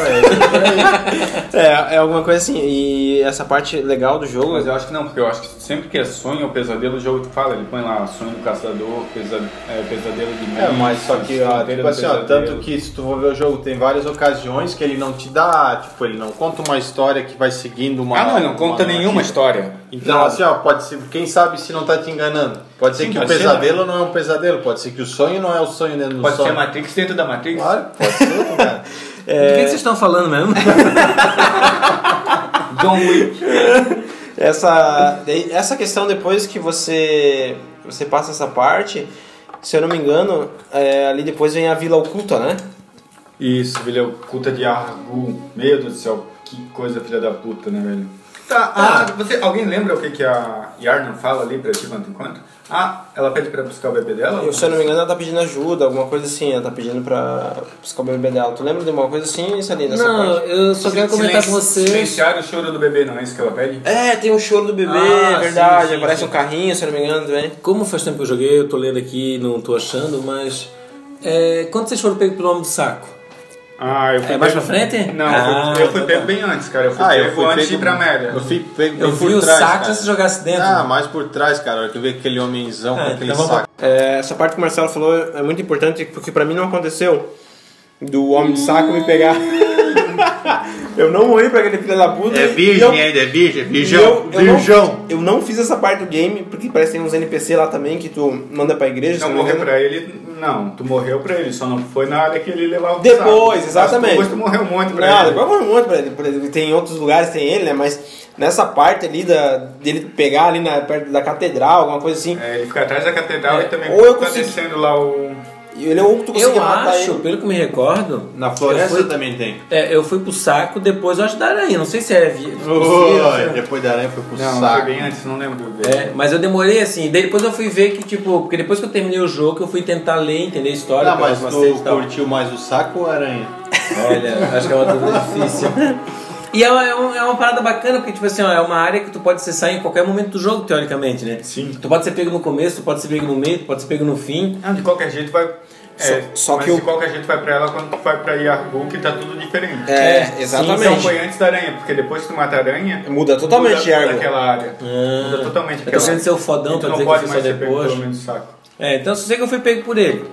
É,
É, é alguma coisa assim. E essa parte legal do jogo.
Mas eu acho que não, porque eu acho que sempre que é sonho ou pesadelo, o jogo fala, ele põe lá sonho do caçador, pesa- é, pesadelo de
é, mas só que ó,
fronteira
tipo
do
assim, ó,
pesadelo.
tanto que se tu for ver o jogo, tem várias ocasiões que ele não te dá, tipo, ele não conta uma história que vai seguindo uma.
Ah, não, não conta
uma-
nenhuma história.
Então, assim, ó, pode ser, quem sabe se não tá te enganando. Pode ser
Sim,
que
pode
o
ser,
pesadelo não é um pesadelo, pode ser que o sonho não é o sonho dentro do
Pode ser
sonho.
a Matrix dentro da Matrix.
Claro, pode ser, [LAUGHS] cara.
Do que, que vocês estão falando mesmo?
John Wick.
Essa, daí- essa questão depois que você, você passa essa parte, se eu não me engano, é, ali depois vem a Vila Oculta, né?
Isso, velho, culta de Argu. Meu Deus do céu, que coisa filha da puta, né, velho? Tá, ah, você, alguém lembra o que, que a Yarn fala ali pra ti quando encontra? Ah, ela pede pra buscar o bebê dela?
Eu, se eu não me engano, ela tá pedindo ajuda, alguma coisa assim, ela tá pedindo pra buscar o bebê dela. Tu lembra de alguma coisa assim, Celine, nessa
Não,
parte?
eu só quero comentar com vocês.
Silenciar o choro do bebê, não é isso que ela pede?
É, tem um choro do bebê,
Ah,
é verdade.
sim, sim,
Aparece
sim.
um carrinho, se eu não me engano, também.
Como faz tempo que eu joguei, eu tô lendo aqui, não tô achando, mas. É, quando vocês foram pegos pelo homem do saco?
Ah, eu fui
É mais pra frente?
Não,
Ah,
eu fui- eu fui
tá
pego
bom.
bem antes, cara. Eu fui
Ah,
pego
eu fui
antes de ir
pego-
pra merda.
Eu fui pego
Eu
por
vi o
trás,
saco
cara.
se jogasse dentro.
Ah, mais por trás, cara. Olha, tu vê aquele homenzão
Ah,
com aquele
então vamos-
saco.
É, essa parte que o Marcelo falou é muito importante porque pra mim não aconteceu do homem de saco me pegar. eu não morri pra aquele filho da puta. e eu-
ainda, é virgem, é
eu, eu, não, eu não fiz essa parte do game, porque parece que tem uns NPC lá também que tu manda pra igreja.
Não
se não me
morreu
engano.
pra ele, não. Tu morreu pra ele, só não foi na área que ele levava o
Depois,
saco.
exatamente.
Depois tu morreu muito pra
Não,
ele.
depois morreu muito pra ele. Por exemplo, Tem em outros lugares, tem ele, né? Mas nessa parte ali da, dele pegar ali na, perto da catedral, alguma coisa assim.
É, ele fica atrás da catedral e também
Ou eu
tá
consegui-
descendo lá o...
E ele é o único que tu conseguiu
Eu
matar
acho,
ele.
pelo que me recordo.
Na floresta
Eu fui-
também tem.
É, eu fui pro saco depois, eu acho da aranha. Não sei se é. vi-
Oi, depois da aranha foi pro
Não, foi
saco.
bem antes, não lembro.
É, mas eu demorei assim, daí depois eu fui ver que, tipo, porque depois que eu terminei o jogo, eu fui tentar ler, entender a história,
Ah, mas
pelas macetes
tu
e tal.
curtiu mais o saco ou a aranha?
Olha, acho que é uma
[LAUGHS]
dúvida difícil. E é uma, é uma- é uma parada bacana, porque, tipo assim, ó, é uma área que tu pode acessar em qualquer momento do jogo, teoricamente, né?
Sim.
Tu pode ser pego no começo, tu pode ser pego no meio, tu pode ser pego no fim.
Ah, de qualquer jeito vai... é,
Só- só
mas
que
de
eu-
qualquer jeito vai pra ela quando tu vai pra Yargu, que tá tudo diferente.
É, exatamente.
Então foi antes da aranha, porque depois que tu mata a aranha...
Muda totalmente,
muda
Yargu.
aquela área.
Ah.
Muda totalmente
Eu tô
aquela
sendo
área.
seu fodão
E tu
pra
não
dizer que eu
pode
fui só
mais ser pego
depois.
pelo menos saco.
É, então eu só sei que eu fui pego por ele.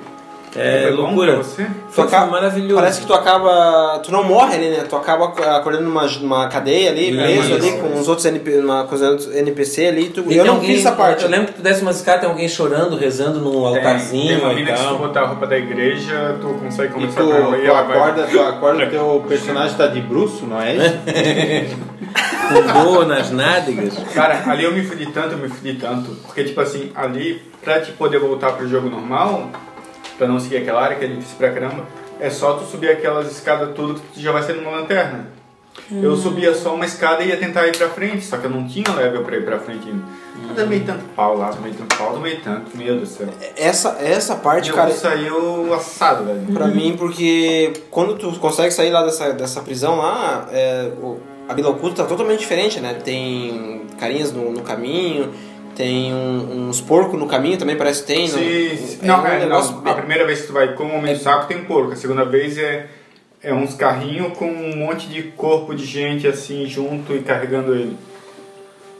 É,
Foi bom
loucura.
pra você?
Foi,
Tu acaba-
maravilhoso.
Parece que tu acaba. Tu não morre ali, né? Tu acaba ac- acordando numa, numa cadeia ali, preso ali, com os outros NP, uma, com os outros NPC ali. Tu,
E
eu
tem
não fiz essa parte.
Eu lembro que tu desce umas escadas, tem alguém chorando, rezando num
Tem, tem
altarzinho
uma
e
mina que se tu
tal.
botar a roupa da igreja, tu consegue
E
conversar
tu,
com ela e
tu
ela vai...
acorda, tu acorda, teu personagem tá de bruxo, não é isso?
Com dor nas nádegas.
Cara, ali eu me fudi tanto, eu me fudi tanto. Porque, tipo assim, ali, pra te poder voltar pro jogo normal, pra não seguir aquela área que é difícil pra caramba, é só tu subir aquelas escadas tudo que tu já vai ser numa lanterna. Eu subia só uma escada e ia tentar ir pra frente, só que eu não tinha level pra ir pra frente ainda. Eu tomei tanto pau lá, tomei tanto pau, tomei tanto, meu Deus do céu.
Essa, essa parte,
Eu
É, cara,
saiu assado, velho.
pra mim, porque quando tu consegue sair lá dessa, dessa prisão lá, é, o- a Vila Oculta tá totalmente diferente, né? Tem carinhas no, no caminho, tem um- uns porcos no caminho também, parece que tem.
Sim, sim.
é
não,
um
é,
negócio
não.
bem- É.
A primeira vez que tu vai com o homem do saco tem um porco, a segunda vez é, é uns carrinhos com um monte de corpo de gente assim junto e carregando ele.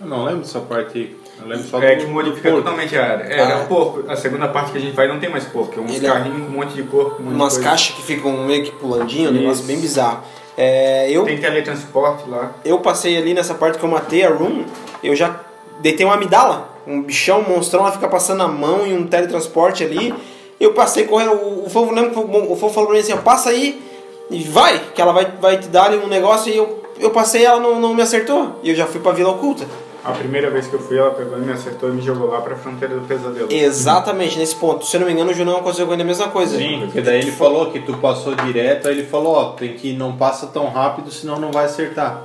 Eu não lembro dessa parte aí. Eu lembro só
É
do
que modifica
porco.
totalmente a área. É,
Ah.
é um porco. A segunda parte que a gente vai não tem mais porco, é uns
Ele é-
carrinhos com um monte de corpo. Um monte de
umas
coisa.
caixas que ficam meio que pulandinho, um negócio
Isso.
bem bizarro. É, eu
Tem teletransporte lá.
eu passei ali nessa parte que eu matei a Room, eu já deitei uma amidala, um bichão, um monstrão, ela fica passando a mão e um teletransporte ali. Eu passei correndo, o, o Fofo lembra que o, o Fofo falou pra mim assim, ó, passa aí, E vai, que ela vai, vai te dar ali um negócio e eu, eu passei e ela não, não me acertou. E eu já fui pra Vila Oculta.
A primeira vez que eu fui, ela pegou e me acertou e me jogou lá pra fronteira do pesadelo.
Exatamente, nesse ponto. Se eu não me engano, o Junão conseguiu ainda a mesma coisa.
Sim.
Porque daí ele falou que tu passou direto, aí ele falou, ó, tem que não passa tão rápido, senão não vai acertar.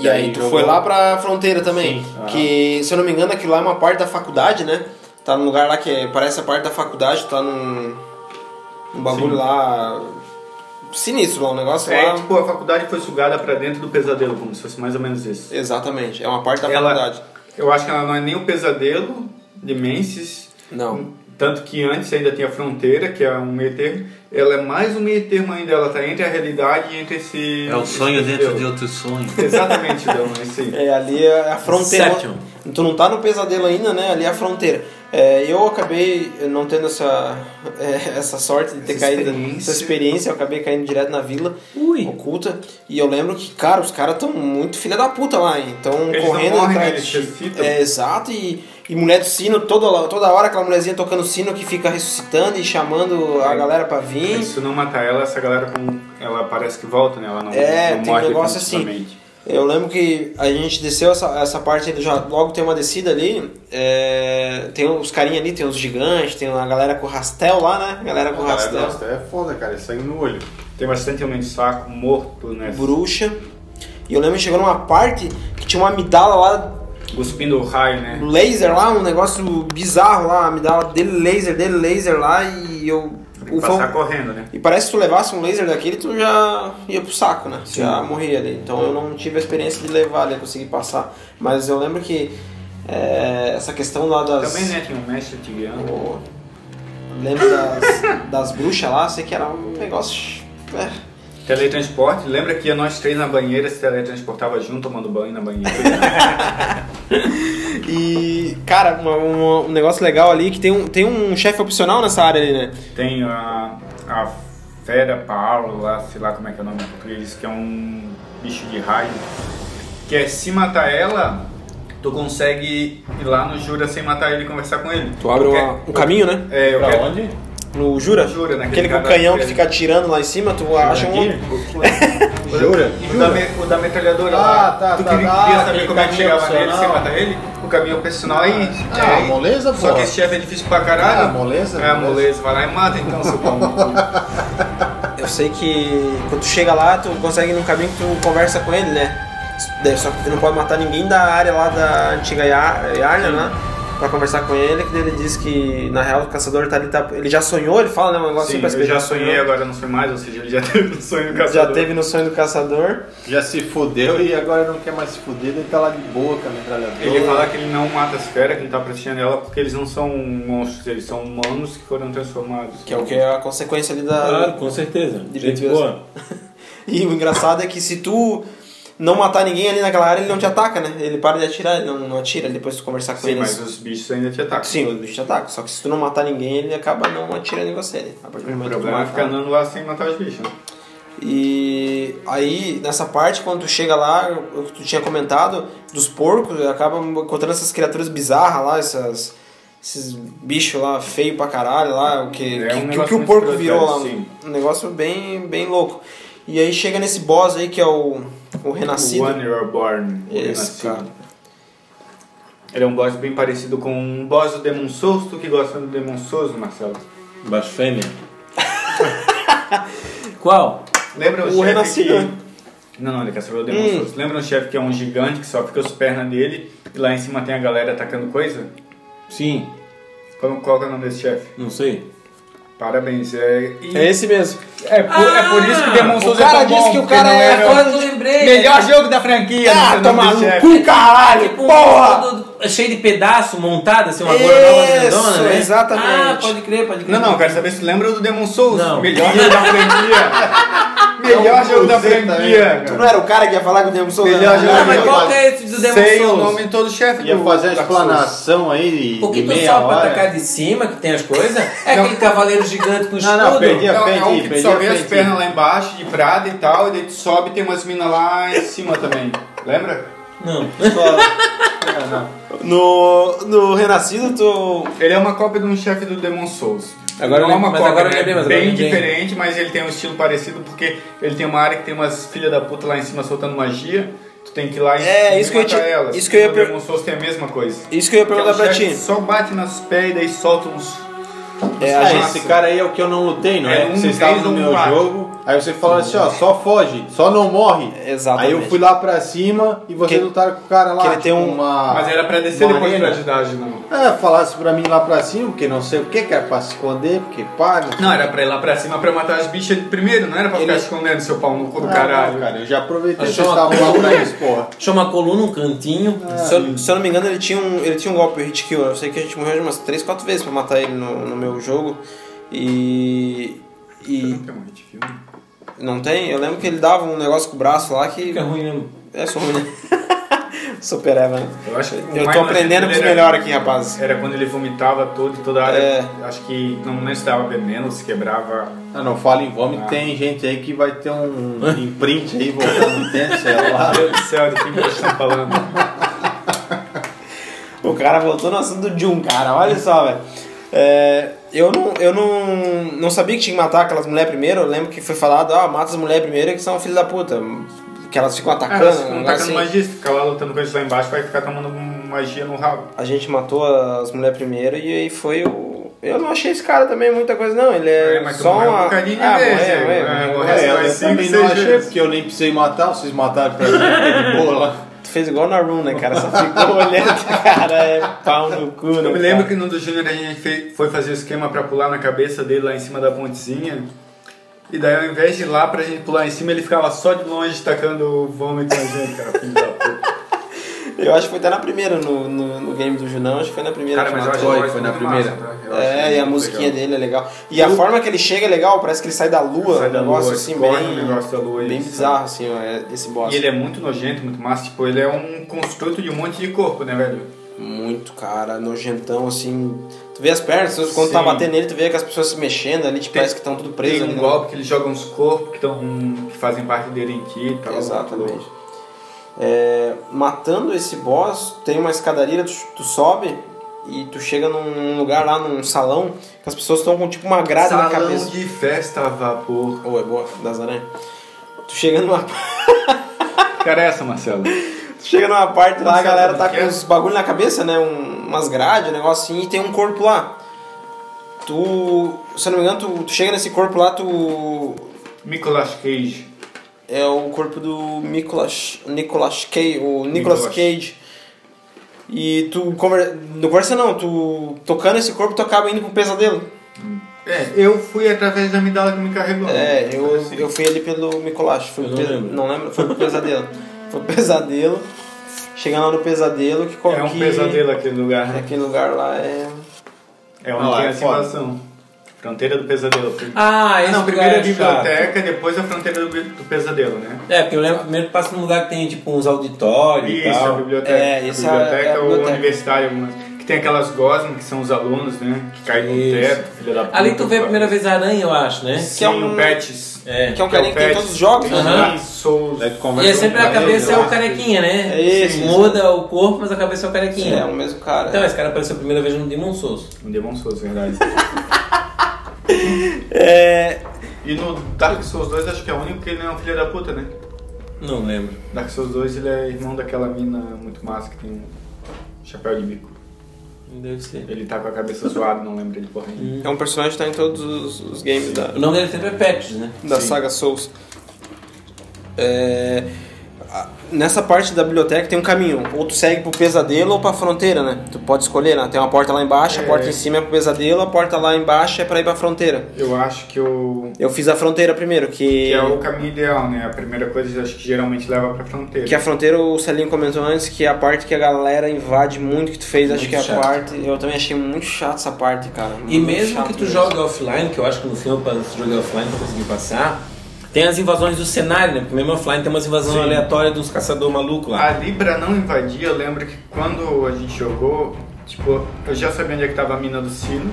E aí tu
jogou-
foi lá pra fronteira também.
Sim.
Que, se eu não me engano, aquilo lá é uma parte da faculdade, né? Tá num lugar lá que é- parece a parte da faculdade, tá num. Um bagulho lá. Sinistro lá, um negócio
É,
lá.
tipo, a faculdade foi sugada pra dentro do pesadelo, como se fosse mais ou menos isso.
Exatamente, é uma parte da
Ela-
faculdade.
Eu acho que ela não é nem o pesadelo de Menses.
Não.
Tanto que antes ainda tinha a fronteira, que é um meio termo. Ela é mais um meio termo ainda, ela tá entre a realidade e entre esse.
um
É o sonho
esse
dentro de um-
pesadelo.
outro sonho.
[LAUGHS] Exatamente, Dão, é isso aí.
É, ali é a fronteira.
Sétimo.
Tu não tá no pesadelo ainda, né? Ali é a fronteira. É, eu acabei não tendo essa, [LAUGHS] é, essa sorte de ter
Essa
caído
experiência.
essa experiência, eu acabei caindo direto na vila oculta. E eu lembro que, cara, os caras tão muito filha da puta lá, hein? Tão
Eles não
correndo
morrem, né?
atrás.
Eles
de-
ressuscitam.
é, exato, e, e mulher do sino, toda, toda hora aquela mulherzinha tocando sino que fica ressuscitando e chamando a galera pra vir.
Se não matar ela, essa galera com... ela parece que volta, né? Ela não,
É,
não
tem
morre
negócio assim.
definitivamente.
Eu lembro que a gente desceu essa, essa parte, já logo tem uma descida ali, é, tem os carinha ali, tem os gigantes, tem a galera com rastel lá, né? A galera com
Cara,
rastel,
nossa, é foda, cara. É sangue no olho.
Tem bastante homem de saco morto, né?
bruxa. E eu lembro que chegou numa parte que tinha uma amidala lá,
Cuspindo o raio, né?
laser lá, um negócio bizarro lá, a amidala dele laser, dele laser lá, e eu...
Tem que
o
passar
fogo-
correndo, né?
E parece que tu levasse um laser daquele, tu já ia pro saco, né? Já morria ali. Então eu não tive a experiência de levar ali, consegui passar. Mas eu lembro que é, essa questão lá das.
Também, né? Tem um mestre tigano.
o- lembro das, [LAUGHS] das bruxas lá, sei que era um negócio. É,
Teletransporte. Lembra que ia nós três na banheira se teletransportava junto, tomando banho
[LAUGHS]
na banheira?
E, cara, uma- uma- um negócio legal ali que tem um, tem um chefe opcional nessa área ali, né?
Tem a, a fera Paulo, lá, sei lá como é que é o nome em português, que é um bicho de raio. Que é se matar ela, tu consegue ir lá no Jura sem matar ele e conversar com ele.
Tu abre
Eu
uma-
quero-
um caminho, né?
É, eu quero...
onde?
No Jura?
Jura, né?
Aquele
Aquele
com o
cara
canhão que
que-
fica atirando lá em cima, tu acha um.
[LAUGHS] Jura?
O da, me- o da metralhadora
Ah,
lá.
tá,
tu
tá,
queria,
tá,
queria
aquele
saber como é que
caminho
chegava nele
opcional.
sem matar ele? O caminho personal aí.
Ah,
É, aí-
moleza,
Só
pô.
que esse chefe é difícil pra
Ah,
caralho.
moleza,
É,
moleza.
moleza. Vai lá e mata então, seu pau.
Eu sei que quando tu chega lá, tu consegue ir num caminho que tu conversa com ele, né? Daí, Só que tu não pode matar ninguém da área lá da antiga Yar- Yarna, né? Pra conversar com ele, que daí ele diz que na real o caçador tá ali, tá, ele já sonhou, ele fala, né? Um negócio
Sim,
assim, parece que
eu
ele
já sonhei, agora não foi mais, ou seja, ele já [LAUGHS] teve um sonho no
Já
caçador.
teve no sonho do caçador.
Já se fudeu e agora não quer mais se fuder, daí tá lá de boa com a metralhadora.
Ele fala que ele não mata as feras, que não tá protegendo ela, porque eles não são monstros, eles são humanos que foram transformados.
Que é o que é a consequência ali da.
Claro, com certeza. Gente
Direito
boa.
[LAUGHS] E o engraçado é que se tu não matar ninguém ali naquela área, ele não te ataca, né? Ele para de atirar, ele não, não atira depois de tu conversar com
Sim,
ele.
mas os bichos ainda te atacam.
Sim, o bicho te ataca. Só que se tu não matar ninguém, ele acaba não atirando em você. Né? A partir do
O
momento que tu
problema é
mata-
ficar andando lá sem matar os bichos, né?
E aí, nessa parte, quando tu chega lá, o que tu tinha comentado, dos porcos, acaba encontrando essas criaturas bizarras lá, essas, esses bichos lá feio pra caralho lá, o que,
É
que- que, o
um negócio
que o
muito
porco virou lá.
sim.
Um negócio bem, bem louco. E aí chega nesse boss aí que é o, o Renascido.
One You're Born. o
Esse,
Renascido.
cara.
Ele é um boss bem parecido com um boss do Demon Souls. Tu que gosta do Demon Souls, Marcelo?
[LAUGHS]
Blasfêmia.
Qual?
Lembra
O Hum.
o, chefe
Renascido.
que... Não, não, ele quer saber o Demon Souls. Lembra um chefe que é um gigante que só fica as pernas dele e lá em cima tem a galera atacando coisa?
Sim,
Como, qual que é o nome desse chefe?
não sei.
Parabéns, é... e-
É esse mesmo.
É por, é por
Ah!
isso que o Demon Souls
cara
é tão
disse
bom,
que o
porque
cara
não
é Ah,
era
fã
o
do-
lembrei.
melhor jogo da franquia.
Ah,
não sei o nome do chefe. Tá
caralho,
Tipo, um todo- todo- cheio de pedaço montado, assim, uma gorda nova
Isso,
grandona, né?
exatamente.
Ah, pode crer, pode crer.
Não, não, eu quero saber se tu lembra do Demon Souls.
Não.
Melhor jogo da franquia.
É
Melhor jogo da franquia.
Tu
cara.
não era o cara que ia falar que o Demon Souls
Melhor
era-
jogo.
Ah, mas qual que é esse do Demon
Sei o
Souls?
nome de todo o chefe
Ia
do
fazer a
Dark Souls.
explanação aí
Por
de
que tu
meia
só pra
hora.
atacar de cima que tem as coisas? É aquele cavaleiro gigante com escudo?
Não, não, perdi a
Não, é
frente
um
aí,
que tu
perdi
só
a
vê as
frente
pernas
aí.
lá embaixo, de prata e tal, e daí tu sobe e tem umas minas lá em cima também. Lembra?
Não.
[LAUGHS]
[LAUGHS]
No, no Renascido, tu
Ele é uma cópia de um chefe do Demon Souls.
Agora
não
eu
é uma
lembro- mas
cópia,
agora eu
né?
lembrei, mas agora
bem
eu lembrei.
diferente, mas ele tem um estilo parecido porque ele tem uma área que tem umas filhas da puta lá em cima soltando magia. Tu tem que ir lá e
É, isso que eu ia te-
matar elas.
isso que eu ia
No
per-
Demon Souls tem a mesma coisa.
Isso que eu ia perguntar
Aquela
pra
chefe
ti.
Só bate nos pés e daí solta uns.
É,
Ah,
a gente-
esse cara aí é o que eu não lutei, não
É
é?
um,
Vocês estavam
três,
no
um,
meu
quatro.
jogo, aí você falou assim, ó, só foge, só não morre.
Exatamente.
Aí eu fui lá pra cima e vocês
Que-
lutaram com o cara lá. tipo,
que ele tem um-
uma...
Mas era pra descer
Ah, uma
depois
arena.
pra ajudar, não.
É, falasse pra mim lá pra cima, porque não sei o que, que era pra se esconder, porque pá, não sei
Não, era pra ir lá pra cima pra matar as bichas primeiro, não era pra ficar escondendo seu pau no cu do
Ah,
caralho.
cara, eu já aproveitei que
Achou
vocês
uma
estavam lá pra isso, porra.
Chama a coluna um cantinho.
se, eu, se eu não me engano, ele tinha um, ele tinha um golpe, o Hit Kill. Eu sei que a gente morreu umas 3, 4 vezes pra matar ele no, no meu jogo. E. E.
Tem um hit filme.
Não tem? Eu lembro que ele dava um negócio com o braço lá que.
Fica ruim mesmo.
É, sou ruim, né? [LAUGHS] Super Evan.
Eu acho que o
Eu
mais
tô aprendendo com os
maneiro
melhores
era-
aqui, rapaz.
Era quando ele vomitava todo e toda a área.
É.
Acho que não lembro se dava veneno, se quebrava.
Ah, não fala em vômito,
Ah.
tem gente aí que vai ter um imprint aí voltando no tempo, sei
[LAUGHS]
lá.
Meu Deus do céu, de quem vocês estão falando?
O cara voltou no assunto de um cara, olha só, velho. É, eu não, eu não, não sabia que tinha que matar aquelas mulheres primeiro. Eu lembro que foi falado, ah, mata as mulheres primeiro que são filho da puta. Que elas ficam
Ah,
atacando.
elas
um
ficam
negócio
tacando
assim.
magia, se ficar lá lutando com eles lá embaixo, vai ficar tomando magia no rabo.
A gente matou as mulheres primeiro e aí foi o. Eu não achei esse cara também muita coisa, não. Ele é,
É, mas tu
só
morreu um
uma.
bocadinho de
ah,
vez,
morreu,
né?
morreu,
É,
morreu.
morreu.
É, eu
Mas
também
cinco,
não
seis
achei,
vezes.
porque eu nem precisei matar, vocês mataram pra mim, de boa lá.
Tu fez igual na Rune, né, cara? Só ficou [LAUGHS] olhando, cara, é pau no cu, né?
Eu me
cara?
lembro que no do Júnior a gente fe- foi fazer o esquema pra pular na cabeça dele lá em cima da pontezinha. E daí ao invés de ir lá pra gente pular em cima, ele ficava só de longe tacando o vômito na gente, cara. Filho da puta.
Eu acho que foi até na primeira, no, no, no game do Junão, acho que foi na primeira.
Cara,
que
mas eu
matou.
Foi,
acho a voz
foi na
muito
primeira.
massa, tá? Eu acho
É, e a
muito
musiquinha
legal.
dele é legal. E a forma que ele chega é legal, parece que ele sai da lua,
Sai
um
da
negócio
lua,
assim,
corre
bem,
no negócio da lua,
bem
isso.
bizarro, assim, ó, é- esse boss.
E ele é muito nojento, muito massa. Tipo, ele é um construto de um monte de corpo, né, velho?
Muito, cara, nojentão, assim. Tu vê as pernas, tu- quando tu tá
Sim.
batendo nele, tu vê que as pessoas se mexendo ali, te
Tem-
parece que estão tudo presas
Tem
ali.
um
né?
golpe que ele joga uns corpos que, tão, que fazem parte dele em ti e tal.
Exatamente. É, matando esse boss, tem uma escadaria, tu, tu sobe e tu chega num, num lugar lá, num salão, que as pessoas estão com tipo uma grade
Salão
na cabeça.
de festa a vapor.
Ou é boa, das aranhas. Tu chega numa, [LAUGHS] tu
Cara, é essa, Marcelo.
chega numa parte lá, a galera tá
Como que
com
é?
uns bagulho na cabeça, né? Um- umas grades, um negócio assim, e tem um corpo lá. Tu. Se eu não me engano, tu, tu chega nesse corpo lá, tu.
[LAUGHS] Nicolas Cage.
É o corpo do Nicolas. Nicolas Cage. O Nicolas,
Nicolas.
Cage. E tu conver... não conversa não, tu tocando esse corpo tu acaba indo pro pesadelo.
É, eu fui através da amidala que me carregou.
É, eu, eu fui ali pelo Nicolas, foi
Eu
pro
não
pes-
lembro.
não lembro, foi pro pesadelo. Foi pro pesadelo. Chegando lá no pesadelo que
É um
que-
pesadelo aquele lugar, né?
Aquele lugar lá é.
É onde
Ah,
tem
é
a
foda.
simulação. Fronteira do pesadelo.
Ah, esse
não,
lugar
primeiro
é
a
chato.
biblioteca, depois a fronteira do, bi- do pesadelo, né?
É, porque eu lembro primeiro que passa num lugar que tem tipo uns auditórios e
Isso, a
tal.
biblioteca.
É, isso é a-
biblioteca
é a
ou
biblioteca.
universitária, algumas. Que tem aquelas gosmas que são os alunos, né? Que caem no
Isso.
teto, filha da puta.
Ali tu vê a primeira vez a aranha, eu acho, né?
Sim,
Que é um-
o Pets.
É.
Que é um carinha que tem
Pets,
todos os jogos,
tem
né?
Dark Souls.
Daí tu
E
conversa
é sempre
com
a
ele,
cabeça é
lá.
o carequinha, né?
É isso,
Sim,
isso.
Muda o corpo, mas a cabeça é o
É,
carequinha.
o mesmo cara.
Então, esse cara apareceu a primeira vez no Demon Souls.
Um Demon Souls, verdade.
É,
e no Dark Souls 2, acho que é o único que ele não é um filho da puta, né?
Não lembro.
Dark Souls 2, ele é irmão daquela mina muito massa que tem um chapéu de bico.
Deve ser.
Ele tá com a cabeça zoada, não lembro ele porra nenhuma.
é um personagem que tá em todos os, os games da,
O nome dele sempre é Patches, né?
da saga Souls. É, a- nessa parte da biblioteca tem um caminho. Ou tu segue pro pesadelo ou pra fronteira, né? Tu pode escolher, né? Tem uma porta lá embaixo, a
É.
porta em cima é pro pesadelo, a porta lá embaixo é pra ir pra fronteira.
Eu acho que o.
Eu fiz a fronteira primeiro, que.
Que é o caminho ideal, né? A primeira coisa acho que geralmente leva pra fronteira.
Que a fronteira, o Celinho comentou antes, que é a parte que a galera invade muito que tu fez, acho
Muito
que é a
chato.
parte. Eu também achei muito chato essa parte, cara.
E
Muito
mesmo
chato
que tu
mesmo.
jogue offline, que eu acho que no final pra tu jogar offline pra conseguir passar, tem as invasões do cenário, né? Porque mesmo offline tem umas invasões aleatórias dos caçador maluco lá.
Ali pra não invadir, eu lembro que quando a gente jogou, tipo, eu já sabia onde é que tava a mina do sino.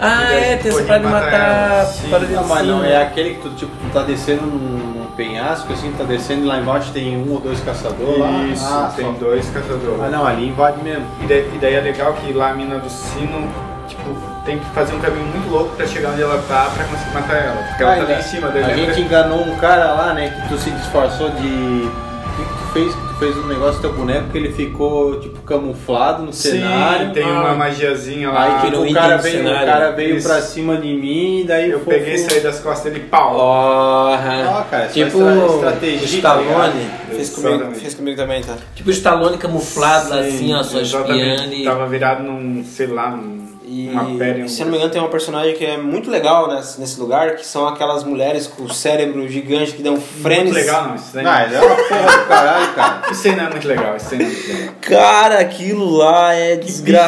Ah,
Ele
é, tem essa
pode
parada de
matar
matar
ela. Sim.
parada de
Não,
assim,
mas
ensino.
não,
né?
é aquele que tu, tipo, tu tá descendo num num penhasco, assim, tá descendo e lá embaixo tem um ou dois caçadores lá.
Isso,
Ah,
tem
só-
dois caçadores.
Ah, não, ali invade mesmo.
E daí, e daí é legal que lá a mina do sino, tipo, tem que fazer um caminho muito louco pra chegar onde ela tá pra conseguir matar ela. Porque ela tá lá em cima dele.
né?
[LAUGHS]
A
lembra?
gente enganou um cara lá, né? Que tu se disfarçou de. O que que tu fez? Que tu fez um negócio do teu boneco que ele ficou, tipo, camuflado no
Sim,
um cenário. Ah.
tem Ah, uma magiazinha lá.
Aí tipo,
no
o,
item
cara
do
veio, o
cenário.
cara veio
Isso.
pra cima de mim, daí
eu
fofo-
peguei e saí das costas dele, pau.
Porra.
Ó, cara,
tipo
tipo, estratégia. tá
Stallone.
Fez comigo,
Exatamente.
fez comigo também, tá?
Tipo Stallone camuflado assim, ó, só espiando
Exatamente. Tá.
e...
Tava virado num, sei lá, num,
E,
uma pele. um-
se não me engano, tem uma personagem que é muito legal nesse, nesse lugar, que são aquelas mulheres com o cérebro gigante que dão frenes.
Muito legal, não. Isso daí
Não, ele é um uma porra do caralho, cara.
Isso aí não é muito legal, isso aí não é muito legal.
[LAUGHS] Cara, aquilo lá é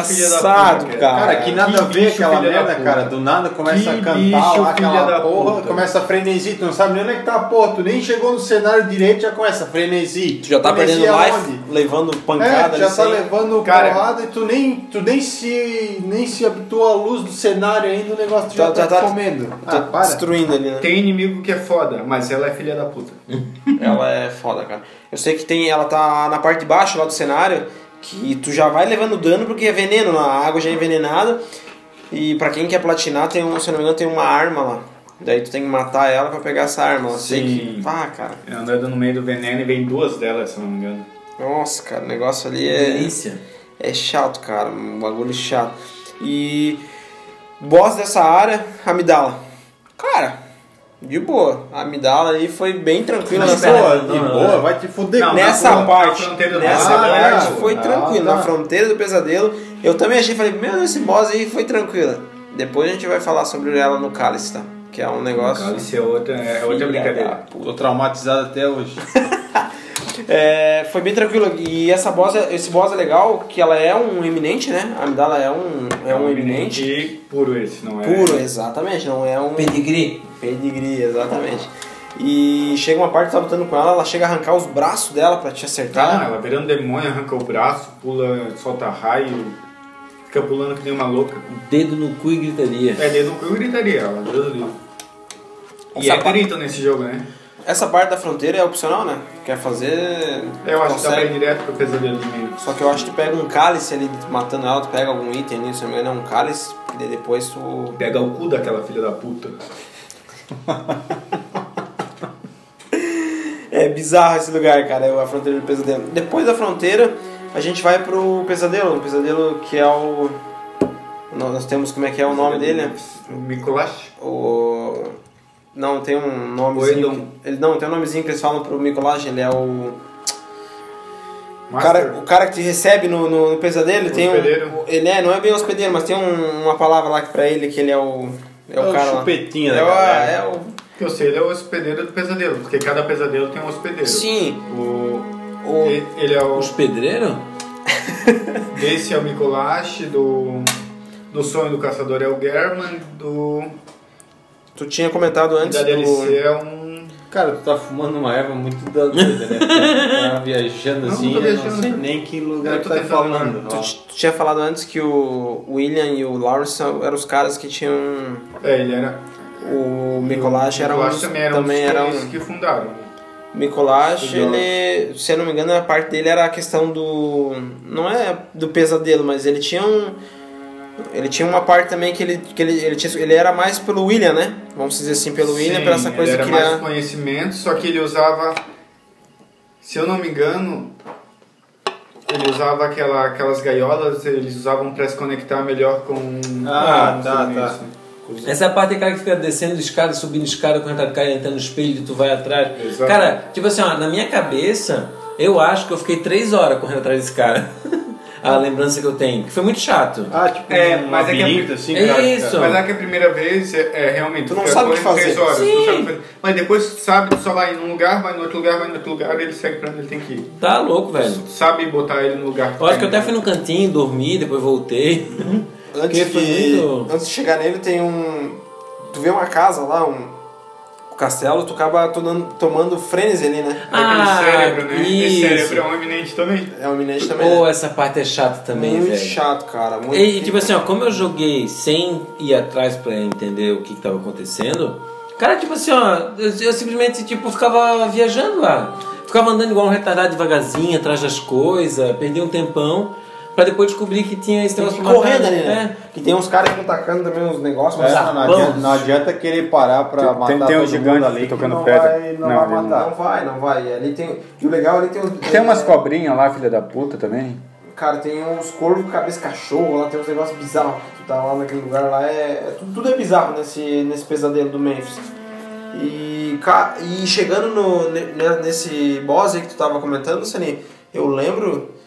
desgraçado,
filha da puta,
cara.
Cara, que nada a ver
bicho
aquela
filha da
merda,
puta.
cara. Do nada começa
Que
a cantar
bicho
lá
filha da
aquela porra,
puta.
começa a frenesi, tu não sabe nem onde é que tá a porra, tu nem chegou no cenário direito, já começa a frenesi.
Tu já tá
Frenesi
perdendo
aonde?
life, levando pancada assim?
É, já
ali
tá
sem-
levando
Cara-
porrada e tu nem, tu nem se nem se habitua à luz do cenário ainda, o negócio tu já,
Já-
tá,
já tá-
comendo. Ah,
tá
para.
destruindo ali, né?
Tem inimigo que é foda, mas ela é filha da puta.
Ela é foda, cara. Eu sei que tem, ela tá na parte de baixo lá do cenário, que tu já vai levando dano porque é veneno, a água já é envenenada. E pra quem quer platinar, tem um, se eu não me engano, tem uma arma lá. Daí tu tem que matar ela pra pegar essa arma. Eu sei
Sim.
que. Ah, cara.
Andando no meio do veneno e vem duas delas, se eu não me engano.
Nossa, cara, o negócio ali é.
Delícia.
É chato, cara. Um bagulho chato. E. Boss dessa área, Amidala. Cara, de boa. A Amidala ali foi bem tranquila
Mas
nessa
pera,
área.
Pô, de boa, vai te fuder.
Não,
nessa
na rua, na
parte,
fronteira do
nessa
pesadelo.
parte
Ah,
foi
tá,
tranquilo.
tá.
Na fronteira do pesadelo, eu também achei, falei, meu, Deus, esse boss aí foi tranquila. Depois a gente vai falar sobre ela no Cálice, tá? Que é um negócio.
Isso é outra, é
Filha
outra brincadeira.
Tô traumatizado até hoje.
É, foi bem tranquilo. E essa boss, é- esse boss é legal, que ela é um eminente, né? A Amidala é um, é um eminente.
E puro esse, não é?
Puro, exatamente, não é um
Pedigree.
pedigree, exatamente. E chega uma parte, tá lutando com ela, ela chega a arrancar os braços dela pra te
Tá,
acertar.
ela virando demônio, arranca o braço, pula, solta raio, fica pulando que nem uma louca.
Dedo no cu e gritaria.
É, dedo no cu e gritaria, ela, Deus do livro. E
Essa
é
parte-
perito nesse jogo, né?
Essa parte da fronteira é opcional, né? Quer fazer.
É, Eu acho que dá pra ir
consegue.
direto pro pesadelo de meio.
Só que eu acho que tu pega um cálice ali, matando ela, tu pega algum item ali, se não me engano é um cálice, e daí depois tu.
Pega o cu daquela filha da puta.
É bizarro esse lugar, cara, é a fronteira do pesadelo. Depois da fronteira, a gente vai pro pesadelo, o pesadelo que é o. Nós nós temos como é que é o nome dele, né?
Micolache.
O... Não, tem um nomezinho.
Oedon.
que- Ele não, tem um nomezinho que eles falam pro Micolache, ele é o. O
Master.
cara, o cara que te recebe no, no, no pesadelo tem um.
Hospedeiro.
Ele é, não é bem hospedeiro, mas tem um- uma palavra lá que pra ele que ele é o. É o,
É o
cara. lá.
chupetinha da
é, o-
galera.
é o.
Que eu sei, ele é o hospedeiro do pesadelo, porque cada pesadelo tem um hospedeiro.
Sim,
O,
O-
e- Ele é o.
Os pedreiros?
Desse é o Micolache, do. Do Sonho do Caçador é o German, do.
tu tinha comentado antes
da DLC
do.
é um.
Cara, tu tá fumando uma erva muito da doida, né? Tu tá viajando
Não,
assim,
tô
eu não
viajando.
sei nem que lugar
Eu
tu
tô
tá
tentando lembrar.
falando.
Tu, ti- tu tinha falado antes que o William e o Lawrence são- eram os caras que tinham. um,
É, ele era.
O Micolache era um.
Micolache
dos-
também era
Também
um dos
era
três
um.
que fundaram.
Micolache, ele, se eu não me engano, a parte dele era a questão do. Não é do pesadelo, mas ele tinha um. Ele tinha uma parte também que ele, que ele, ele, tinha- ele era mais pelo William, né? Vamos dizer assim, pelo William,
Sim,
pela essa coisa
ele era
que ele
mais
era.
conhecimento, só que ele usava, se eu não me engano, ele usava aquela, aquelas gaiolas, eles usavam para se conectar melhor com. um
Ah,
com
tá,
tudo
tá.
isso.
Essa parte é cara que fica descendo escada, subindo escada, quando tá caindo, entrando no espelho e tu vai atrás.
Exato.
Cara, tipo assim, ó, na minha cabeça, eu acho que eu fiquei três horas correndo atrás desse cara. [LAUGHS] a lembrança que eu tenho, que foi muito chato.
Ah, tipo,
É,
um
mas é que a-
labirinto, assim,
É
cara.
isso.
Mas é que a primeira vez é, é realmente.
Tu não
fica
sabe o que
correndo
fazer.
Três horas, tu não
Sim.
sabe o que fazer. Mas depois tu sabe, tu só vai em um lugar, vai no outro lugar, vai no outro lugar, ele segue pra onde ele tem que ir.
Tá louco, velho.
Tu sabe botar ele no lugar.
Eu acho que eu
tem.
até fui num cantinho, dormi, depois voltei. Porque
Antes
foi
de,
muito-
antes de chegar nele, tem um. Tu vê uma casa lá, um, um castelo, tu acaba tomando, tomando frenesi ali, né?
Aquele
Ah,
cérebro, né? Esse
isso.
cérebro é um eminente também.
É um minete também.
Pô,
né?
essa parte é chata também,
muito
velho.
chato, cara. Muito
E tipo assim, ó, como eu joguei sem ir atrás pra entender o que, que tava acontecendo, cara, tipo assim, ó, eu, eu simplesmente tipo, ficava viajando lá. Ficava andando igual um retardado devagarzinho atrás das coisas, perdi um tempão. pra depois descobrir que tinha esse
Tem
negócio
que ir
pra matar,
correndo ali, né?
né?
Que tem uns caras que estão tacando também uns negócios, mas
É, não, adianta, não adianta querer parar pra
Tem-
matar
tem- tem
todo
um
mundo
gigante
ali que
tocando
não
pedra.
vai, não,
Não,
vai
ele não-
matar.
Não vai, não vai. Ali tem. E o legal ali tem uns.
Tem umas
é,
cobrinhas lá, filha da puta, também.
Cara, tem uns corvos cabeça cachorro, lá tem uns negócios bizarros que tu tá lá naquele lugar lá. É, é tudo, tudo é bizarro nesse, nesse pesadelo do Memphis. E, ca- e chegando no, ne- ne- nesse boss aí que tu tava comentando, Sani, eu lembro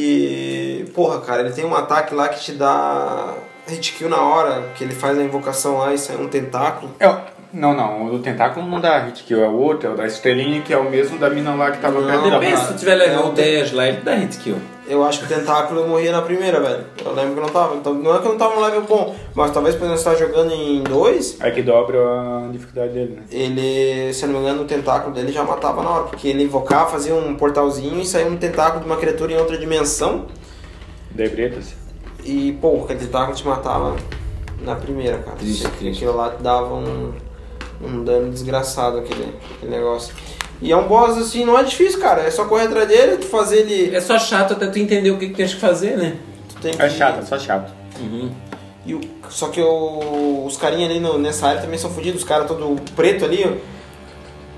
que. Porra, cara, ele tem um ataque lá que te dá hit kill na hora, que ele faz a invocação lá e sai um tentáculo.
É o- Não, não, o do tentáculo não dá hit kill, é o outro, é o da estrelinha, que é o mesmo da mina lá que tava perto da
Depende se tu tiver
É
level
um-
10 lá, ele dá hit kill.
Eu acho que o tentáculo eu morria na primeira, velho. Eu lembro que eu não tava. Então, não é que eu não tava no level bom, mas talvez por eu estar jogando em dois.
É que dobra a dificuldade dele, né?
ele, se eu não me engano, o tentáculo dele já matava na hora, porque ele invocava, fazia um portalzinho e saía um tentáculo de uma criatura em outra dimensão.
Daí assim. pretas.
E, pô, aquele tentáculo te matava na primeira, cara.
Triste,
Aquilo
triste.
lá te dava um, um dano desgraçado, aquele, aquele negócio. E é um boss assim, não é difícil, cara. É só correr atrás dele, tu fazer ele.
É só chato até tu entender o que, que tens que fazer, né?
Tu tem que...
É chato, é só chato.
E o- só que o- os carinhas ali no- nessa área também são fodidos. Os caras todo preto ali,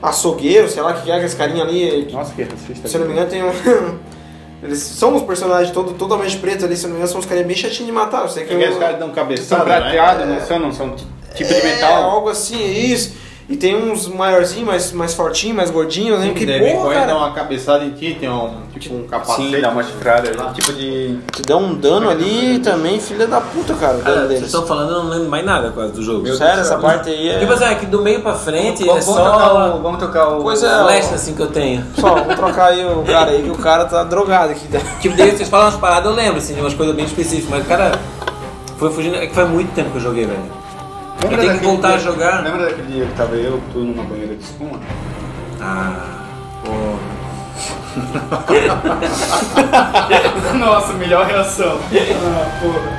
ó, açougueiro, sei lá o que é, que esse carinha ali.
Nossa, que racista.
Se eu não me engano, tem um. [LAUGHS] Eles são os personagens todo, totalmente pretos ali, se eu não me engano, são os caras bem chatinhos de matar. Eu sei que
É
Porque
eu-
os caras dão
São
cabeçada, né?
prateados, é um não são, não são t- tipo de
é,
metal.
algo assim, é isso. E tem uns maiorzinhos, mais, mais fortinhos, mais gordinhos, eu lembro que,
Daí é vem
porra,
correr, dá
cara,
uma cabeçada em ti, tem um, tipo um capacete.
Sim, Ah, dá uma chifrada,
lá.
tipo de...
te dá um dano ali também, filha da puta, cara, o
Cara,
dano
Ah, vocês
deles.
estão falando, eu não lembro mais nada quase do jogo.
Sério, essa parte aí é...
Tipo assim, é que do meio pra frente é
Vamos, Tipo assim, vamos tocar
só
o, vamos tocar o...
Pois é,
flash
ó,
assim que eu tenho.
pessoal, vou trocar aí o cara aí, que o cara tá drogado aqui.
Tipo, daí vocês falam umas paradas, eu lembro, assim, de umas coisas bem específicas, mas, cara, foi fugindo. É que faz muito tempo que eu joguei, velho. Eu tenho que
daquele
voltar a
dia-
jogar.
Lembra daquele dia que tava eu, tu numa banheira de espuma? [LAUGHS]
Ah, porra.
Nossa, melhor reação. Ah, porra.